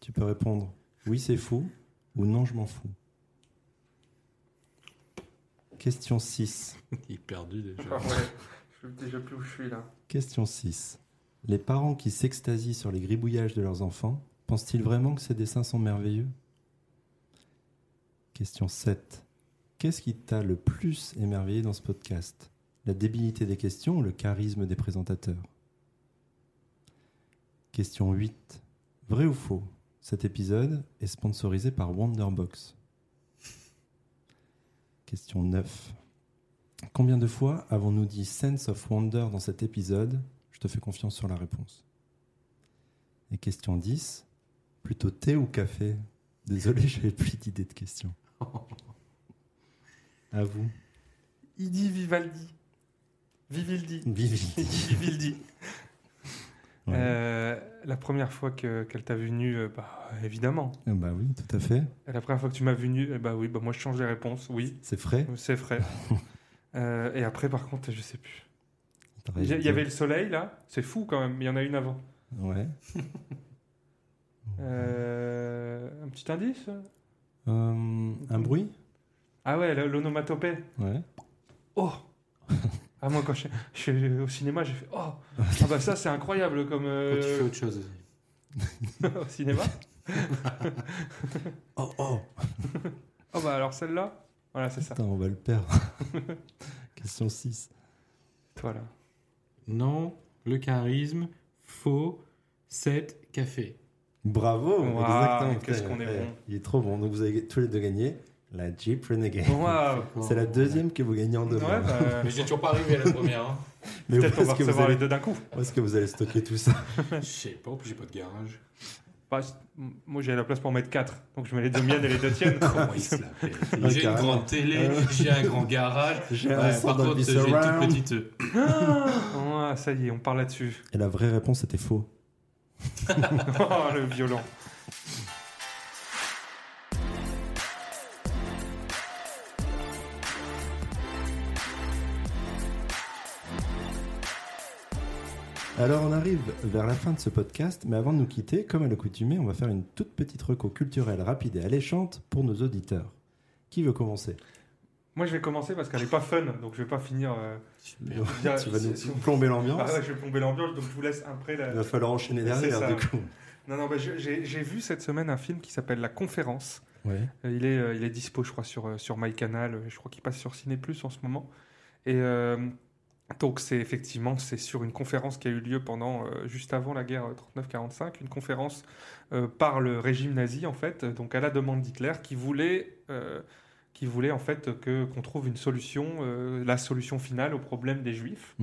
Tu peux répondre oui, c'est fou ou non, je m'en fous. Question 6. Il est perdu Ah déjà. ouais, je sais déjà plus où je suis là. Question 6. Les parents qui s'extasient sur les gribouillages de leurs enfants pensent-ils vraiment que ces dessins sont merveilleux Question 7. Qu'est-ce qui t'a le plus émerveillé dans ce podcast La débilité des questions ou le charisme des présentateurs Question 8. Vrai ou faux Cet épisode est sponsorisé par Wonderbox. Question 9. Combien de fois avons-nous dit Sense of Wonder dans cet épisode Je te fais confiance sur la réponse. Et question 10, plutôt thé ou café Désolé, j'avais plus d'idée de question. À vous. Idi Vivaldi. Vivildi. Vivi. Vivildi. Ouais. Euh, la première fois que- qu'elle t'a vu nue, euh, bah, évidemment. Ah Bah oui, tout à fait. Et la première fois que tu m'as vu nue, eh bah oui, bah moi je change les réponses, oui, C'est frais. c'est vrai. Euh, et après, par contre, je sais plus. T'as Il y, a- il y raison. avait le soleil là, c'est fou quand même, il y en a une avant. Ouais. Euh, un petit indice Euh, un bruit Ah ouais, le- l'onomatopée. Ouais. Oh Ah moi quand je, je suis au cinéma, j'ai fait oh Ah bah ça c'est incroyable comme Quand tu fais euh, autre chose aussi. au cinéma. Oh oh Oh bah alors celle-là, voilà c'est ça. Putain, on va le perdre. Question 6. Toi là. Non, le charisme, faux, 7, café. Bravo Waouh, exactement, mais qu'est-ce putain, qu'on est ouais, bon. Il est trop bon. Donc vous avez tous les deux gagné la Jeep Renegade. Waouh C'est la deuxième que vous gagnez en deux Ouais mois. bah Mais j'ai toujours pas arrivé à la première. hein. Mais où peut-être on va est-ce que, vous recevoir les allez- deux d'un coup. où est-ce que vous allez stocker tout ça Je sais pas, en plus, j'ai pas de garage. Bah, c'est- moi j'ai la place pour mettre 4, donc je mets les deux miennes et les deux tiennes. Comment il se l'appelle Ah, J'ai une carrément. grande télé, Ah ouais. j'ai un grand garage. J'ai un Ouais, son par dans le contre, j'ai une surround. toute petite. euh, Ah ouais, ça y est, on parle là-dessus. Et la vraie réponse était faux. Oh le violent. Alors on arrive vers la fin de ce podcast, mais avant de nous quitter, comme à l'accoutumée, on va faire une toute petite reco culturelle rapide et alléchante pour nos auditeurs. Qui veut commencer Moi je vais commencer parce qu'elle est pas fun, donc je vais pas finir. euh, Super. Tu vas si- nous plomber l'ambiance. Ah ouais, je vais plomber l'ambiance, donc je vous laisse après la, Il va falloir enchaîner C'est derrière ça, du coup. Non, non, bah, je- j'ai j'ai vu cette semaine un film qui s'appelle La Conférence. Ouais. Euh, Il est, euh, il est dispo, je crois, sur, euh, sur MyCanal. Euh, Je crois qu'il passe sur Ciné Plus en ce moment. Et euh, donc, c'est effectivement, c'est sur une conférence qui a eu lieu pendant, euh, juste avant la guerre euh, 39-45, une conférence euh, par le régime nazi, en fait, euh, donc à la demande d'Hitler, qui voulait. euh, qui voulait en fait que qu'on trouve une solution, euh, la solution finale au problème des juifs.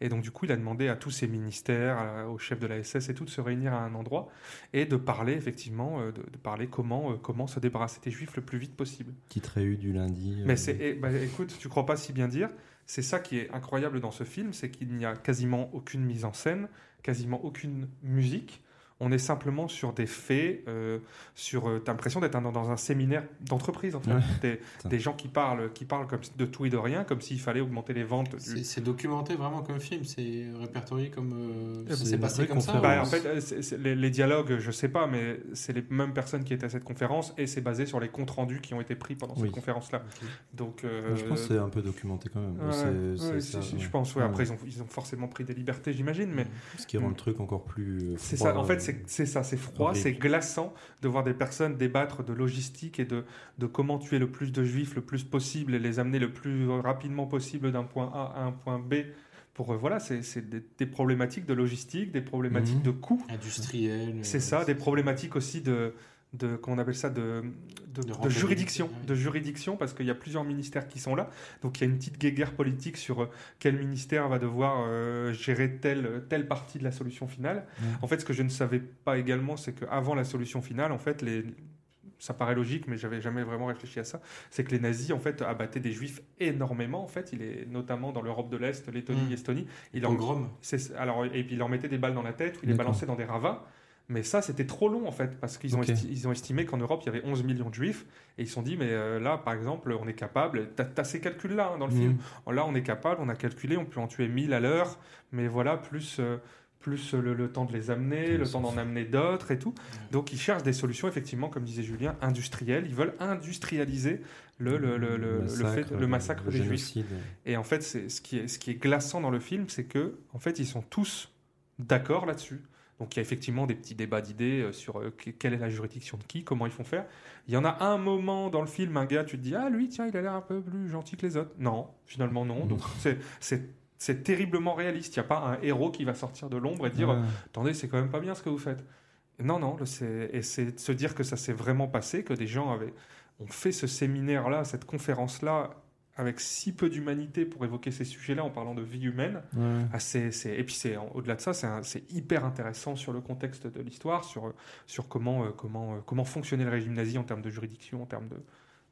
Et donc, du coup, il a demandé à tous ses ministères, à- aux chefs de la SS et tout de se réunir à un endroit et de parler, effectivement, euh, de, de parler comment, euh, comment se débarrasser des juifs le plus vite possible. Petite réu du lundi. euh, Mais c'est, eh, bah, écoute, tu crois pas si bien dire. C'est ça qui est incroyable dans ce film, c'est qu'il n'y a quasiment aucune mise en scène, quasiment aucune musique. On est simplement sur des faits, euh, sur. euh, T'as l'impression d'être un- dans un séminaire d'entreprise, en fait. Ouais. Des, Putain. des gens qui parlent, qui parlent comme de tout et de rien, comme s'il fallait augmenter les ventes. du- C'est c'est documenté vraiment comme film, c'est répertorié comme. euh, C'est ça une s'est passé vraie comme ça. Bah, en conférence. fait, euh, c'est- c'est- les, les dialogues, je sais pas, mais c'est les mêmes personnes qui étaient à cette conférence et c'est basé sur les comptes rendus qui ont été pris pendant Oui. cette conférence-là. Ok. Donc, euh, Je pense que c'est un peu documenté quand même. ouais, C'est- c'est ouais, ça, si, si, ouais. je pense. ouais, Ouais. Après, ils ont, ils ont forcément pris des libertés, j'imagine, mais Ce qui rend le truc encore plus. euh, c'est froid, ça. En euh, fait, c'est c'est ça, c'est froid, horrible. c'est glaçant de voir des personnes débattre de logistique et de, de comment tuer le plus de juifs le plus possible et les amener le plus euh, rapidement possible d'un point A à un point B. Pour euh, voilà, c'est c'est des, des problématiques de logistique, des problématiques Mhm. de coûts. Industriel. C'est euh, ça, des problématiques aussi de, de comment on appelle ça, de, de, de rentabilité, juridiction, ouais. de juridiction, parce qu'il y a plusieurs ministères qui sont là. Donc il y a une petite guéguerre politique sur euh, quel ministère va devoir euh, gérer telle, telle partie de la solution finale. Ouais. En fait, ce que je ne savais pas également, c'est qu'avant la solution finale, en fait, les, ça paraît logique, mais j'avais jamais vraiment réfléchi à ça. C'est que les nazis, en fait, abattaient des juifs énormément. En fait, il est notamment dans l'Europe de l'Est, Lettonie, Mm. Estonie. Il en- Pogrom. c'est- alors, et puis il leur mettait des balles dans la tête, ou il les D'accord. balançait dans des ravins. Mais ça, c'était trop long en fait, parce qu'ils ont, Ok. esti- ils ont estimé qu'en Europe, il y avait 11 millions de juifs. Et ils se sont dit, mais euh, là, par exemple, on est capable. T'as t'as ces calculs-là hein, dans le Mhm. film. Là, on est capable, on a calculé, on peut en tuer 1000 à l'heure. Mais voilà, plus, euh, plus le, le temps de les amener, Putain, le ils temps sont d'en fous. amener d'autres et tout. Donc ils cherchent des solutions, effectivement, comme disait Julien, industrielles. Ils veulent industrialiser le, le, le, le, le fait, le massacre le des juifs. euh, génocide. Et en fait, c'est ce qui est, ce qui est glaçant dans le film, c'est que en fait, ils sont tous d'accord là-dessus. Donc il y a effectivement des petits débats d'idées euh, sur euh, que- quelle est la juridiction de qui, comment ils font faire. Il y en a un moment dans le film, un gars, tu te dis ah lui tiens il a l'air un peu plus gentil que les autres. Non, finalement non. Donc c'est c'est c'est terriblement réaliste. Il n'y a pas un héros qui va sortir de l'ombre et dire Ouais. attendez, c'est quand même pas bien ce que vous faites. Non, non, le- c'est- et c'est de se dire que ça s'est vraiment passé, que des gens avaient, ont fait ce séminaire-là, cette conférence-là, avec si peu d'humanité pour évoquer ces sujets-là en parlant de vie humaine. Ouais. Ah, c'est- c'est- et puis c'est en- au-delà de ça, c'est un- c'est hyper intéressant sur le contexte de l'histoire, sur, sur comment, euh, comment, euh, comment fonctionnait le régime nazi en termes de juridiction, en termes de,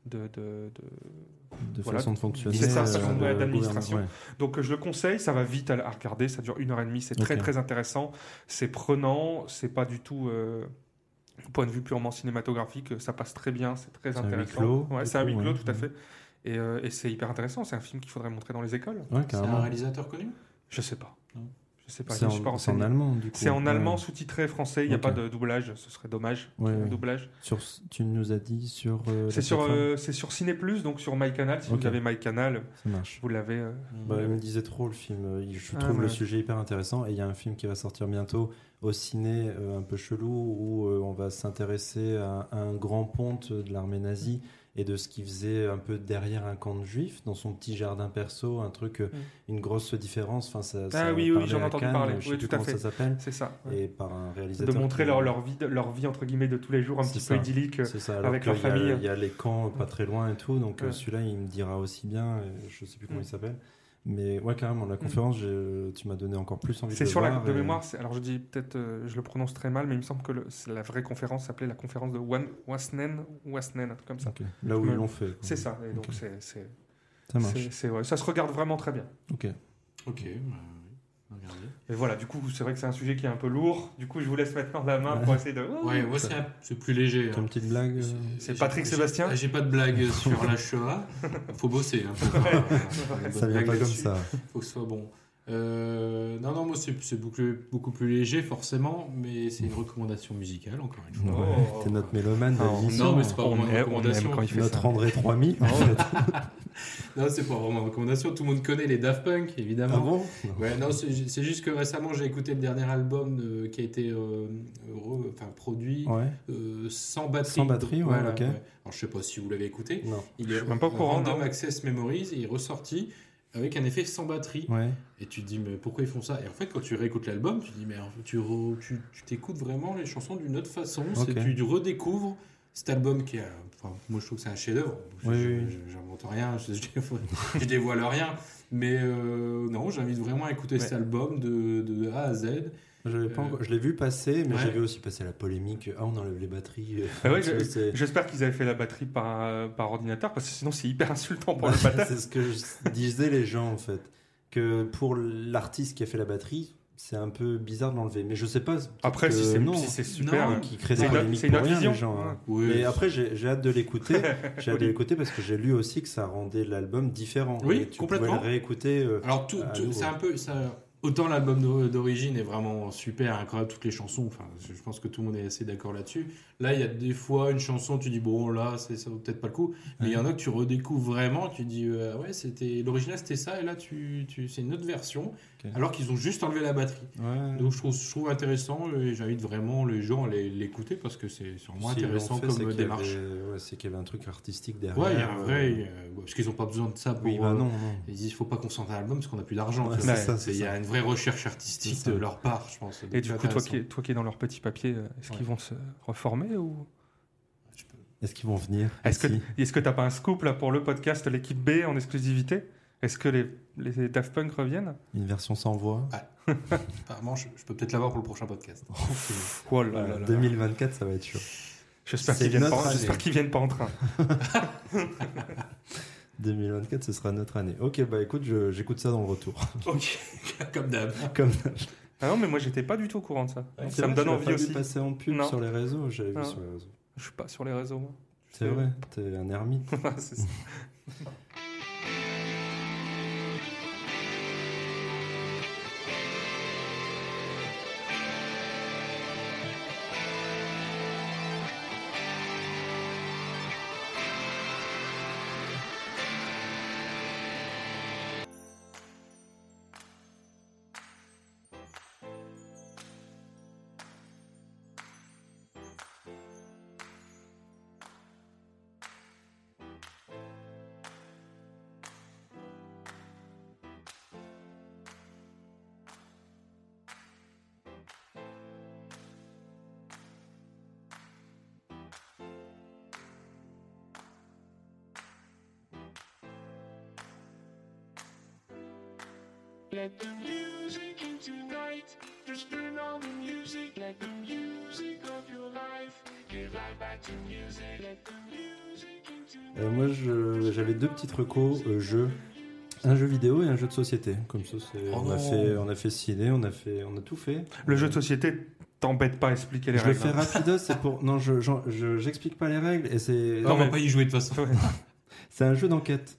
de, de, de- de Voilà. façon de fonctionner. C'est ça, euh, façon, de ouais, d'administration. gouvernement, Donc euh, je le conseille, ça va vite à, à regarder, ça dure une heure et demie, c'est très Ok. très intéressant, c'est prenant, c'est pas du tout euh, point de vue purement cinématographique, euh, ça passe très bien, c'est très C'est un huis intéressant. clos, Ouais, du c'est un coup, huis clos, ouais. Mm. tout à fait. Et, euh, et c'est hyper intéressant, c'est un film qu'il faudrait montrer dans les écoles. Ouais, Ouais, C'est un carrément. réalisateur connu Je sais pas. Non. Je sais pas. Mm. C'est je me suis pas en, c'est en renseigné. allemand, du coup. C'est en Ouais. allemand sous-titré français, il n'y a Ok. pas de doublage, ce serait dommage. Ouais, qu'il y ait un ouais. doublage. Sur, tu nous as dit sur. euh, C'est la sur, plateforme euh, c'est sur Ciné Plus, donc sur MyCanal. Si Ok. vous avez MyCanal, Ça marche. vous l'avez. euh, Bah, il me disait trop le film. euh, il- Je Ah, trouve ouais. le sujet hyper intéressant. Et il y a un film qui va sortir bientôt au ciné euh, un peu chelou où euh, on va s'intéresser à, à un grand ponte de l'armée nazie et de ce qu'il faisait un peu derrière un camp de juifs dans son petit jardin perso. Un truc, euh, une grosse différence. Enfin, ça, ça Mm. Ah oui, oui, parlait j'en ai à entendu Cannes, parler. Je sais Oui, plus tout à comment fait. ça s'appelle. C'est ça. ouais. Et par un réalisateur. de montrer qui- leur, leur vie, leur vie entre guillemets de tous les jours, un C'est petit ça. peu idyllique. C'est ça, alors avec que leur il y a- famille. Il y a les camps pas très loin et tout, donc euh, Ouais. celui-là, il me dira aussi bien, et je sais plus comment Mm. il s'appelle. Mais ouais, carrément, la conférence, j'ai- tu m'as donné encore plus envie de C'est le sur la voir, de et- mémoire. c'est- Alors je dis peut-être, euh, je le prononce très mal, mais il me semble que le- c'est la vraie conférence s'appelait la conférence de Wan- Wasnen, Wasnen, un truc comme ça. Ok, Là où Ouais. ils l'ont fait. quoi. C'est ça. Et donc Ok. c'est, c'est, Ça marche. c'est, c'est- ouais, ça se regarde vraiment très bien. Ok. Ok, bah, oui. Regardez. Et voilà. Du coup, c'est vrai que c'est un sujet qui est un peu lourd. Du coup, je vous laisse maintenant la main pour essayer de. Ouais, moi, c'est un- c'est plus léger. Comme hein. petite blague. euh, C'est J'ai- Patrick j'ai- Sébastien ah, J'ai pas de blague sur la Shoah. Faut bosser. hein, faut pas- faut pas de Ça vient blague pas comme là-dessus. ça. Faut que ce soit bon. Euh, non, non, moi c'est c'est beaucoup, beaucoup plus léger forcément, mais c'est une recommandation musicale encore une fois. Ouais, Oh. T'es notre mélomane de Non, l'émission. Non, mais c'est pas On vraiment une aime- on recommandation. aime quand il fait Notre ça. André 3000. Non, c'est pas vraiment une recommandation. Tout le monde connaît les Daft Punk, évidemment. Ah bon Ouais, non, c'est ju- c'est juste que récemment j'ai écouté le dernier album euh, qui a été euh, re- enfin, produit Ouais. euh, sans batterie. Sans batterie, ouais, Voilà, ok. Alors je sais pas si vous l'avez écouté. Non. Il Je est suis même pas au courant, Random non. Access Memories et il est ressorti avec un effet sans batterie. Ouais. Et tu te dis, mais pourquoi ils font ça Et en fait, quand tu réécoutes l'album, tu te dis, mais en fait, tu re- tu tu t'écoutes vraiment les chansons d'une autre façon. C'est- Ok. Tu redécouvres cet album qui est. un- Enfin, moi, je trouve que c'est un chef-d'œuvre. Je- Oui, je- oui. je- J'invente rien, je, je- je dévoile rien. Mais euh, non, j'invite vraiment à écouter cet Ouais. album de, de A à Z. Je l'ai pas Euh, encore- je l'ai vu passer, mais ouais. j'ai vu aussi passer la polémique. Ah, on enlève les batteries. Ah ouais, Tu vois, c'est- J'espère qu'ils avaient fait la batterie par, euh, par ordinateur parce que sinon c'est hyper insultant pour Bah, le batteur. c'est ce que je- disaient les gens en fait. Que pour l'artiste qui a fait la batterie, c'est un peu bizarre de l'enlever. Mais je sais pas. peut-être Après, que si c'est, non, si c'est super, Non, euh, qui crée des c'est une autre- polémiques c'est pour une autre rien, les vision. gens. hein. Oui, Mais après, j'ai j'ai hâte de l'écouter. J'ai hâte de Oui. l'écouter parce que j'ai lu aussi que ça rendait l'album différent. Oui, Et tu complètement. pouvais le réécouter. euh, Alors tout, Ah, tout- nouveau. c'est un peu ça. Autant l'album d'o- d'origine est vraiment super, incroyable, toutes les chansons. Enfin, je je pense que tout le monde est assez d'accord là-dessus. Là, il y a des fois une chanson, tu dis bon là, c'est- ça vaut peut-être pas le coup. Mais il y en a que tu redécouvres vraiment, tu dis euh, ouais, c'était l'original, c'était ça, et là, tu, tu- c'est une autre version. Ok. Alors qu'ils ont juste enlevé la batterie. ouais. Donc je trouve, je trouve intéressant et j'invite vraiment les gens à les- l'écouter parce que c'est sûrement S'ils l'ont intéressant fait, c'est comme qu'il y démarche. avait- ouais, c'est qu'il y avait un truc artistique derrière. Ouais, il y a un vrai, euh, euh, parce qu'ils n'ont pas besoin de ça pour. Oui, bah euh, non, non. ils disent faut pas qu'on sorte un album parce qu'on a plus d'argent. Ouais, tu c'est vois. ça, C'est- c'est Il y ça. a une vraie recherche artistique C'est ça. de leur part, je pense. Et Donc, du c'est coup, toi intéressant. qui, es- toi qui es dans leur petit papier, euh, est-ce Ouais. qu'ils vont se reformer ou Est-ce qu'ils vont venir Est-ce que ici est-ce que t'as pas un scoop là pour le podcast l'équipe B en exclusivité Est-ce que les, les Daft Punk reviennent une version sans voix Apparemment, je, je peux peut-être l'avoir pour le prochain podcast. Oh là là là. 2024, ça va être chaud. J'espère c'est qu'ils viennent notre pas. année. J'espère qu'ils viennent pas en train. 2024, ce sera notre année. Ok, bah écoute, je- j'écoute ça dans le retour. ok, comme d'hab. Comme Ah non mais moi j'étais pas du tout au courant de ça. Ouais, c'est ça me vrai, donne tu l'as envie pas vu aussi. passer en pub Non. sur les réseaux, j'avais Ah. vu sur les réseaux. Je suis pas sur les réseaux. Moi. C'est vrai, t'es un ermite. C'est ça. Let the music in tonight. Just turn on the music. Let the music of your life. Give life back to music. Let the music in Euh, moi, je- j'avais deux petits recos, euh, jeux. Un jeu vidéo et un jeu de société. Comme ça, c'est- Oh on, a non. fait, on a fait ciné, on a, fait, on a tout fait. Le jeu de société, t'embête pas à expliquer les Je le règles. fais hein. rapido, c'est pour. Non, je j'en- je- j'explique pas les règles et c'est. Non, on va mais- pas y jouer de toute façon. C'est un jeu d'enquête.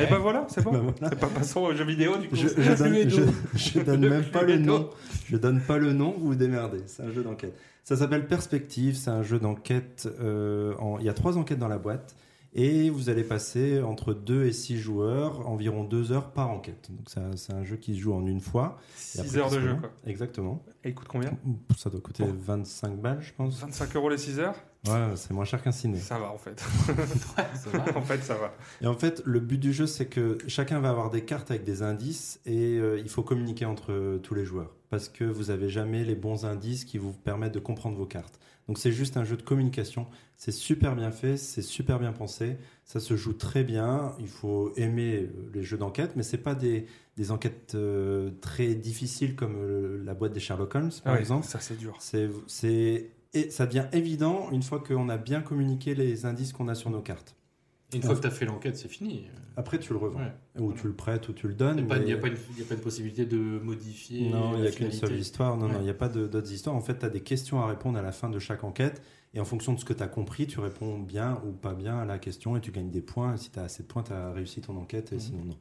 Eh ben voilà, c'est bon. Bah voilà. C'est pas passant aux jeux vidéo du coup. Je, je donne, je- je donne même pas le nom. Je donne pas le nom, vous vous démerdez. C'est un jeu d'enquête. Ça s'appelle Perspective. C'est un jeu d'enquête. euh, en- il y a trois enquêtes dans la boîte. Et vous allez passer entre deux et six joueurs, environ deux heures par enquête. Donc ça- c'est un jeu qui se joue en une fois. Et après, 6 heures qui se de jeu revend. quoi. Exactement. Et il coûte combien Ça doit coûter Pour- 25 balles, je pense. 25 euros les 6 heures Ouais, c'est moins cher qu'un ciné. Ça va en fait. Ça va. en fait, ça va. Et en fait, le but du jeu, c'est que chacun va avoir des cartes avec des indices et euh, il faut communiquer entre euh, tous les joueurs parce que vous n'avez jamais les bons indices qui vous permettent de comprendre vos cartes. Donc c'est juste un jeu de communication. C'est super bien fait, c'est super bien pensé, ça se joue très bien. Il faut aimer euh, les jeux d'enquête, mais c'est pas des, des enquêtes euh, très difficiles comme euh, la boîte des Sherlock Holmes, par Ouais, exemple. Ah ça c'est dur. C'est, c'est, et ça devient évident une fois qu'on a bien communiqué les indices qu'on a sur nos cartes. Une fois que t'as fait l'enquête, c'est fini. Après, tu le revends. Ouais. Ou tu le prêtes ou tu le donnes. Il n'y a, pas- mais- y a pas une y a pas de possibilité de modifier. Non, la il n'y a qu'une finalité. seule histoire. Non, non, Ouais. il n'y a pas de- d'autres histoires. En fait, tu as des questions à répondre à la fin de chaque enquête. Et en fonction de ce que tu as compris, tu réponds bien ou pas bien à la question et tu gagnes des points. Et si tu as assez de points, tu as réussi ton enquête et Mhm. sinon, non.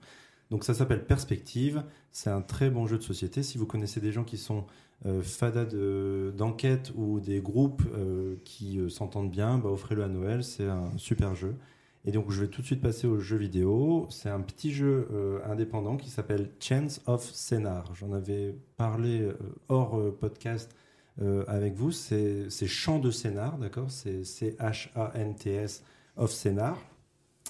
Donc, ça s'appelle Perspective. C'est un très bon jeu de société. Si vous connaissez des gens qui sont euh, fadas de- d'enquête ou des groupes euh, qui euh, s'entendent bien, bah, offrez-le à Noël. C'est un super jeu. Et donc, je vais tout de suite passer au jeu vidéo. C'est un petit jeu euh, indépendant qui s'appelle Chance of Scénar. J'en avais parlé euh, hors euh, podcast euh, avec vous. C'est c'est Chant de Scénar, d'accord C'est C-H-A-N-T-S of Scénar.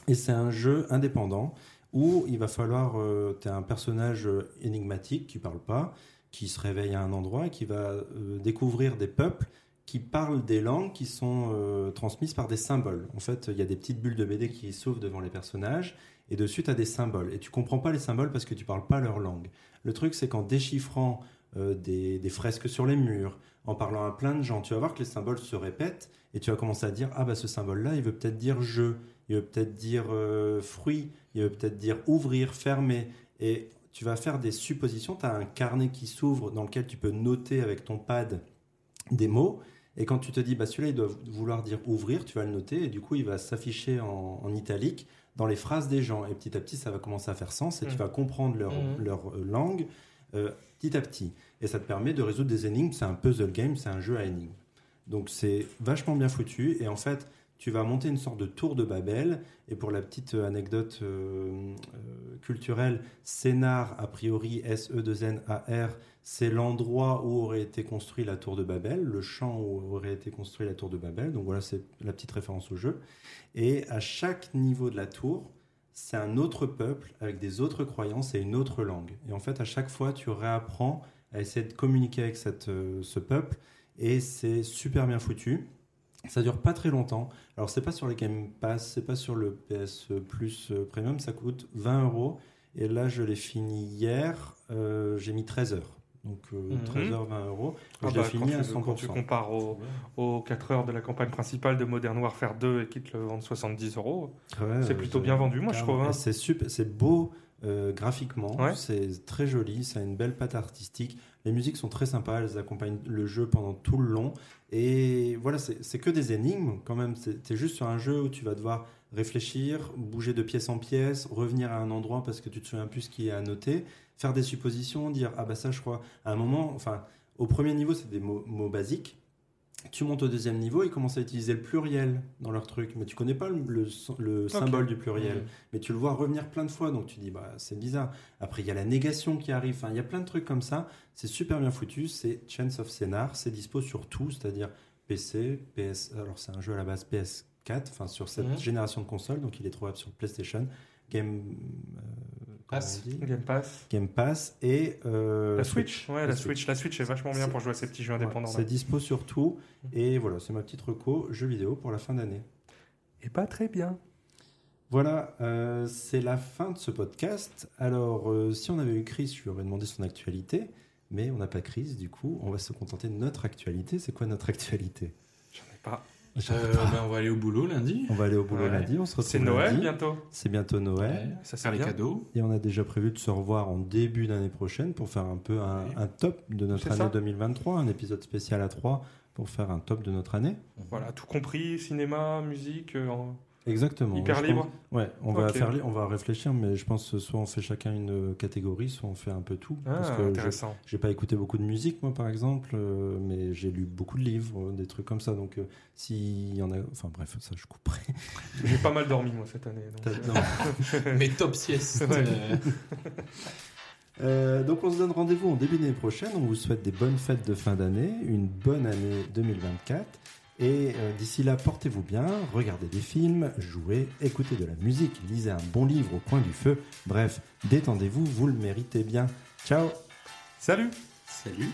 Et c'est un jeu indépendant où il va falloir. tu as un personnage euh, énigmatique qui parle pas, qui se réveille à un endroit et qui va euh, découvrir des peuples qui parlent des langues qui sont euh, transmises par des symboles. En fait, il y a des petites bulles de BD qui s'ouvrent devant les personnages, et dessus, tu as des symboles. Et tu comprends pas les symboles parce que tu parles pas leur langue. Le truc, c'est qu'en déchiffrant euh, des, des fresques sur les murs, en parlant à plein de gens, tu vas voir que les symboles se répètent, et tu vas commencer à dire, ah bah ce symbole-là, il veut peut-être dire je, il veut peut-être dire euh, fruit, il veut peut-être dire ouvrir, fermer. Et tu vas faire des suppositions, tu as un carnet qui s'ouvre dans lequel tu peux noter avec ton pad des mots. Et quand tu te dis, bah, celui-là, il doit vouloir dire ouvrir, tu vas le noter, et du coup, il va s'afficher en, en italique dans les phrases des gens. Et petit à petit, ça va commencer à faire sens, et tu Mhm. vas comprendre leur, Mhm. leur, euh, langue euh, petit à petit. Et ça te permet de résoudre des énigmes. C'est un puzzle game, c'est un jeu à énigmes. Donc, c'est vachement bien foutu. Et en fait, tu vas monter une sorte de tour de Babel. Et pour la petite anecdote euh, euh, culturelle, Sénar, a priori, E S-E-2-N-A-R, c'est l'endroit où aurait été construit la tour de Babel, le champ où aurait été construit la tour de Babel. Donc voilà, c'est la petite référence au jeu. Et à chaque niveau de la tour, c'est un autre peuple avec des autres croyances et une autre langue. Et en fait, à chaque fois, tu réapprends à essayer de communiquer avec cette, euh, ce peuple. Et c'est super bien foutu. Ça dure pas très longtemps. Alors, c'est pas sur les Game Pass, c'est pas sur le PS Plus euh, Premium, ça coûte 20 euros. Et là, je l'ai fini hier, euh, j'ai mis 13 heures. Donc, euh, Mhm. 13 heures, 20 euros. Ah je bah, l'ai fini quand, à tu, quand tu 100%. compares au- aux 4 heures de la campagne principale de Modern Warfare 2 et qu'ils te le vendent 70 euros, Ouais, c'est euh, plutôt je- bien vendu, moi je trouve. Carrément. hein. Et C'est super, c'est beau euh, graphiquement, Ouais. c'est très joli, ça a une belle patte artistique. Les musiques sont très sympas, elles accompagnent le jeu pendant tout le long. Et voilà, c'est c'est que des énigmes quand même. C'est t'es juste sur un jeu où tu vas devoir réfléchir, bouger de pièce en pièce, revenir à un endroit parce que tu te souviens plus ce qui est à noter, faire des suppositions, dire ah bah ça je crois. À un moment, enfin, au premier niveau c'est des mots, mots basiques. Tu montes au deuxième niveau, ils commencent à utiliser le pluriel dans leur truc, mais tu connais pas le, le- le symbole du pluriel mais tu le vois revenir plein de fois, donc tu dis bah c'est bizarre. Après il y a la négation qui arrive, Enfin, il y a plein de trucs comme ça. C'est super bien foutu, c'est Chance of Scénar, c'est dispo sur tout, c'est-à-dire PC, PS, alors c'est un jeu à la base PS4, enfin sur cette Mhm. génération de consoles, donc il est trouvable sur PlayStation, Game euh, comment Pass. on dit Game Pass. Game Pass et euh, La Switch, ouais, la, La Switch. la Switch est vachement bien C'est- pour jouer à ces petits jeux Ouais, indépendants. là. c'est dispo sur tout et voilà, c'est ma petite reco jeu vidéo pour la fin d'année. Et pas très bien. Voilà, euh, c'est la fin de ce podcast. Alors, euh, si on avait eu Chris, je lui aurais demandé son actualité, mais on n'a pas Chris, du coup, on va se contenter de notre actualité. C'est quoi notre actualité J'en ai pas. J'arrive Euh, pas. ben, on va aller au boulot lundi. On va aller au boulot Ouais. lundi, on se retrouve C'est Noël lundi. bientôt. C'est bientôt Noël. Ouais, ça faire sert Ah, les bien. cadeaux. Et on a déjà prévu de se revoir en début d'année prochaine pour faire un peu un, Ouais. un top de notre C'est année ça. 2023, un épisode spécial à 3 pour faire un top de notre année. Voilà, tout compris, cinéma, musique, euh, en- Exactement. hyper Je libre. pense- ouais, on va Ok. faire, li- on va réfléchir, mais je pense que soit on fait chacun une euh, catégorie, soit on fait un peu tout. Ah, parce que je- intéressant. j'ai pas écouté beaucoup de musique moi par exemple, euh, mais j'ai lu beaucoup de livres, euh, des trucs comme ça. Donc euh, s'il y en a, enfin bref, ça je couperai. J'ai pas mal dormi moi cette année. donc, euh, Non. Mais top sieste. Ouais. euh, Euh, donc on se donne rendez-vous en début d'année prochaine. On vous souhaite des bonnes fêtes de fin d'année, une bonne année 2024. Et euh, d'ici là, portez-vous bien, regardez des films, jouez, écoutez de la musique, lisez un bon livre au coin du feu. Bref, détendez-vous, vous le méritez bien. Ciao Salut Salut.